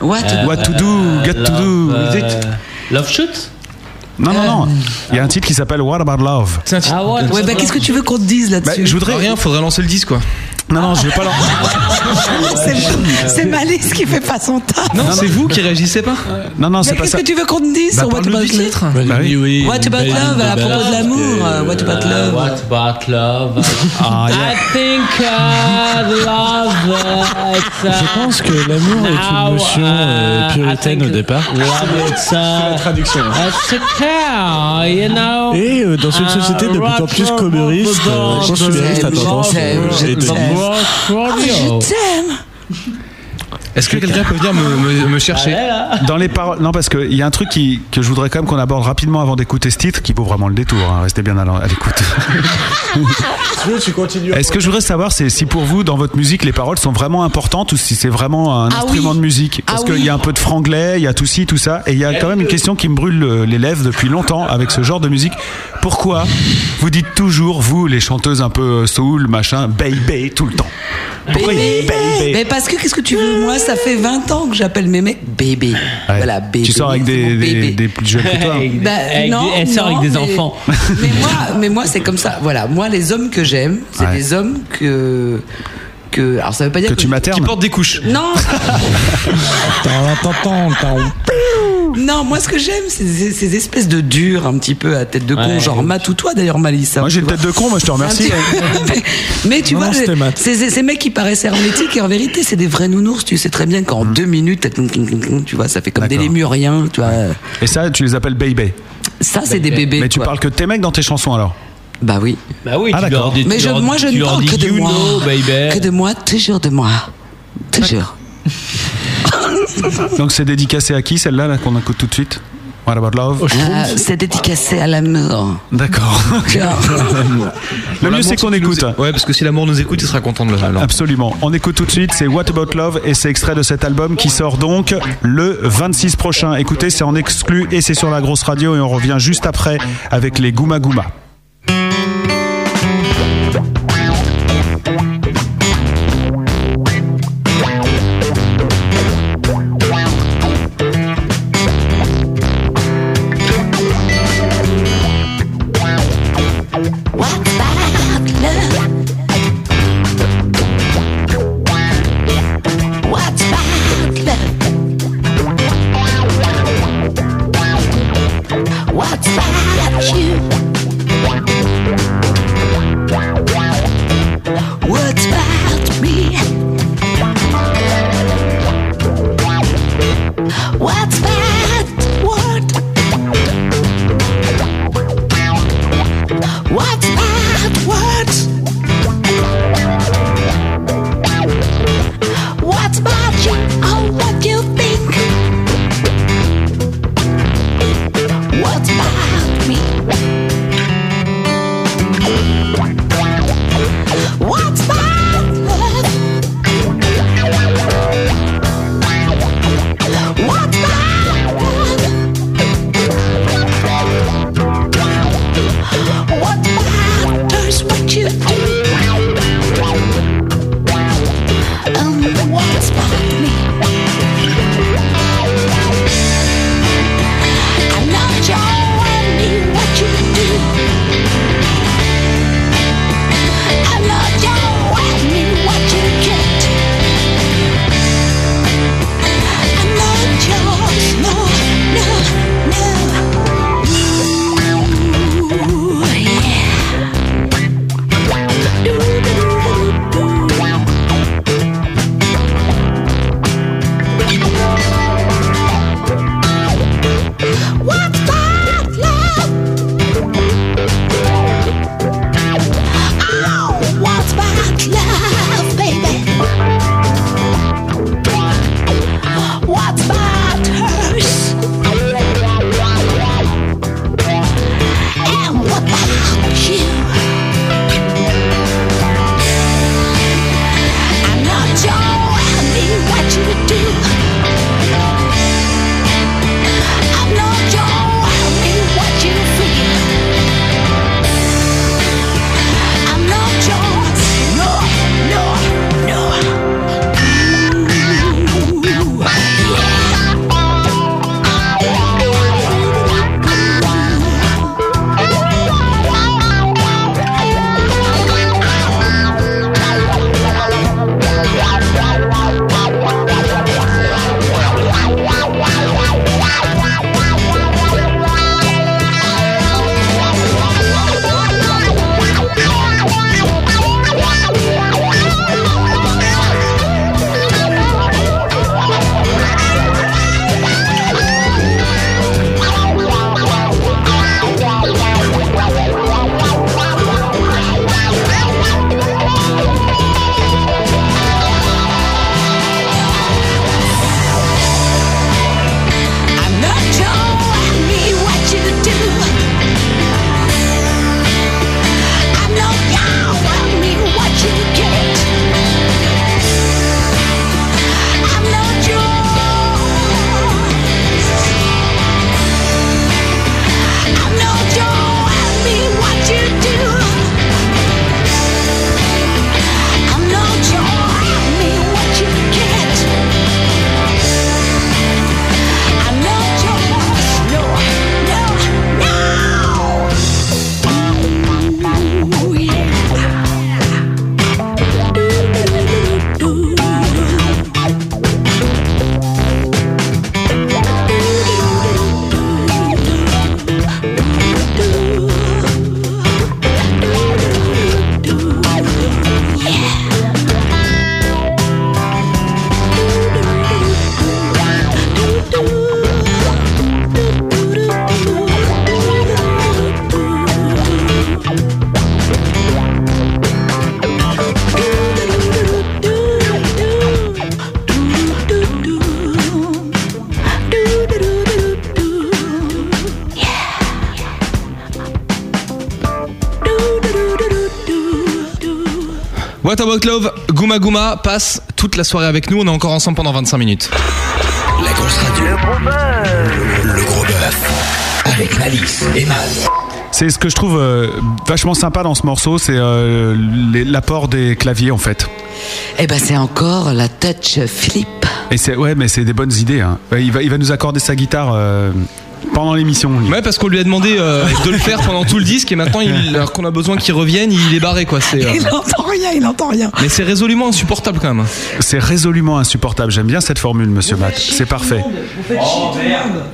What, What to do, get to do. love, euh, Is it euh, Love shoot Non, non, non. Il y a un titre qui s'appelle What About Love. Ah ouais, ouais, bah, qu'est-ce que tu veux qu'on te dise là-dessus Bah, je voudrais- Rien, faudrait lancer le 10 quoi. Non, non, je vais pas lancer. Bah, C'est- C'est Malice qui fait pas son taf. Non, c'est vous qui réagissez pas Bah, Non, non, Mais qu'est-ce que tu veux qu'on te dise Bah, sur What About Love Bah, What About Love à propos de l'amour euh, What About Love What about love Ah, I think uh, love uh, it's, uh, Je pense que l'amour est Ah, une notion euh, puritaine au départ. love it's, uh, hein. it's a care, you know. Uh, Et euh, dans Ah, une société de plus en plus communiste, euh, consumériste, à tendance, euh, et de- oh, Est-ce que quelqu'un peut venir me, me- me chercher Dans les paroles, non parce qu'il y a un truc qui- que je voudrais quand même qu'on aborde rapidement avant d'écouter ce titre qui vaut vraiment le détour. hein. Restez bien à l'en- à l'écoute. tu continues. Est-ce que je voudrais savoir c'est si pour vous dans votre musique les paroles sont vraiment importantes ou si c'est vraiment un Ah instrument oui. de musique Parce Ah qu'il y a un peu de franglais, il y a tout ci, tout ça, et il y a quand même une question qui me brûle euh, les lèvres depuis longtemps avec ce genre de musique. Pourquoi vous dites toujours vous les chanteuses un peu euh, soul machin baby tout le temps Pourquoi il- baby Mais parce que qu'est-ce que tu veux Moi, ça fait 20 ans que j'appelle mes mecs bébé. Voilà, bébé. Tu sors avec c'est des, mon des, bébé. des plus jeunes que [LAUGHS] toi. hein. Bah, non, des- elle sort non, avec des mais- enfants. [LAUGHS] Mais moi, mais moi c'est comme ça. Voilà, moi, les hommes que j'aime, c'est Ouais. des hommes que. que alors, ça veut pas dire Que que. tu maternes Qui portent des couches. [LAUGHS] Non T'entends, Non, moi ce que j'aime, c'est ces, ces espèces de durs un petit peu à tête de con, Ouais. genre Matt ou toi d'ailleurs, Malice. hein, Moi j'ai une tête de con, moi je te remercie. [LAUGHS] mais, mais tu Non, non, vois, c'était Matt. ces, ces- ces mecs qui paraissent hermétiques, et en vérité, c'est des vrais nounours. Tu sais très bien qu'en Hmm. deux minutes, t'as- tu vois, ça fait comme des lémuriens, tu vois. Et ça, tu les appelles baby. Ça, c'est des bébés. Mais tu parles que de tes mecs dans tes chansons alors Bah oui. Bah oui, ah, tu d'accord. leur dis- Mais tu je- leur dis- moi, je tu ne leur parle dis que de you moi. know, baby. Que de moi, toujours de moi. Toujours. Donc c'est dédicacé à qui celle-là là, qu'on écoute tout de suite What about love Ah, c'est dédicacé à l'amour. D'accord. Le mieux c'est qu'on écoute. Ouais, parce que si l'amour nous écoute, il sera content de le alors. Absolument. On écoute tout de suite, c'est What About Love et c'est extrait de cet album qui sort donc le 26 prochain. Écoutez, c'est en exclu et c'est sur la grosse radio et on revient juste après avec les Gouma Gouma. What's about love? What's about you? What's about me? What's about what? What's about what? What's about you? Oh, what you think? What's about me? What's about love? What's about love? What's about Um, Oh, What About Love, Gouma Gouma passe toute la soirée avec nous. On est encore ensemble pendant 25 minutes. La grosse radio. Le gros bœuf. Le, gros bœuf. Avec Malice et Mal. C'est ce que je trouve euh, vachement sympa dans ce morceau, c'est euh, les- l'apport des claviers en fait. Eh ben c'est encore la touch Philippe. Et c'est ouais, mais c'est des bonnes idées. hein. Ouais, Il va, il va nous accorder sa guitare euh, pendant l'émission. lui. Ouais, parce qu'on lui a demandé euh, de le faire pendant tout le disque et maintenant, il- alors qu'on a besoin qu'il revienne, il est barré quoi. C'est, [LAUGHS] euh, Il n'entend rien, il n'entend rien. Mais c'est résolument insupportable quand même. C'est résolument insupportable. J'aime bien cette formule, Monsieur Matt. C'est parfait.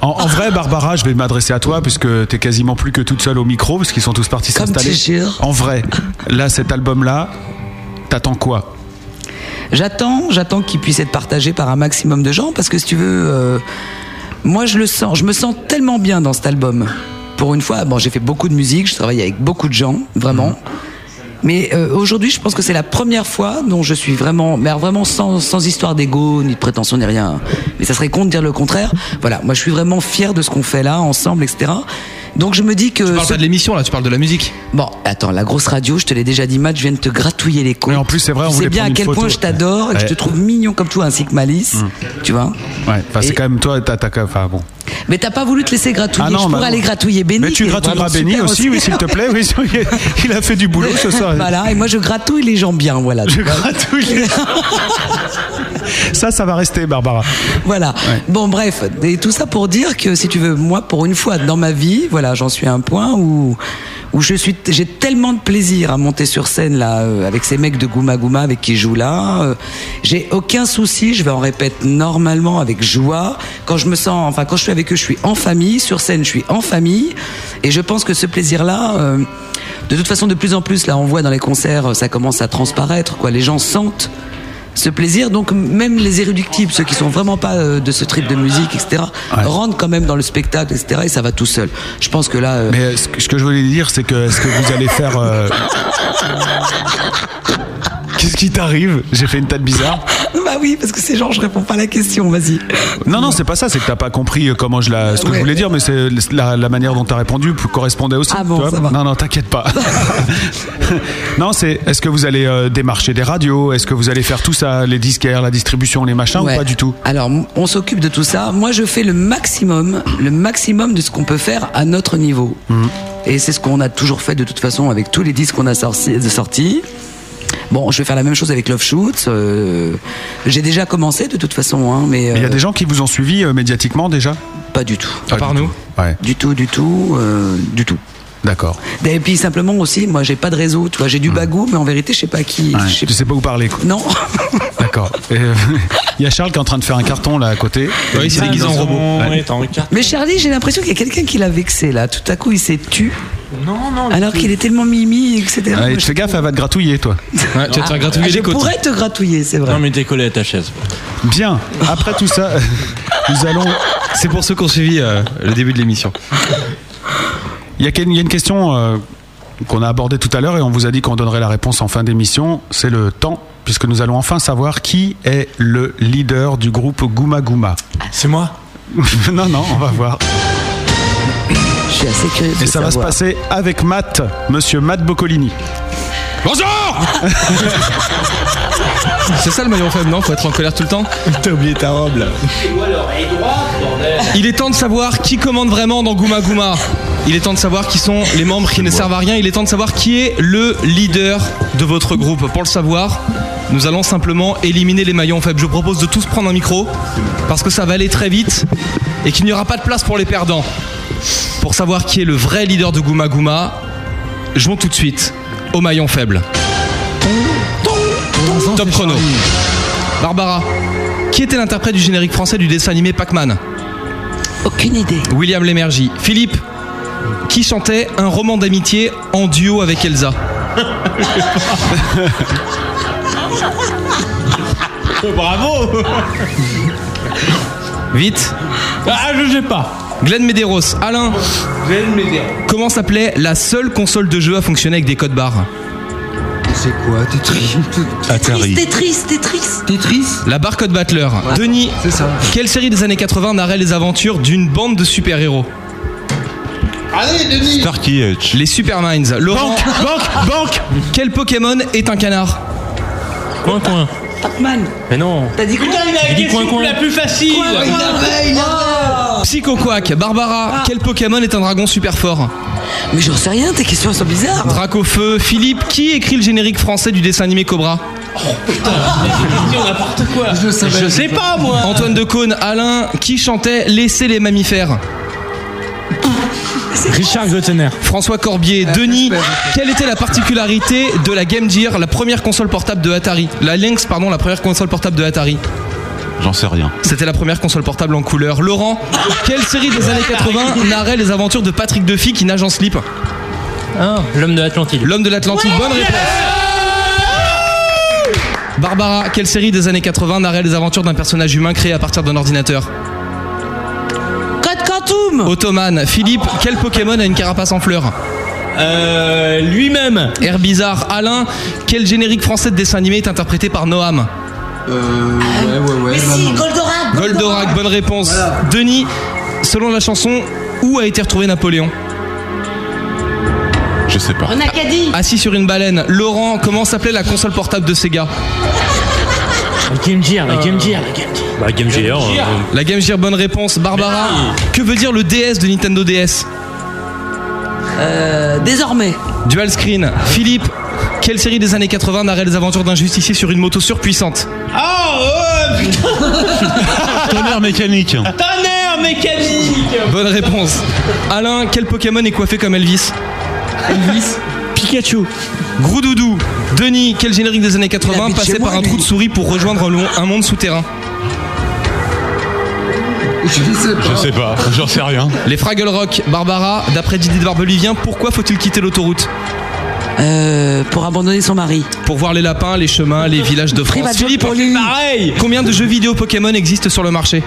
En, en vrai, Barbara, je vais m'adresser à toi puisque t'es quasiment plus que toute seule au micro parce qu'ils sont tous partis s'installer. En vrai, là, cet album-là, t'attends quoi J'attends, j'attends qu'il puisse être partagé par un maximum de gens parce que si tu veux, euh, moi je le sens, je me sens tellement bien dans cet album. Pour une fois, bon, j'ai fait beaucoup de musique, je travaille avec beaucoup de gens, vraiment. Mais euh, aujourd'hui, je pense que c'est la première fois dont je suis vraiment, mais alors vraiment sans, sans histoire d'ego, ni de prétention, ni rien. Mais ça serait con de dire le contraire. Voilà, moi je suis vraiment fier de ce qu'on fait là, ensemble, etc. Donc je me dis que. Tu parles ce- pas de l'émission là, tu parles de la musique. Bon, attends, la grosse radio, je te l'ai déjà dit, Matt, je viens de te gratouiller les côtes. Mais en plus, c'est vrai, on tu sais voulait bien à prendre une quel photo. point je t'adore et que je Ouais. Mm. te trouve mignon comme toi, ainsi que Malice. Tu vois Ouais. Enfin, c'est quand même toi. T'as, t'as- enfin, bon. Mais t'as pas voulu te laisser gratouiller, Ah non, je bah pourrais non. aller gratouiller Benny. Mais tu qui est gratouilleras vraiment Benny super aussi, oui, s'il te plaît. Oui, il a fait du boulot ce soir. [LAUGHS] Voilà, et moi je gratouille les gens bien, [LAUGHS] voilà. Je gratouille les gens. Ça, ça va rester, Barbara. Voilà. Bon, bref, et tout ça pour dire que si tu veux, moi, pour une fois dans ma vie, voilà, j'en suis à un point où où je suis, j'ai tellement de plaisir à monter sur scène là euh, avec ces mecs de Gouma Gouma avec qui je joue là. euh, j'ai aucun souci, je vais en répète normalement avec joie. Quand je me sens, enfin quand je suis avec eux, je suis en famille sur scène, je suis en famille, et je pense que ce plaisir là. de toute façon, de plus en plus, là, on voit dans les concerts, ça commence à transparaître, quoi. Les gens sentent ce plaisir. Donc même les éruductibles, ceux qui sont vraiment pas euh, de ce trip de musique, etc., rentrent quand même dans le spectacle, etc. Et ça va tout seul. Je pense que là, euh, Mais euh, ce que ce que je voulais dire, c'est que est-ce que vous allez faire euh, Qu'est-ce qui t'arrive J'ai fait une tête bizarre. [LAUGHS] bah oui, parce que c'est genre, je réponds pas à la question. Vas-y. Non, non, c'est pas ça. C'est que t'as pas compris euh, comment je la, ce que je voulais dire, mais c'est la, la manière dont t'as répondu correspondait aussi. Ah tu vois Non, non, t'inquiète pas. [LAUGHS] non, c'est est-ce que vous allez euh, démarcher des radios Est-ce que vous allez faire tout ça, les disquaires, la distribution, les machins Ouais. ou pas du tout Alors, m- on s'occupe de tout ça. Moi, je fais le maximum, le maximum de ce qu'on peut faire à notre niveau. Mm. Et c'est ce qu'on a toujours fait de toute façon avec tous les disques qu'on a sorti- de sortis. Bon, je vais faire la même chose avec Love Shoots. euh, J'ai déjà commencé de toute façon, hein, mais. Il y a des gens qui vous ont suivi euh, médiatiquement déjà Pas du tout. À part nous Du tout, du tout, euh, du tout. D'accord. Et puis simplement aussi, moi j'ai pas de réseau, tu vois, Hmm. j'ai du bagou, mais en vérité je sais pas à qui. Ouais, je sais- Tu sais pas où parler quoi. Non. [LAUGHS] D'accord. Et, [LAUGHS] euh, Il y a Charles qui est en train de faire un carton là à côté. Oui, il s'est déguisé en robot. Ouais. Mais Charlie, j'ai l'impression qu'il y a quelqu'un qui l'a vexé là. Tout à coup il s'est tu. Non, non. Alors qu'il est tellement mimi, etc. Moi, Ouais, je- "Ah, fais gaffe, elle va te gratouiller, toi. Ouais, tu vas te faire gratouiller Ah, je les côtes. pourrais te gratouiller, c'est vrai. Non, mais t'es collé à ta chaise. Bien. Après tout ça, [LAUGHS] nous allons. C'est pour ceux qui ont suivi euh, le début de l'émission. Il y a, quel- il y a une question euh, qu'on a abordée tout à l'heure et on vous a dit qu'on donnerait la réponse en fin d'émission. C'est le temps, puisque nous allons enfin savoir qui est le leader du groupe Gouma Gouma. [LAUGHS] C'est moi Non, non, on va voir. Je suis assez curieux. Et ça va se passer avec Matt, monsieur Matt Boccolini. Bonjour [LAUGHS] C'est ça le maillon faible, non Faut être en colère tout le temps T'as oublié ta robe là. Il est temps de savoir qui commande vraiment dans Gouma Gouma. Il est temps de savoir qui sont les membres qui ne servent à rien. Il est temps de savoir qui est le leader de votre groupe. Pour le savoir, nous allons simplement éliminer les maillons faibles. Je vous propose de tous prendre un micro parce que ça va aller très vite et qu'il n'y aura pas de place pour les perdants. Pour savoir qui est le vrai leader de Gouma Gouma, jouons tout de suite au maillon faible. Top chrono. Barbara, qui était l'interprète du générique français du dessin animé Pac-Man Aucune idée. William Lémergie. Philippe, qui chantait un roman d'amitié en duo avec Elsa Oh, Bravo Vite. Ah, je sais pas. Glenn Medeiros. Alain. Glenn Medeiros. Comment s'appelait la seule console de jeu à fonctionner avec des codes barres C'est quoi T'es triste Atari. triste, Ah, t'es triste. T'es triste La barre code battler. Denis, quelle série des années 80 narrait les aventures d'une bande de super-héros Allez, Denis Les Superminds. Laurent. Banque, banque, banque Quel Pokémon est un canard Coin, coin. Pac-Man. Mais non. T'as dit quoi Putain, il a J'ai la dit question coin, coin. la plus facile. Coin, coin, il Ah. a- Psycho Quack, Barbara, quel Pokémon est un dragon super fort Mais j'en sais rien, tes questions sont bizarres. Dracofeu, Philippe, qui écrit le générique français du dessin animé Cobra Oh, Question n'importe quoi. Je, sais pas moi. Antoine de Caunes, Alain, qui chantait Laissez les mammifères Richard Gottener. François Corbier, Denis, quelle était la particularité de la Game Gear, la première console portable de Atari La Lynx, pardon, la première console portable de Atari J'en sais rien. C'était la première console portable en couleur. Laurent, quelle série des années 80 narrait les aventures de Patrick Duffy qui nage en slip L'homme de l'Atlantique. L'homme de l'Atlantique, bonne réponse. Barbara, quelle série des années 80 narrait les aventures d'un personnage humain créé à partir d'un ordinateur Code Quantum Ottoman. Philippe, quel Pokémon a une carapace en fleurs Euh, lui-même. Air bizarre. Alain, quel générique français de dessin animé est interprété par Noam ouais, ouais, ouais. maintenant. Goldorak Goldorak, bonne réponse. Denis, selon la chanson, où a été retrouvé Napoléon Je sais pas. En Acadie Assis Ah, sur une baleine. Laurent, comment s'appelait la console portable de Sega La Game Gear, Euh, la Game Gear, la Game Gear. Bah, Game Gear. La Game Gear, bonne réponse. Barbara, que veut dire le DS de Nintendo DS Euh, Désormais. Dual Screen. Philippe, quelle série des années 80 narrait les aventures d'un justicier sur une moto surpuissante Oh, oh putain. [LAUGHS] Tonnerre mécanique. Tonnerre mécanique. Bonne réponse. Alain, quel Pokémon est coiffé comme Elvis Elvis Pikachu. Groudoudou. Denis, quel générique des années 80 habite passait chez par moi, un trou de souris pour rejoindre un lo- un monde souterrain Je sais pas. Je sais pas. J'en sais rien. Les Fraggle Rock, Barbara, d'après Didier de Barbelivien, pourquoi faut-il quitter l'autoroute euh, Pour abandonner son mari. Pour voir les lapins, les chemins, les villages de France. Private joke Philippe, pour lui. pareil Combien de jeux vidéo Pokémon existent sur le marché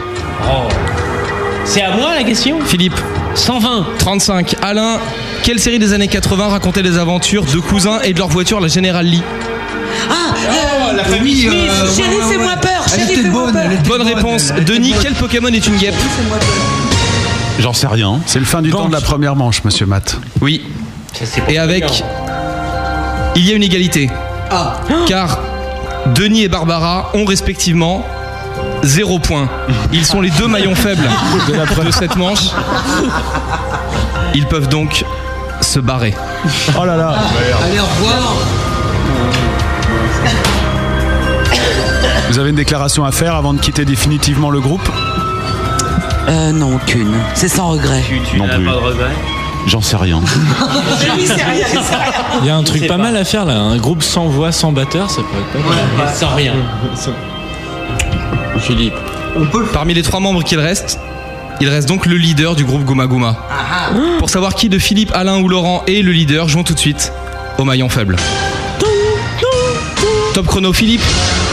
C'est à moi la question Philippe 120 35 Alain, quelle série des années 80 racontait les aventures de cousins et de leur voiture, la Générale Lee Ah Oh, la famille Oui, Smith. euh, Chérie, ouais, ouais, fais-moi ouais. peur Elle Chérie, était fais-moi bonne, peur elle était Bonne réponse. Denis, quel Pokémon est une guêpe J'en sais rien. C'est le fin du temps de la première manche, monsieur Matt. Oui. Et avec. Il y a une égalité. Car Denis et Barbara ont respectivement. Zéro point. Ils sont les deux maillons faibles de, cette manche. Ils peuvent donc se barrer. Oh là là. Allez, au revoir Vous avez une déclaration à faire avant de quitter définitivement le groupe Euh, non, aucune. C'est sans regret. Non plus. J'en sais rien. Il y a un truc pas, mal à faire là, un groupe sans voix, sans batteur, ça peut être pas mal. Sans rien. Philippe. Parmi les trois membres qu'il reste, il reste donc le leader du groupe Guma Guma. Pour savoir qui de Philippe, Alain ou Laurent est le leader, jouons tout de suite au maillon faible. Top chrono Philippe,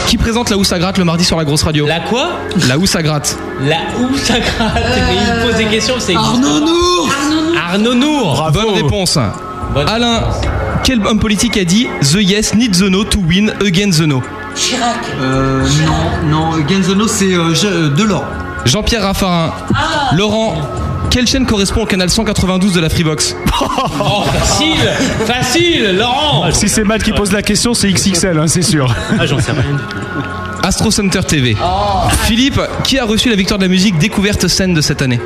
qui présente la où ça gratte le mardi sur la grosse radio La quoi La où ça gratte. La où ça gratte Mais il me pose des questions, c'est Arnaud Nour Arnaud Nour Bonne réponse. Alain, quel homme politique a dit The yes need the no to win against the no Chirac Euh, non, non, Genzono, c'est euh, Je- euh, Delors. Jean-Pierre Raffarin. Laurent, quelle chaîne correspond au canal 192 de la Freebox Oh, facile Facile, Laurent Ah, Si c'est Matt qui pose la question, c'est XXL, hein, c'est [LAUGHS] sûr. Ah, j'en sais rien. Astro Center TV. Philippe, qui a reçu la victoire de la musique découverte scène de cette année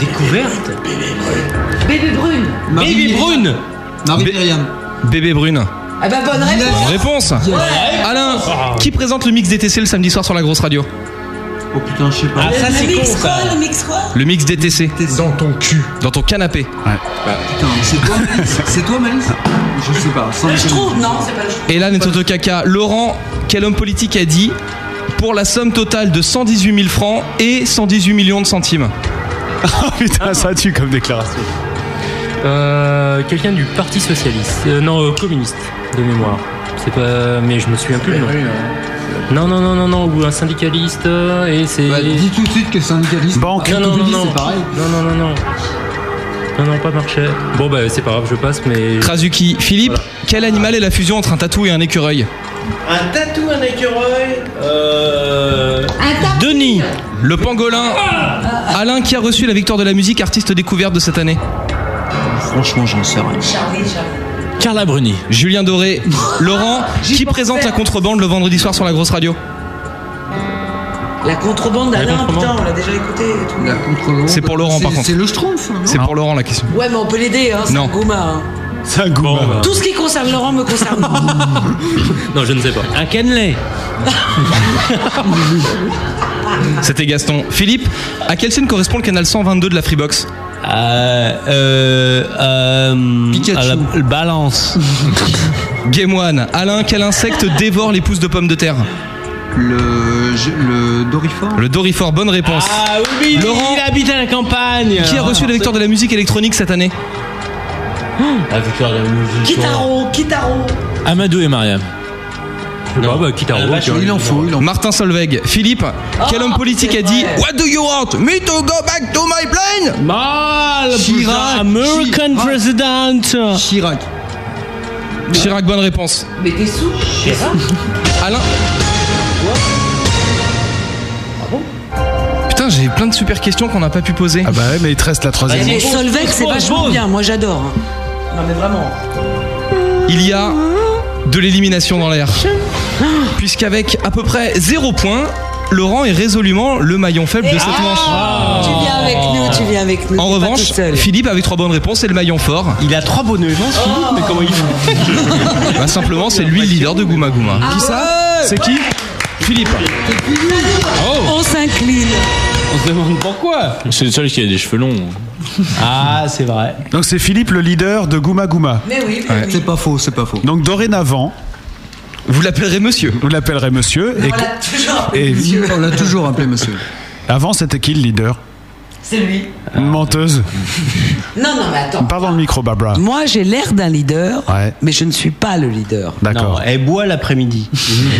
Découverte Bébé Brune Bébé Brune Bébé Brune. Ah bah, bonne réponse Réponse Alain, qui présente le mix DTC le samedi soir sur la grosse radio Oh putain, je sais pas. Ah, ça, c'est con, Mix ça. quoi Le mix quoi Le mix DTC. Dans ton cul. Dans ton canapé. Putain, c'est toi, Malice C'est toi, Malice Je sais pas. sans Je déconner. trouve, non, c'est pas le Et là, Neto Kaka, Laurent, quel homme politique a dit pour la somme totale de 118 000 francs et 118 millions de centimes Oh putain, ça tue comme déclaration. Euh, Quelqu'un du Parti Socialiste. Euh, non, euh, communiste, de mémoire. C'est pas. Mais je me souviens plus le nom. Non, non, non, non, non, ou un syndicaliste, euh, et c'est. Bah, dis tout de suite que syndicaliste. Banque, non, Ah non, non, communiste, non. c'est pareil. Non, non, non, non. Non, non, pas marché. Bon, bah, c'est pas grave, je passe, mais. Krasuki, Philippe, quel animal est la fusion entre un tatou et un écureuil Un tatou, un écureuil Euh. Denis, le pangolin. Alain, qui a reçu la victoire de la musique artiste découverte de cette année Franchement, j'en sais rien. Charlie, Charlie. Carla Bruni. [LAUGHS] Julien Doré. Laurent, qui présente la contrebande le vendredi soir sur la grosse radio Mhm. La contrebande La d'Alain, contrebande. putain, on l'a déjà écouté et tout. C'est pour Laurent, par c'est- contre. c'est le Schtroumpf, non C'est pour Laurent la question. Ouais, mais on peut l'aider, hein, c'est Non. un gouma. hein. C'est un goût. Tout ce qui concerne Laurent me concerne. Non, je ne sais pas. Un Kenley. C'était Gaston. Philippe, à quelle scène correspond le canal 122 de la Freebox Euh, à la balance. Game One. Alain, [LAUGHS] quel insecte dévore les pousses de pommes de terre Euh, le, le Dorifort Le Dorifort, bonne réponse. Ah oui, Laurent, il habite à la campagne. Qui a reçu la victoire de la musique électronique cette année La victoire de la musique. Kitaro, Kitaro. Amadou et Mariam. bah, bah, Ah, hein. vache, il en faut, Martin Solveig. Philippe, Ah, quel homme politique a dit What do you want Me to go back to my plane Ah, Mal Chirac, American president Chirac. Chirac, bonne réponse. Mais t'es sous [LAUGHS] Alain Ah Putain, j'ai plein de super questions qu'on n'a pas pu poser. Ah bah ouais, mais il te reste la troisième. Et Solveig, c'est vachement bien, moi j'adore. hein. Non, mais vraiment. Il y a de l'élimination dans [GASPS] l'air. Puisqu'avec à peu près 0 point, Laurent est résolument le maillon faible de cette ah, Ah. manche. Tu viens avec nous, tu viens avec nous. En revanche, Philippe avec trois bonnes réponses, c'est le maillon fort. Il a trois bonnes réponses, Philippe, mais comment il fait Bah, Simplement, c'est lui le leader de Gouma Gouma. Ah qui ça ouais C'est qui Philippe. On s'incline. On se demande pourquoi. C'est le seul qui a des cheveux longs. Ah, c'est vrai. Donc c'est Philippe le leader de Gouma Gouma. Mais oui, mais oui. C'est pas faux, c'est pas faux. Donc dorénavant. Vous l'appellerez monsieur. Vous l'appellerez monsieur. On l'a toujours appelé et- monsieur. on l'a toujours appelé monsieur. Avant, c'était qui le leader C'est lui. Une menteuse. Non, non, mais attends. Pardon le micro, Barbara. Moi, j'ai l'air d'un leader, Bah. Ouais. mais je ne suis pas le leader. D'accord. Elle boit l'après-midi.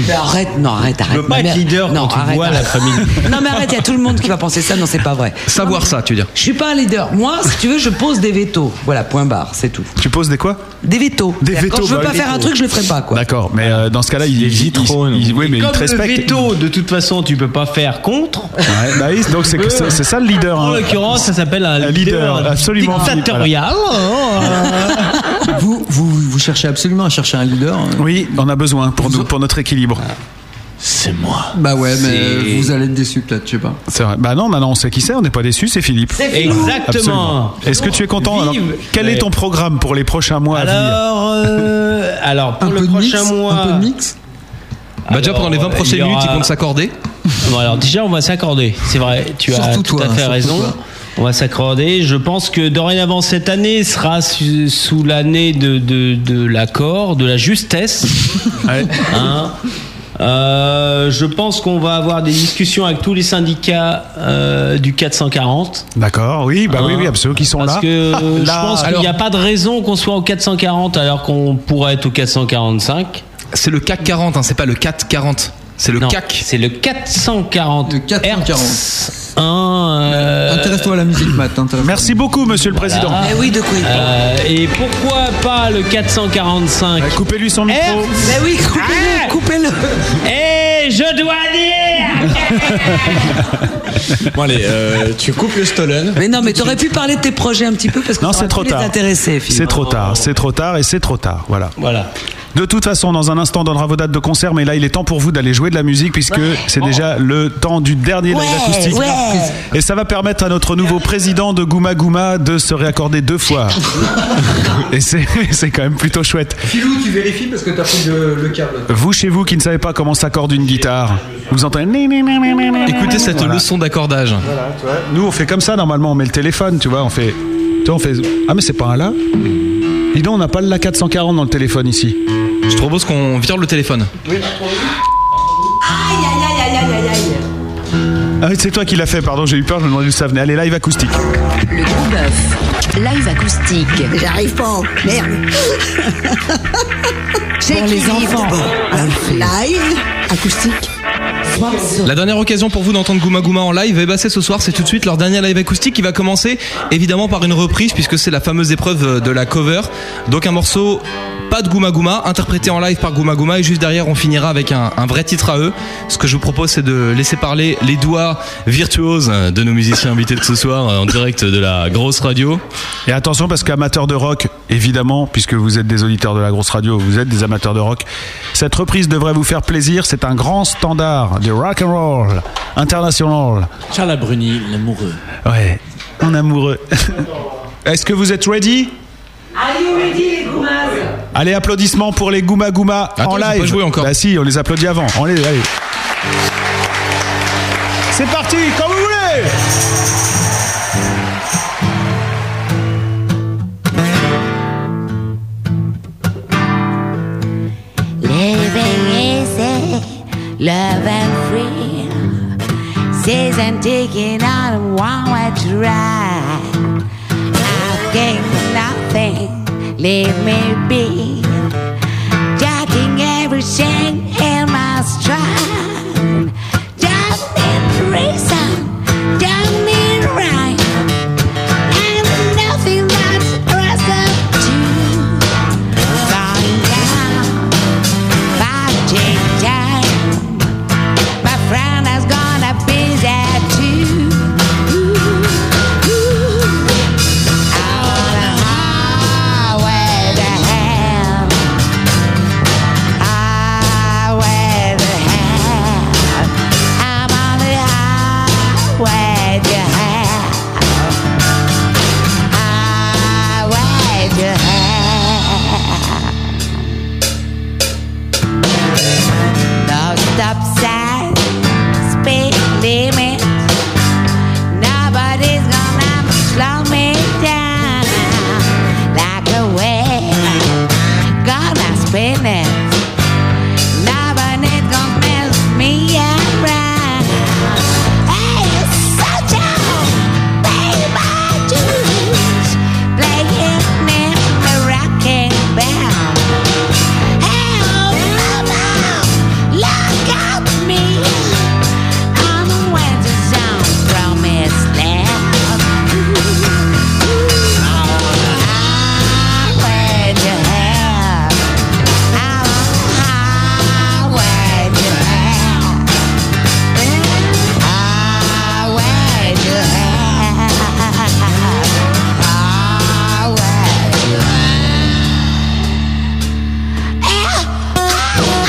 Mais arrête, non, arrête, arrête. peux pas Ma être mère- leader non, quand tu arrête, bois arrête. l'après-midi. [LAUGHS] Non, mais arrête, il y a tout le monde qui va penser ça, non, c'est pas vrai. Savoir ça, tu veux dire Je suis pas un leader. Moi, si tu veux, je pose des veto. Voilà, point barre, c'est tout. Tu poses des quoi Des veto. Des C'est-à-dire, veto, Quand je veux bah pas oui. faire un truc, je le ferai pas, quoi. D'accord, mais euh, dans ce cas-là, il, il, il- oui, mais il Comme te le respecte. veto, de toute façon, tu peux pas faire contre. Ouais, bah oui, donc c'est que- c'est c'est ça le leader. En hein. l'occurrence, ça s'appelle un, Un leader, absolument. dictatorial. vous, vous, vous cherchez absolument à chercher un leader. hein. Oui, on a besoin pour, nous, pour notre équilibre. C'est moi. Bah ouais, mais C'est- vous allez être déçu peut-être, je sais pas. C'est vrai. Bah non, maintenant on sait qui c'est, on n'est pas déçu, c'est Philippe. C'est Philou. Absolument. Exactement. Est-ce que tu es content alors, Vive. Quel est ton Ouais. programme pour les prochains mois à venir Alors, euh, alors pour le prochain mois. Un peu de mix Bah déjà, pendant les 20 prochaines minutes, ils comptent s'accorder. Bon, alors déjà, on va s'accorder. C'est vrai, tu as Surtout tout toi, à fait surtout raison. toi. On va s'accorder. Je pense que dorénavant, cette année sera su- sous l'année de, de, de l'accord, de la justesse. Hein Euh, je pense qu'on va avoir des discussions avec tous les syndicats euh, du 440. D'accord, oui, bah oui, oui, absolument, qui sont là. hein. Ah. Parce que euh, Ah, je là, pense qu'il alors- n'y a pas de raison qu'on soit au 440 alors qu'on pourrait être au 445. C'est le CAC 40, hein, c'est pas le 440. C'est le CAC. C'est le 440. De 440. euh, Intéresse-toi à la musique, Matt. intéresse-toi. Merci beaucoup, monsieur le président. Voilà. Eh oui, de quoi il parle. Euh, et pourquoi pas le 445 Bah, Coupez-lui son micro. Mais oui, coupez-le, coupez-le. Et Eh, je dois dire Bon, allez, euh, tu coupes le Stolen. Mais non, mais t'aurais pu parler de tes projets un petit peu parce que Non, ça c'est aurait trop pu les tard. intéresser, Philippe. C'est trop tard, c'est trop tard et c'est trop tard. Voilà. Voilà. De toute façon, dans un instant, on donnera vos dates de concert, mais là, il est temps pour vous d'aller jouer de la musique puisque c'est déjà le temps du dernier live Oh. Ouais, acoustique. ouais. Et ça va permettre à notre nouveau président de Gouma Gouma de se réaccorder deux [LAUGHS] fois. et c'est c'est quand même plutôt chouette. Philou, tu vérifies parce que t'as pris le, le câble. Vous chez vous qui ne savez pas comment s'accorde une guitare, vous entendez Écoutez cette Voilà. leçon d'accordage. Nous on fait comme ça normalement, on met le téléphone, tu vois, on fait tu vois, on fait Ah mais c'est pas un là Dis donc, on n'a pas le la 440 dans le téléphone ici. Je te propose qu'on vire le téléphone. Aïe, aïe, aïe, aïe, aïe, aïe. Ah oui, c'est toi qui l'as fait, pardon, j'ai eu peur, je me demandais d'où ça venait. Allez, live acoustique. Le gros bœuf. Live acoustique. J'arrive pas, merde. J'ai les enfants. Hein, Live, acoustique. La dernière occasion pour vous d'entendre Gouma Gouma en live, eh ben, c'est ce soir, c'est tout de suite leur dernier live acoustique qui va commencer évidemment par une reprise puisque c'est la fameuse épreuve de la cover. Donc un morceau pas pas de Gouma Gouma, interprété en live par Gouma Gouma. Et juste derrière, on finira avec un, un vrai titre à eux. Ce que je vous propose, c'est de laisser parler les doigts virtuoses de nos musiciens invités de ce soir euh, en direct de la grosse radio. Et attention parce qu'amateurs de rock, évidemment, puisque vous êtes des auditeurs de la grosse radio, vous êtes des amateurs de rock, cette reprise devrait vous faire plaisir. C'est un grand standard du rock and roll international. Charles Bruni, l'amoureux. Ouais, un amoureux. [LAUGHS] Est-ce que vous êtes ready Allez, applaudissements pour les Gouma Gouma Attends, en ils ont live. pas joué encore. Bah si, on les applaudit avant. On les- allez. C'est parti, quand vous voulez Living easy, love and free. Says I'm taking on a one-way ride. I think nothing, leave me be. Jacking everything in my stride. Just need reason, just need right. And nothing that's rest up to. Falling down. Fighting time. My friend has gone up his head too. Ooh, ooh. On a highway to hell. Highway to hell. I'm on the highway to hell. Highway to hell. No stop sign, speed limit. Nobody's gonna slow me down. Like a wave, gonna spin it. Nobody's gonna mess me around. Hey, such a baby, juice. Playing in the rocking band. Hey, oh, mama. Look at me. I'm a winter zone promised land. Highway to hell. I'm on highway to hell. Highway to hell. Highway to hell.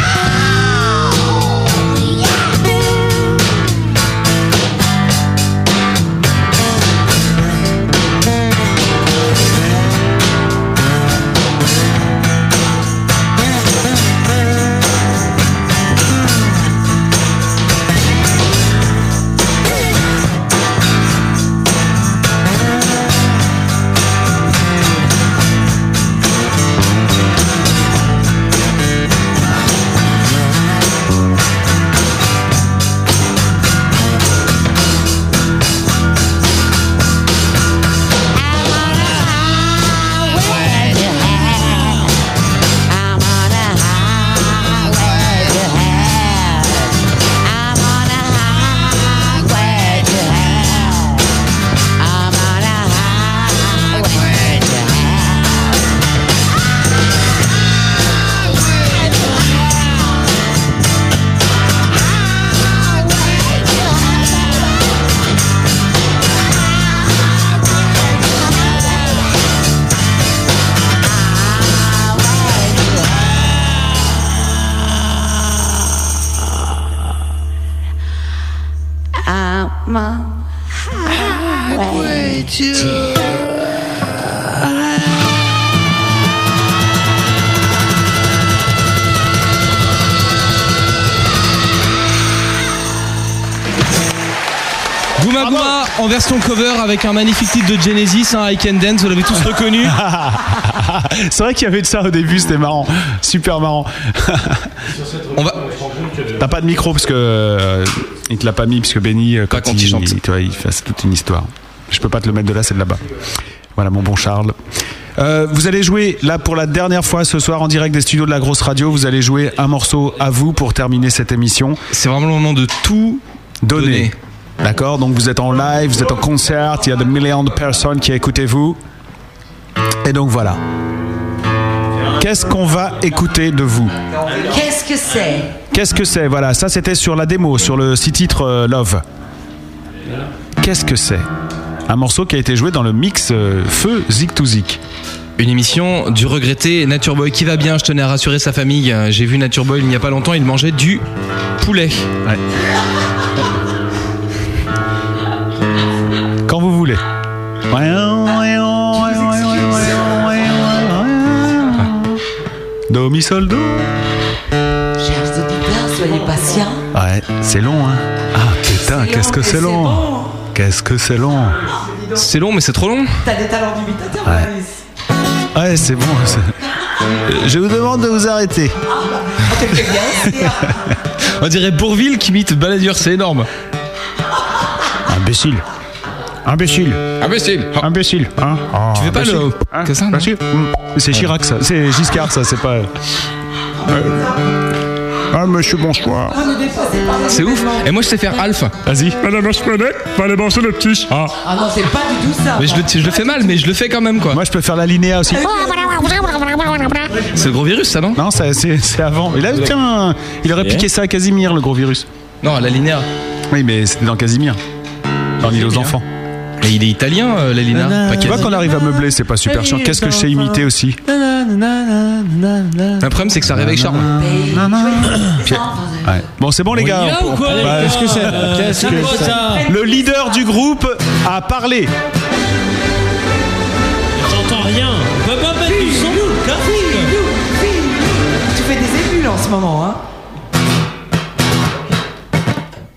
I'm on highway to Gouma Gouma en version cover avec un magnifique titre de Genesis, hein, I Can Dance, vous l'avez tous reconnu. C'est vrai qu'il y avait de ça au début, c'était marrant. Super marrant. [LAUGHS] On va... T'as pas de micro parce que euh, il te l'a pas mis parce que Benny euh, quand, il, chante, tu vois, il fait c'est toute une histoire. Je peux pas te le mettre de là, c'est de là-bas. Voilà mon bon Charles. Euh, vous allez jouer là pour la dernière fois ce soir en direct des studios de la grosse radio. Vous allez jouer un morceau à vous pour terminer cette émission. C'est vraiment le moment de tout donner. D'accord. Donc vous êtes en live, vous êtes en concert. Il y a des millions de personnes qui écoutent vous. Et donc voilà. Qu'est-ce qu'on va écouter de vous Qu'est-ce que c'est Qu'est-ce que c'est Voilà, ça c'était sur la démo, sur le six titres euh, Love. Qu'est-ce que c'est Un morceau qui a été joué dans le mix euh, Feu Zik to Zik. Une émission du regretté Nature Boy qui va bien, je tenais à rassurer sa famille. Euh, J'ai vu Nature Boy il n'y a pas longtemps, il mangeait du poulet. Quand vous voulez. Do mi sol do. Chers auditeurs, soyez patients. Ouais, c'est long, hein. Ah putain, C'est qu'est-ce long, que mais c'est c'est long bon. Qu'est-ce que c'est long C'est long, mais c'est trop long. T'as des talents d'imitateur, Ouais. Maurice. Ouais, c'est bon. c'est- Euh, Je vous demande de vous arrêter. On dirait Bourville qui imite Balladur, c'est énorme. Imbécile. Imbécile. Imbécile. Imbécile. Hein Tu fais pas imbécile. le. Hein Oh, que ça, non Imbécile. Mm. C'est Chirac, ça. C'est Giscard, ça. C'est pas. Euh, Ah, monsieur, bonsoir. C'est ouf. Et moi, je sais faire Alf. Vas-y. Madame Asprenec, allez manger le petit Ah non, c'est pas du tout ça. Mais je le, je le fais mal, mais je le fais quand même, quoi. Moi, je peux faire la linéa aussi. C'est le gros virus, ça, non Non, ça, c'est c'est avant. Et là, tiens, il aurait Et piqué ça à Casimir, le gros virus. Non, la linéa. Oui, mais c'était dans Casimir. Dans l'île aux enfants. Et il est italien, euh, la linéa. pas Tu vois Casimir. qu'on arrive à meubler, c'est pas super chiant. Qu'est-ce que je sais imiter aussi Le problème, c'est que ça réveille Charles. Ouais. Bon, c'est bon, les gars. y va on- ou quoi, on- les bah, gars qu'est-ce que c'est Euh, Qu'est-ce que Sacre c'est ça. Le leader du groupe a parlé. J'entends rien. On peut pas mettre du son, Catherine. Tu fais des émules en ce moment, hein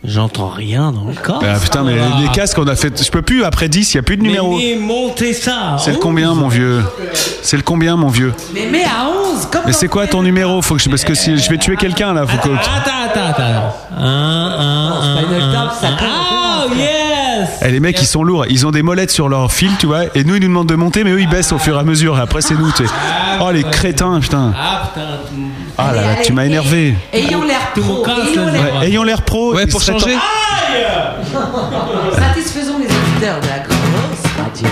J'entends rien dans le corps. Ah, putain, mais les casques, on a fait. Je peux plus, après 10, il n'y a plus de numéro. Mais montez ça. C'est le combien, mon vieux C'est le combien, mon vieux Mais mets à 11, comme Mais c'est quoi ton numéro Faut que je... Parce que si je vais tuer quelqu'un, là, faut que. Attends, attends, attends. Un, un, un. Final un, Tap, ça un. Ah, yes Eh, les mecs, ils sont lourds. Ils ont des molettes sur leur fil, tu vois. Et nous, ils nous demandent de monter, mais eux, ils baissent au fur et à mesure. Et après, c'est nous, tu sais. Oh, les crétins, putain. Ah, putain. Ah là là, tu m'as énervé. Ayons l'air pro. Ayons l'air Ouais, ayons l'air pro. Ouais, il pour serait changer. temps- Satisfaisons les auditeurs de la grosse radio.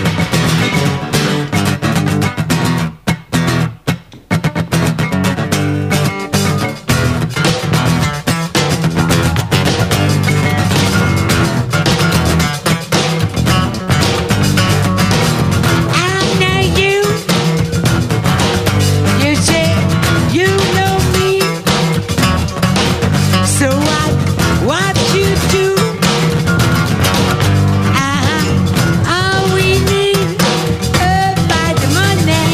know you. You say you know me. So I watch you do. Uh-huh. All we need is by the money.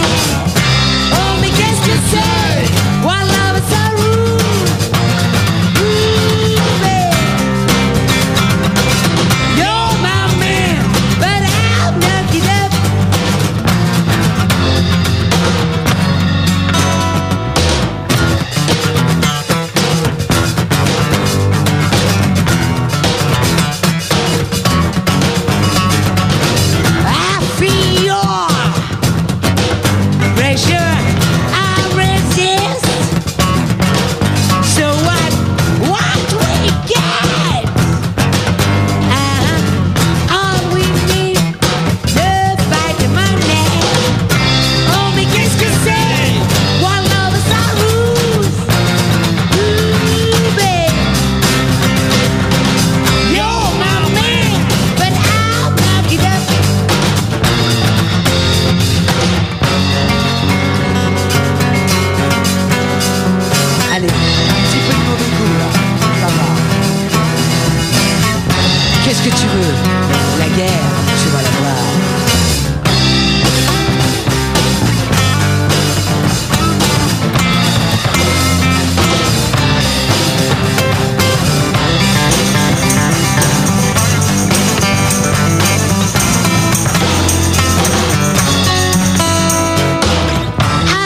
Oh, mais qu'est-ce que c'est? Why love is so rude? Rude, babe. You're my man, but I'm not enough. I feel your pressure. I resist. So what? What we get? Uh-huh. All we need to fight the money. Oh, mais qu'est-ce que c'est? One of us are rules. Ooh, babe. You're my man, but I'll knock it up. Allez, petit peu de mauvais goût, là. Ça va. Qu'est-ce que tu veux La guerre, tu vas la voir.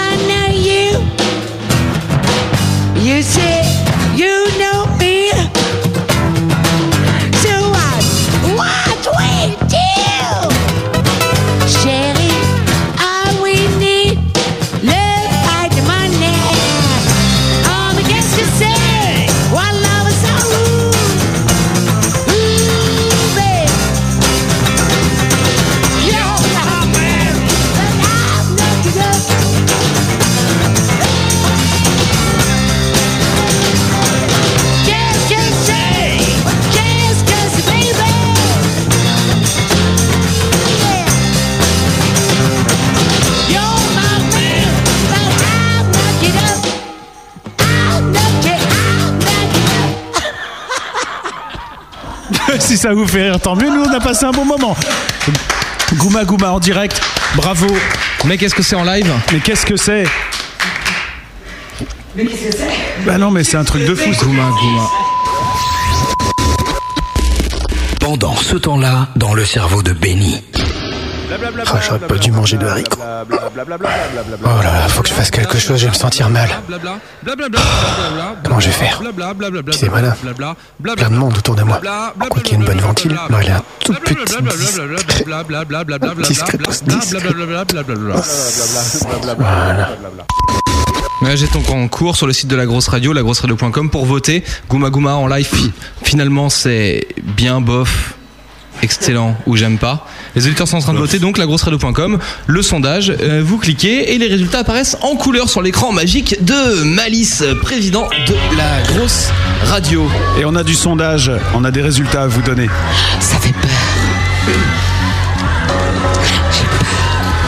I know you. You say you know me. So I watch [LAUGHS] ça vous fait rire, tant mieux. Nous, on a passé un bon moment. Gouma Gouma en direct. Bravo. Mais qu'est-ce que c'est en live Mais qu'est-ce que c'est Mais qu'est-ce que c'est Bah non, mais c'est un truc de fou. Gouma hein. Gouma. Pendant ce temps-là, dans le cerveau de Benny. Ah, j'aurais pas dû manger de haricots. Oh là là, faut que je fasse quelque chose, je vais me sentir mal. Comment je vais faire Qui c'est malin Plein de monde autour de moi. Quoi qu'il y ait une bonne ventile, non, elle est un tout petit discret. Ouais, Bah, J'ai ton concours sur le site de la grosse radio, lagrosseradio.com pour voter. Gouma Gouma en live, fi- finalement c'est bien bof, excellent ou j'aime pas. Les auditeurs sont en train de voter donc lagrosseradio.com, le sondage, euh, vous cliquez et les résultats apparaissent en couleur sur l'écran magique de Malice, président de la grosse radio. Et on a du sondage, on a des résultats à vous donner. Ça fait peur.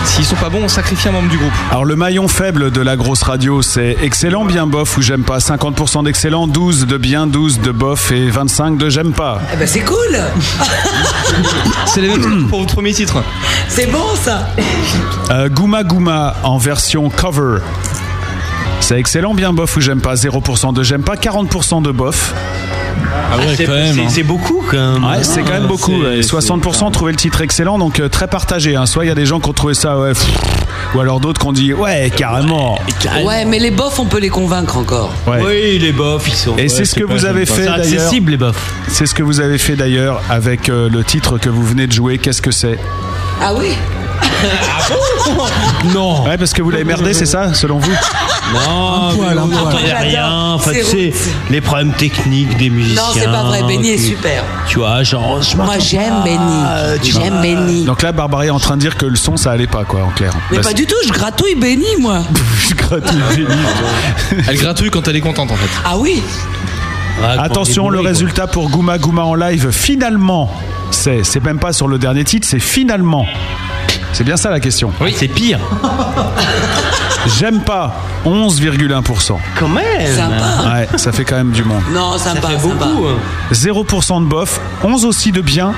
S'ils sont pas bons, on sacrifie un membre du groupe. Alors le maillon faible de la grosse radio, c'est excellent, bien bof ou j'aime pas. 50% d'excellent, 12 de bien, 12 de bof et 25 de j'aime pas. Eh ben c'est cool C'est les mêmes pour votre premier titre. C'est bon ça Euh, Gouma Gouma en version cover. C'est excellent, bien bof ou j'aime pas. 0% de j'aime pas, 40% de bof. Ah ouais, quand même, hein. beaucoup quand même. Ouais, c'est quand même Ah, beaucoup. c'est- ouais. c'est- 60% trouvaient le titre excellent, donc euh, très partagé. hein. Soit il y a des gens qui ont trouvé ça, ouais, pff, ou alors d'autres qui ont dit, ouais, carrément. Ouais, mais les bofs, on peut les convaincre encore. Oui, les bofs, ils sont. Et ouais, c'est ce c'est que pas- vous avez c'est fait pas- d'ailleurs. c'est accessible, les bofs. C'est ce que vous avez fait d'ailleurs avec euh, le titre que vous venez de jouer. Qu'est-ce que c'est Ah oui Non. Ouais, parce que vous l'avez merdé, c'est ça, selon vous Non, Un poil, mais un on poil. n'entendait rien. Enfin, C'est tu sais, les problèmes techniques des musiciens. c'est pas vrai, Benny est qui- super. Tu vois, genre, je Moi, j'aime Benny. J'aime Benny. Donc là, Barbarie est en train de dire que le son, ça allait pas, quoi, en clair. Mais Bah, pas c'est- du tout, je gratouille Benny, moi. [LAUGHS] je gratouille Benny. Elle gratouille quand elle est contente en fait. Ah oui Attention, le résultat pour Gouma Gouma en live, finalement, c'est c'est même pas sur le dernier titre, c'est finalement. C'est bien ça la question. Oui, c'est pire. J'aime pas 11,1%. Quand même. Ah. Sympa. Ouais, ça fait quand même du monde. Non, sympa, sympa. hein. 0% de bof, 11 aussi de bien.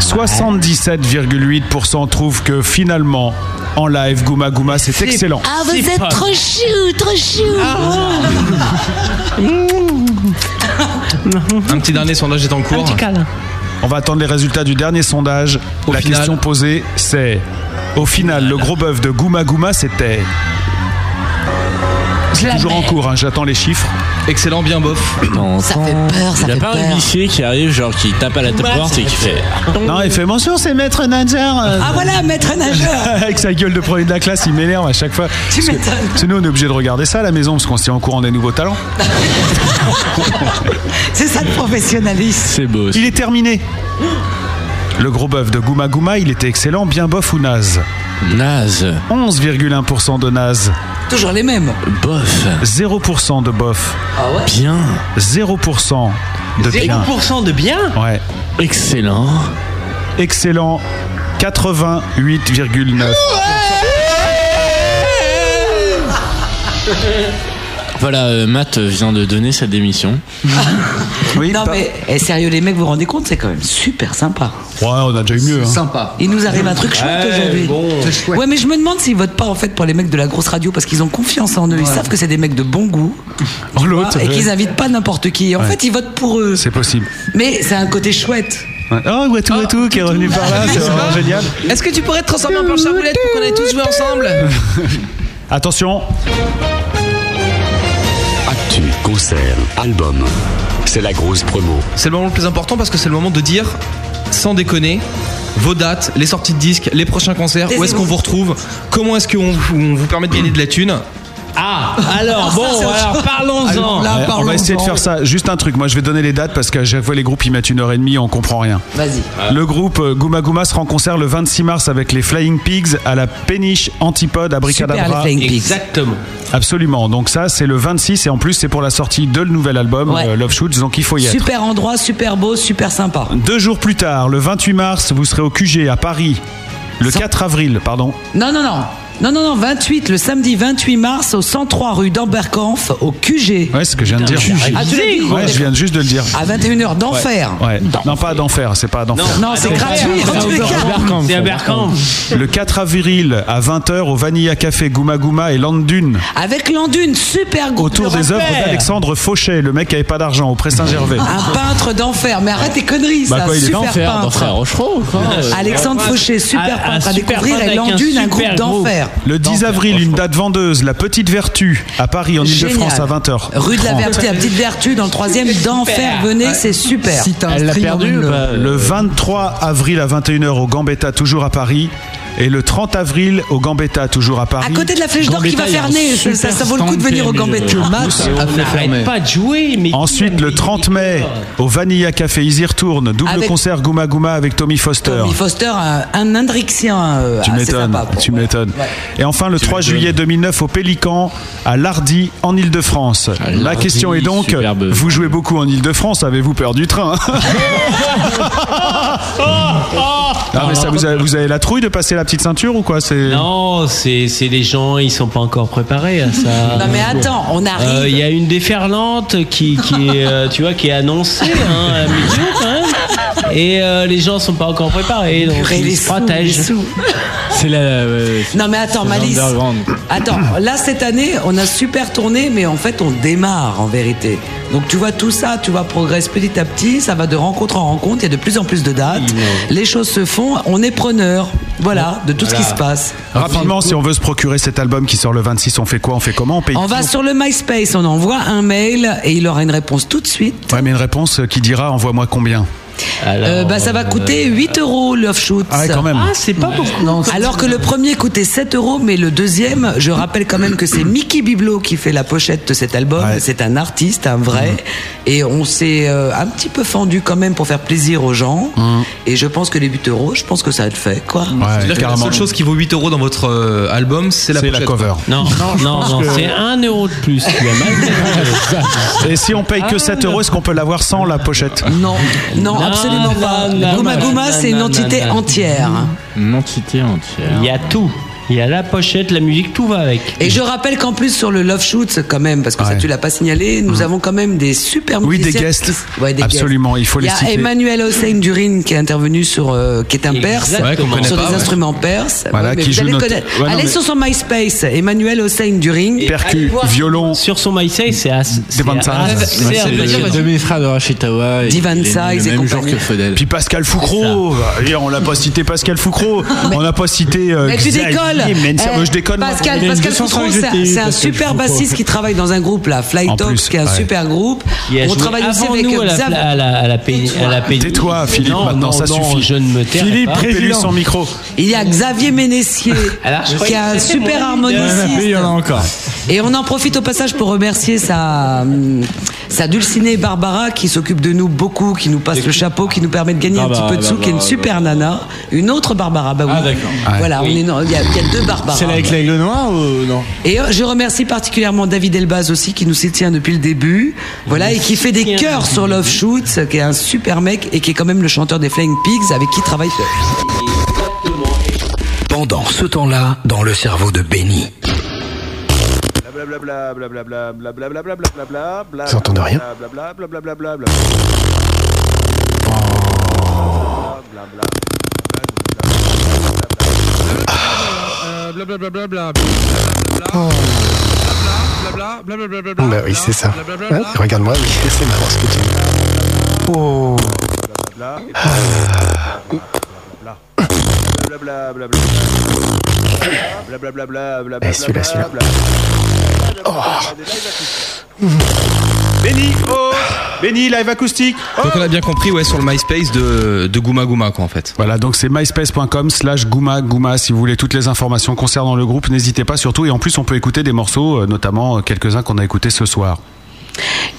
77,8% trouvent que finalement, en live, Gouma Gouma, c'est excellent. Ah, vous êtes trop chou, trop chou. Un petit dernier sondage est en cours. On va attendre les résultats du dernier sondage. La final- question posée, c'est au final, le gros bœuf de Gouma Gouma, c'était. C'est toujours en cours, hein, j'attends les chiffres. Excellent, bien bof. Ça fait Oh. peur, ça Il y a fait pas un peur. huissier qui arrive, genre qui tape à la porte et qui fait. Ah, Non, il fait mention, c'est maître nageur. Oh. Ah voilà, maître [LAUGHS] nageur. Avec sa gueule de premier de la classe, il m'énerve à chaque fois. Tu Parce que- m'étonnes. parce que nous, on est obligé de regarder ça à la maison parce qu'on se tient au courant des nouveaux talents. C'est ça le professionnalisme. C'est beau. Il est terminé. Le gros bœuf de Gouma Gouma, il était excellent, bien bof ou naze Naze. 11,1% de naze. Toujours les mêmes. Bof. 0% de bof. Ah ouais Bien. 0% de bien. 0% de bien Ouais. Excellent. Excellent. 88,9. Voilà, euh, Matt vient de donner sa démission. non mais eh, sérieux les mecs, vous vous rendez compte, c'est quand même super sympa. Ouais, on a déjà eu mieux. hein. Sympa. Il nous arrive un truc chouette Euh, Ouais, aujourd'hui. bon. C'est Ouais, mais je me demande s'ils votent pas en fait pour les mecs de la grosse radio parce qu'ils ont confiance en eux. Ils savent que c'est des mecs de bon goût Oh, l'autre, et ouais. qu'ils invitent pas n'importe qui. En Ouais. fait, ils votent pour eux. C'est possible. Mais c'est un côté chouette. Ouais. Oh, Watou Ah, Watou qui est revenu par là, c'est vraiment génial. Est-ce que tu pourrais te transformer en planche à roulettes pour qu'on aille tous jouer ensemble Attention, euh, Actu, concert, album. C'est la grosse promo. C'est le moment le plus important parce que c'est le moment de dire, sans déconner, vos dates, les sorties de disques, les prochains concerts, où est-ce qu'on vous retrouve, comment est-ce qu'on on vous permet de gagner de la thune. Ah, alors bon, alors Ah parlons-en. Ouais, on va essayer de faire ça. Juste un truc, moi je vais donner les dates parce qu'à chaque fois les groupes ils mettent une heure et demie, on comprend rien. Vas-y. Le groupe euh, Gouma Gouma sera en concert le 26 mars avec les Flying Pigs à la péniche Antipode à Bricadabra. Exactement. Absolument. Donc ça c'est le 26 et en plus c'est pour la sortie de le nouvel album Ouais. euh, Love Shoots, donc il faut y être. Super endroit, super beau, super sympa. Deux jours plus tard, le 28 mars, vous serez au QG à Paris. Le 4 avril, pardon. Non non non. Non, non, non, 28, le samedi 28 mars au 103 rue d'Amberkampf au QG. Ouais, c'est ce que je viens de dire. Putain, mais arrête. Ah, tu l'as dit Ouais, je viens juste de le dire. À 21h d'enfer. Ouais. Non, pas d'enfer, c'est pas d'enfer. Ah, Non, c'est gratuit en tous les cas. C'est à Berkamp. Le 4 avril à 20h au Vanilla Café Gouma Gouma et Landune. Avec Landune, super groupe. Autour de des œuvres repères. d'Alexandre Fauchet, le mec qui avait pas d'argent au Pré Saint-Gervais. Un peintre d'enfer, mais arrête tes conneries, Ah. Bah ça. quoi, il est super d'enfer, peintre. Ah, d'enfer, Rochereau, quoi. Alexandre Fauché, super Un- un peintre à super découvrir peintre et avec un Landune, un super groupe groupe. d'enfer. Le 10 avril, une date vendeuse, La Petite Vertu, à Paris, en Génial. Ile-de-France, à 20h. Rue de la Vertu, à Petite Vertu, dans le troisième d'enfer. Venez, Ouais. c'est super. Le 23 avril à 21h au Gambetta, toujours à Paris. Et le 30 avril au Gambetta, toujours à Paris. À côté de la Flèche d'Or qui va hein. faire neige, ça- ça vaut le coup de venir au Gambetta. euh, Que Max a fait fermer. pas de jouer. Mais Ensuite, le 30 mai, au Vanilla Café, ils y retournent. Double Avec- concert Gouma Gouma avec Tommy Foster. Tommy Foster, un, un indrixien. euh, Tu assez m'étonnes, sympa. tu m'étonnes. Et enfin, le 3 juillet 2009 au Pélican, à Lardy, en Ile-de-France. La Ah, Lardy, question est donc, superbe. vous jouez beaucoup en Ile-de-France, avez-vous peur du train hein [LAUGHS] Ah, mais ça, vous, avez, vous avez la trouille de passer la petite ceinture ou quoi C'est Non, c'est c'est les gens, ils sont pas encore préparés à ça. [LAUGHS] Non, mais attends, on arrive. Euh, Il y a une déferlante qui, qui est, euh, tu vois, qui est annoncée [LAUGHS] hein, à midi, quand même. Et euh, les gens sont pas encore préparés, donc Purée, les ils se sous, protègent. les sous. C'est la. euh, Non mais attends, c'est Malice. l'underground. Attends, là cette année, on a super tourné, mais en fait on démarre en vérité. Donc tu vois tout ça, tu vois progresse petit à petit, ça va de rencontre en rencontre, il y a de plus en plus de dates, les choses se font, on est preneur, voilà, de tout ce qui Voilà. se passe. Rapidement, si on veut se procurer cet album qui sort le 26, on fait quoi On fait comment On paye On va sur le MySpace, on envoie un mail et il aura une réponse tout de suite. Ouais, mais une réponse qui dira envoie-moi combien Euh, bah, ça va coûter 8 euros l'offshoot. Ah ouais, quand même. Ah, c'est pas beaucoup. Alors que le premier coûtait 7 euros, mais le deuxième, je rappelle quand même que c'est Mickey Biblo qui fait la pochette de cet album. C'est un artiste, un Mm. vrai. Et on s'est euh, un petit peu fendu quand même pour faire plaisir aux gens. Mm. Et je pense que les 8 euros, je pense que ça va le fait, quoi. C'est-à-dire que la seule chose qui vaut 8 euros dans votre euh, album, c'est la, C'est la pochette. cover. Non, non, non, c'est un euro de plus. Tu as mal. Et si on paye Ah. que 7 euros, est-ce qu'on peut l'avoir sans la pochette Non, non, absolument pas. Gouma Gouma, c'est une entité entière. Mm. Une entité entière. Il y a tout. Il y a la pochette, la musique, tout va avec. Et je rappelle qu'en plus sur le Love Shoots quand même, parce que ça tu l'as pas signalé, nous avons quand même des super Mm. Oui, musiciens des guests. qui- des Absolument, il faut les Il y citer. a Emmanuel Hossein Durin qui est intervenu sur, euh, qui est un perse, Exactement. Ouais, qu'on connaît sur pas, des ouais. instruments perses. Voilà, Ouais, mais qui vous joue allez le notre- connaître. Ouais, non, allez mais- sur son MySpace, Emmanuel Hossein Durin. Percu, violon. Sur son MySpace, c'est assez. C'est C'est le demi-frère de Rashitawa. et Divan il est né Size et Le même jour compagnie. que Faudel. Puis Pascal Foucro, Hier, on l'a pas cité Pascal Foucro, on n'a pas cité. euh, Mais tu Xavier décolles Mensa- Eh, je déconne. moi. Pascal, Pascal Coutron, c'est un- c'est un super bassiste qui travaille dans un groupe là, Fly En Talks, plus, qui est un ouais. super groupe. Il a On joué travaille aussi avant avec nous à la, Xav- à la, à la, P- à la P- Tais-toi, Philippe, Non, maintenant, non, ça non, suffit. Je ne me tais Philippe, pas. président. son micro. Il y a Xavier [LAUGHS] Ménessier, Ah, Alors, je qui est croyais un que c'était super mon leader. harmoniciste. Il y en a encore. Et on en profite au passage pour remercier sa, hum, sa dulcinée Barbara qui s'occupe de nous beaucoup, qui nous passe le chapeau, qui nous permet de gagner un Barbara, petit peu de sous, qui est une Barbara, super nana. Une autre Barbara, bah oui. Ah, d'accord. Voilà, on est dans- il y, a il y a deux Barbaras. C'est là avec l'aigle noir ou non Et euh, je remercie particulièrement David Elbaz aussi qui nous soutient depuis le début. Voilà, et qui fait des cœurs sur Love Shoots, qui est un super mec et qui est quand même le chanteur des Flying Pigs avec qui travaille. Pendant ce temps-là, dans le cerveau de Benny. Vous entendez rien Ah Bah oui, c'est ça. Ouais, Regarde-moi, oui, c'est marrant ce que tu dis. Oh. Eh, celui-là, celui-là. Benny, oh, Benny, live acoustique. Donc on a bien compris, ouais, sur le MySpace de, de Gouma Gouma, quoi, en fait. Voilà, donc c'est myspace.com slash gouma gouma si vous voulez toutes les informations concernant le groupe, n'hésitez pas surtout. Et en plus, on peut écouter des morceaux, euh, notamment euh, quelques-uns qu'on a écoutés ce soir.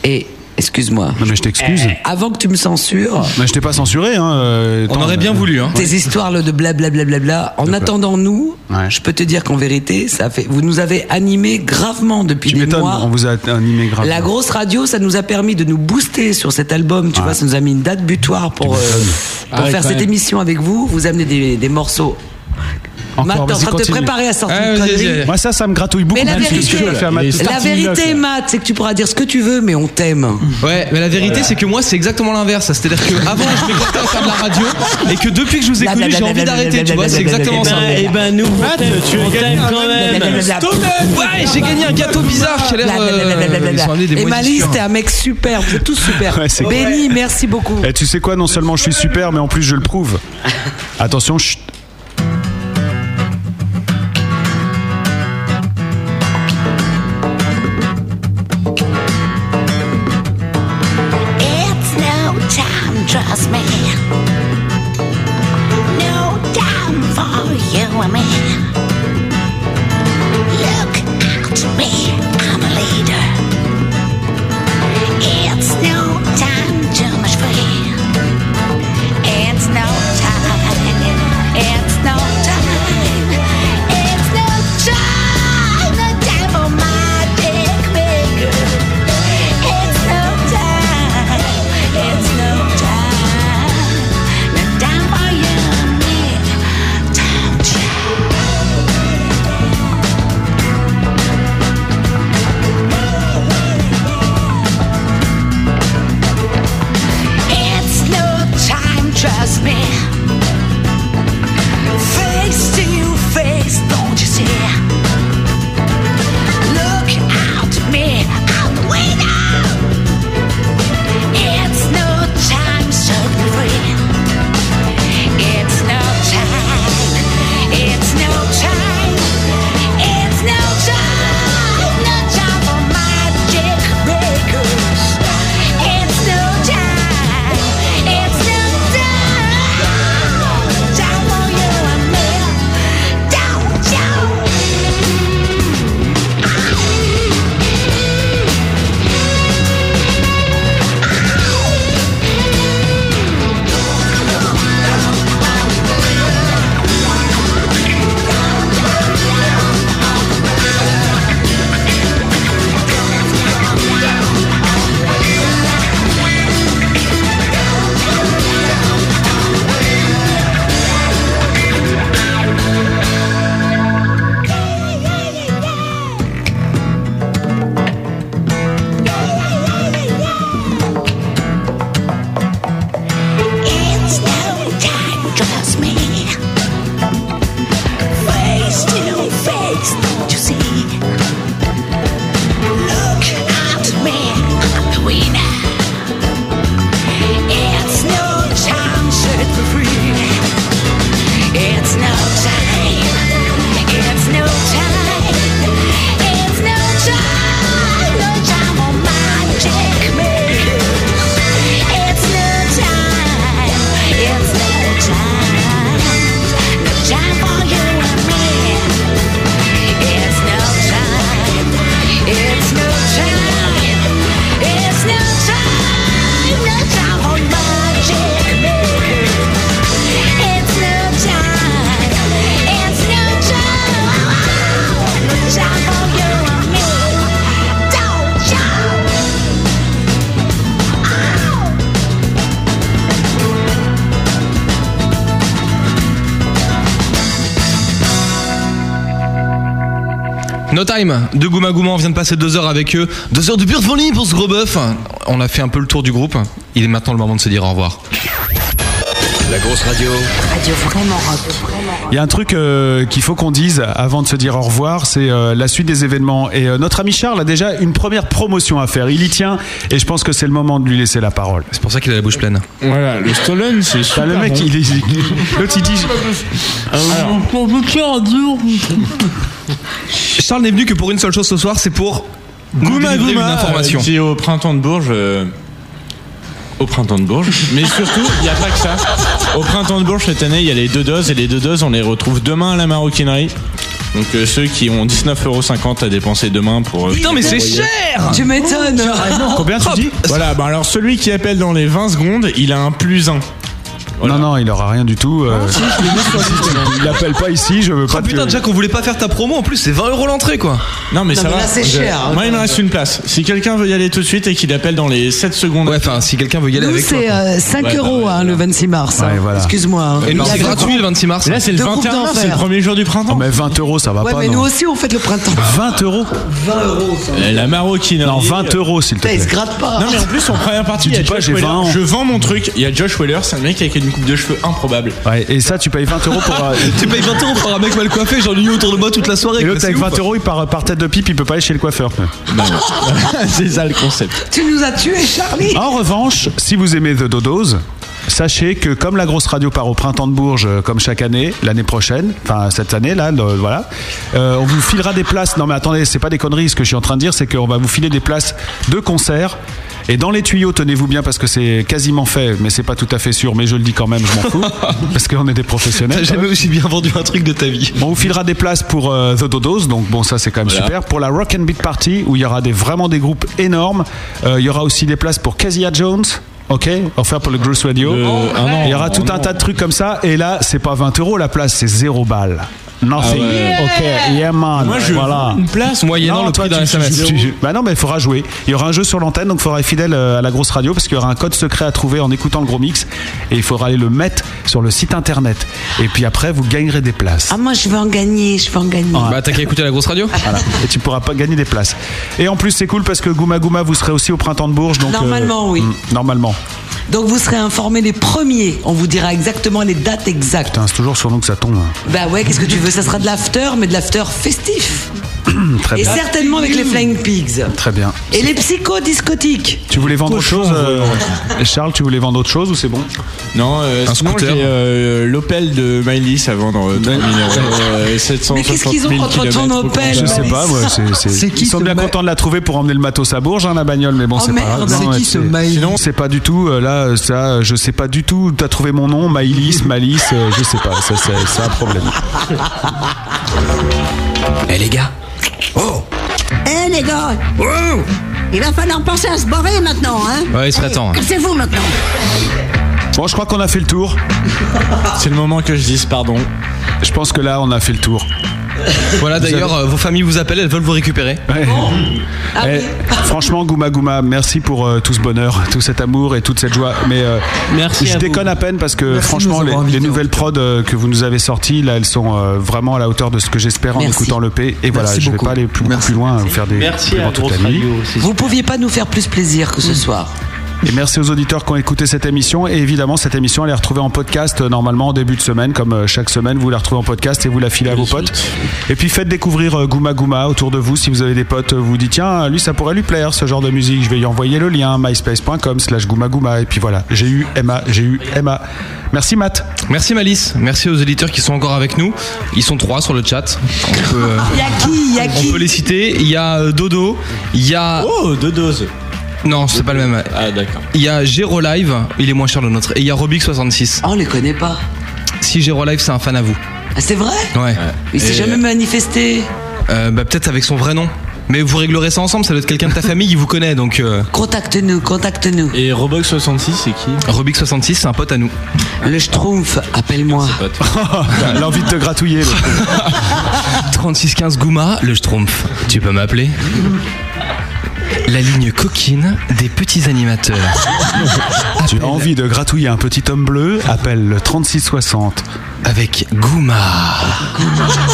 Et excuse-moi. Non mais je t'excuse. Avant que tu me censures, Mais je t'ai pas censuré. Hein, euh, On tant- aurait bien voulu, hein. tes histoires là, de blablabla, en attendant nous, Ouais. je peux te dire qu'en vérité, ça fait, vous nous avez animé gravement depuis Tu des m'étonnes, mois. on vous a animé grave. La grosse radio, ça nous a permis de nous booster sur cet album. Tu vois, ça nous a mis une date butoir pour, euh, pour Ah ouais, faire quand cette même. émission avec vous. Vous amenez des, des morceaux Matt, t'es en vas-y, train de te continue. préparer à sortir Ouais, une vas-y, connerie. vas-y. Moi, ça, ça me gratouille beaucoup Mais la plus que ce que vérité, tu as fait à Matt. la vérité, Matt, c'est que tu pourras dire ce que tu veux, mais on t'aime. Ouais, mais la vérité, Voilà. c'est que moi, c'est exactement l'inverse. C'est-à-dire que avant, je m'écoutais à faire de la radio, et que depuis que je vous ai Bla, bla, connu, bla, j'ai bla, envie bla, d'arrêter. bla, Tu bla, vois, bla, c'est bla, exactement bla, ça. bla, bla, bla. Eh ben, nous, Matt, tu as gagné un Bla, bla, bla, bla. Stop it Ouais, j'ai gagné un gâteau bizarre qui a l'air. euh, ils sont amenés des Et Malice, moisissures. t'es un mec super, vous êtes tous [LAUGHS] super. Ouais, c'est clair. Béni, merci beaucoup. Et Eh, tu sais quoi, non seulement je suis super, mais en plus je le prouve. Attention, chut. It's no time, trust me. No time for you and me. Look at me, I'm a leader. It's no time too much for you. It's no time. It's no time. It's no time. No time for my dick bigger. It's no time. It's no time. No time for you and me. Time It's no time, trust me. Face to face, don't you see? Look out at me, I'm the winner. It's no time, so be free. It's no time. It's no time. It's no time. No time for magic breakers. It's no time. It's no time. Time for you and me. Don't It's no time, trust me. Face to face, don't you see? Look at me, I'm the winner. It's no time, set for free. It's no time. It's no time. It's no time. No time for magic makers. It's no time. It's no time. No time for you and me. It's no time. It's no time. It's no time. No time for magic makers. It's no time. It's no time. No time for you and me. Don't you? No Time de Gouma Gouma, on vient de passer deux heures avec eux. Deux heures de pure folie pour ce gros bœuf. On a fait un peu le tour du groupe. Il est maintenant le moment de se dire au revoir. La grosse radio. Radio vraiment rock. Il y a un truc euh, qu'il faut qu'on dise avant de se dire au revoir, c'est euh, la suite des événements. Et euh, notre ami Charles a déjà une première promotion à faire. Il y tient et je pense que c'est le moment de lui laisser la parole. C'est pour ça qu'il a la bouche pleine. Voilà, le Stolen, c'est super Le mec, bon. il est. L'autre, il dit. Alors. Charles n'est venu que pour une seule chose ce soir, c'est pour nous Gouma délivrer Gouma, une information. euh, qui est au printemps de Bourges. euh, au printemps de Bourges. [LAUGHS] Mais surtout, il n'y a pas que ça. Au printemps de Bourges, cette année, il y a les deux doses. Et les deux doses, on les retrouve demain à la maroquinerie. Donc euh, ceux qui ont 19,50€ à dépenser demain pour... euh, Putain, mais c'est envoyer- cher Tu m'étonnes. Combien tu dis Voilà, bah alors celui qui appelle dans les 20 secondes, il a un plus 1. Non, non, il aura rien du tout. euh, si, je l'ai mis [LAUGHS] sur le il l'appelle pas ici, je veux pas. Ah putain, Jack, on voulait pas faire ta promo en plus, c'est 20 euros l'entrée quoi. Non, mais ça va. Je- Moi, il me reste une place. Si quelqu'un veut y aller tout de suite et qu'il appelle dans les 7 secondes. Ouais, enfin, si quelqu'un veut y Nous, c'est euh, 5 euros hein, le 26 mars. hein. Excuse-moi. hein. Eh ben, Et non, Il y a c'est gratuit le 26 mars. Là, c'est le Deux 21 coupes mars, d'enfer. c'est le premier jour du printemps. mais 20 euros, ça va Ouais, pas. mais non. nous aussi, on fête le printemps. 20 euros 20 euros. ça. La maroquinerie. Non, 20 euros, s'il te Putain, plaît. il se gratte pas. Non, mais en plus, en première partie, Tu il y a dis pas, Josh j'ai Weller. 20 ans. Je vends mon truc. Il y a Josh Weller, c'est un mec avec une coupe de cheveux improbable. Ouais, et ça, tu payes 20 euros pour. euh, [LAUGHS] tu payes 20 euros pour un mec mal coiffé, genre l'union autour de moi toute la soirée. Et quoi, l'autre, c'est avec ouf. 20 euros, il part par tête de pipe, il peut pas aller chez le coiffeur. [LAUGHS] c'est ça le concept. Tu nous as tués, Charlie. En revanche, si vous aimez The Dodos, sachez que comme la grosse radio part au printemps de Bourges, euh, comme chaque année, l'année prochaine, enfin cette année là, le- voilà, euh, on vous filera des places. Non mais attendez, c'est pas des conneries. Ce que je suis en train de dire, c'est qu'on va vous filer des places de concert. Et dans les tuyaux, tenez-vous bien parce que c'est quasiment fait, mais c'est pas tout à fait sûr. Mais je le dis quand même, je m'en fous, parce qu'on est des T'as professionnels. jamais aussi bien vendu un truc de ta vie. On vous filera des places pour euh, The Dodos, donc bon, ça c'est quand même Voilà. super. Pour la Rock and Beat Party, où il y aura des, vraiment des groupes énormes. Euh, Il y aura aussi des places pour Kezia Jones. Ok, offert pour le Groove Radio. ah non, il y aura tout non. un tas de trucs comme ça. Et là, c'est pas 20 euros la place, c'est 0 balles. Nothing. Ah ouais. Ok, yeah man. Moi, je voilà. veux une place moyennant le toi, prix tu- d'un tu- SMS. tu- tu- Bah non, mais il faudra jouer. Il y aura un jeu sur l'antenne, donc il faudra être fidèle euh, à la grosse radio parce qu'il y aura un code secret à trouver en écoutant le gros mix. Et il faudra aller le mettre sur le site internet. Et puis après, vous gagnerez des places. Ah, moi, je vais en gagner, je vais en gagner. Bah t'as qu'à écouter la grosse radio. Voilà. Et tu pourras pas gagner des places. Et en plus, c'est cool parce que Gouma Gouma, vous serez aussi au printemps de Bourges. Donc, Normalement, oui. mm, Normalement. Donc, vous serez informés les premiers. On vous dira exactement les dates exactes. Putain, c'est toujours sur nous que ça tombe. hein. Bah ouais, qu'est-ce que tu veux Ça sera de l'after, mais de l'after festif. Hmm, Très Et bien. certainement avec les Flying Pigs. Très bien. Et les psychodiscotiques. Tu voulais vendre autre chose, euh, Charles Tu voulais vendre autre chose ou c'est bon Non, euh, Un sinon, scooter. j'ai euh, l'Opel de Miley à vendre euh, 3000 euros. euh, 760 000 kilomètres au compteur. Je sais pas, ouais, c'est- c'est- Bah, C'est qui Ils sont ce bien Ma- contents de la trouver pour emmener le matos à Bourges, hein, la bagnole, mais bon, Oh c'est pas merde, grave. c'est Non, qui et ce c'est- Maïlis Sinon, c'est pas du tout, euh, là, ça, je sais pas du tout, t'as trouvé mon nom, Maïlis, Malice, euh, je sais pas, ça, c'est c'est un problème. Eh les gars Oh Eh les gars Il va falloir penser à se barrer maintenant, hein Ouais, il serait Allez, temps, hein. Cassez-vous maintenant Bon, je crois qu'on a fait le tour. C'est le moment que je dise pardon. Je pense que là, on a fait le tour. Voilà Vous d'ailleurs euh, vos familles vous appellent, elles veulent vous récupérer. Ah [LAUGHS] Eh, franchement, Gouma Gouma, merci pour euh, tout ce bonheur, [LAUGHS] tout cet amour et toute cette joie. Mais euh, Merci je à déconne à peine parce que Merci de nous franchement, les, avoir les nouvelles prods euh, que vous nous avez sorties, là, elles sont euh, vraiment à la hauteur de ce que j'espère en Merci. écoutant le P. Et voilà, Merci je beaucoup. vais pas aller plus, plus loin, vous faire des Merci compliments à toute Grosse la nuit. Vous pouviez pas nous faire plus plaisir Hmm. que ce soir. Et merci aux auditeurs qui ont écouté cette émission. Et évidemment, cette émission, elle est retrouvée en podcast euh, normalement en début de semaine, comme euh, chaque semaine, vous la retrouvez en podcast et vous la filez à vos potes. Et puis faites découvrir euh, Gouma Gouma autour de vous. Si vous avez des potes, euh, vous dites tiens, lui, ça pourrait lui plaire ce genre de musique. Je vais y envoyer le lien myspace.com/slash Gouma Gouma. Et puis voilà, j'ai eu Emma, j'ai eu Emma. Merci Matt. Merci Malice, merci aux éditeurs qui sont encore avec nous. Ils sont trois sur le chat. On peut, euh, Y'a qui Y'a on qui peut les citer. Il y a euh, Dodo, il y a. Oh, Dodo Non, c'est pas le même. Ah, d'accord. Il y a Géro Live, il est moins cher le nôtre. Et il y a Robic66. Ah, on les connaît pas. Si Géro Live, c'est un fan à vous. Ah, c'est vrai Ouais. Il s'est Et, jamais manifesté. euh, bah, peut-être avec son vrai nom. Mais vous réglerez ça ensemble, ça doit être quelqu'un de ta famille, il vous connaît donc. euh, Contacte-nous, contacte-nous. Et Robox66, c'est qui Robic66, c'est un pote à nous. Le Schtroumpf, appelle-moi. [LAUGHS] [LAUGHS] L'envie de te gratouiller. 3615 Gouma, le Schtroumpf. Tu peux m'appeler La ligne coquine des petits animateurs. Tu as envie de gratouiller un petit homme bleu Appelle le 3660. Avec Gouma.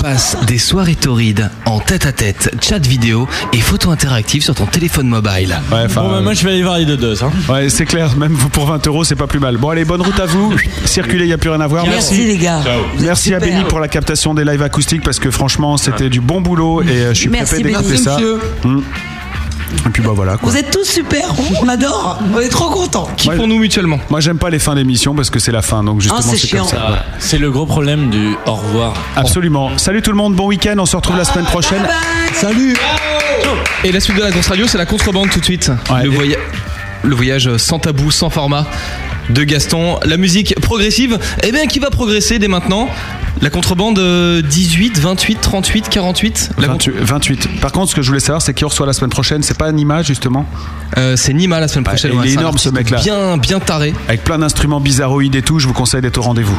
Passe des soirées torrides en tête à tête, chat vidéo et photos interactives sur ton téléphone mobile. Ouais, enfin, Bon, bah, moi, je vais aller voir les Dodos. Hein. Ouais, c'est clair, même pour 20 euros, c'est pas plus mal. Bon, allez, bonne route à vous. Circulez, il n'y a plus rien à voir. Merci, les gars. Vous êtes Merci à super. Benny pour la captation des lives acoustiques parce que franchement, c'était du bon boulot et euh, je suis Merci, prêt d'écouter Benny. ça. Monsieur. Mm. Et puis bah voilà quoi. Vous êtes tous super, on- on adore, on est trop contents. Moi, nous mutuellement. Moi, j'aime pas les fins d'émission parce que c'est la fin donc justement Ah, c'est c'est comme chiant. ça. voilà. C'est le gros problème du au revoir. Absolument. Salut tout le monde, bon week-end, on se retrouve la Ah, semaine prochaine. Salut. Et la suite de la grosse radio, c'est la contrebande tout de suite. le, voya- le voyage sans tabou, sans format. de Gaston. La musique progressive, eh bien, qui va progresser dès maintenant la contrebande euh, 18, 28, 38, 48 la 28, 28. Par contre, ce que je voulais savoir, c'est qui reçoit la semaine prochaine C'est pas Nima, justement euh, C'est Nima la semaine prochaine. ouais, il est c'est un énorme ce artiste mec-là. Bien, bien taré. Avec plein d'instruments bizarroïdes et tout, je vous conseille d'être au rendez-vous.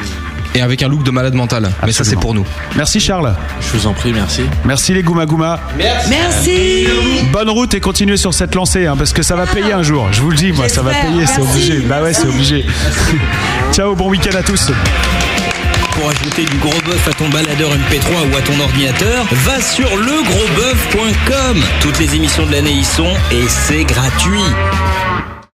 Et avec un look de malade mental. Mais ça, c'est pour nous. Merci Charles. Je vous en prie, merci. Merci les Gouma Gouma. Merci. Bonne route et continuez sur cette lancée, hein, parce que ça va payer un jour. Je vous le dis, moi, ça va Ah. J'espère. payer, c'est Merci. obligé. Bah ouais, c'est [LAUGHS] obligé. Ciao, bon week-end à tous. Pour ajouter du gros bœuf à ton baladeur MP3 ou à ton ordinateur, va sur legrosboeuf.com. Toutes les émissions de l'année y sont et c'est gratuit.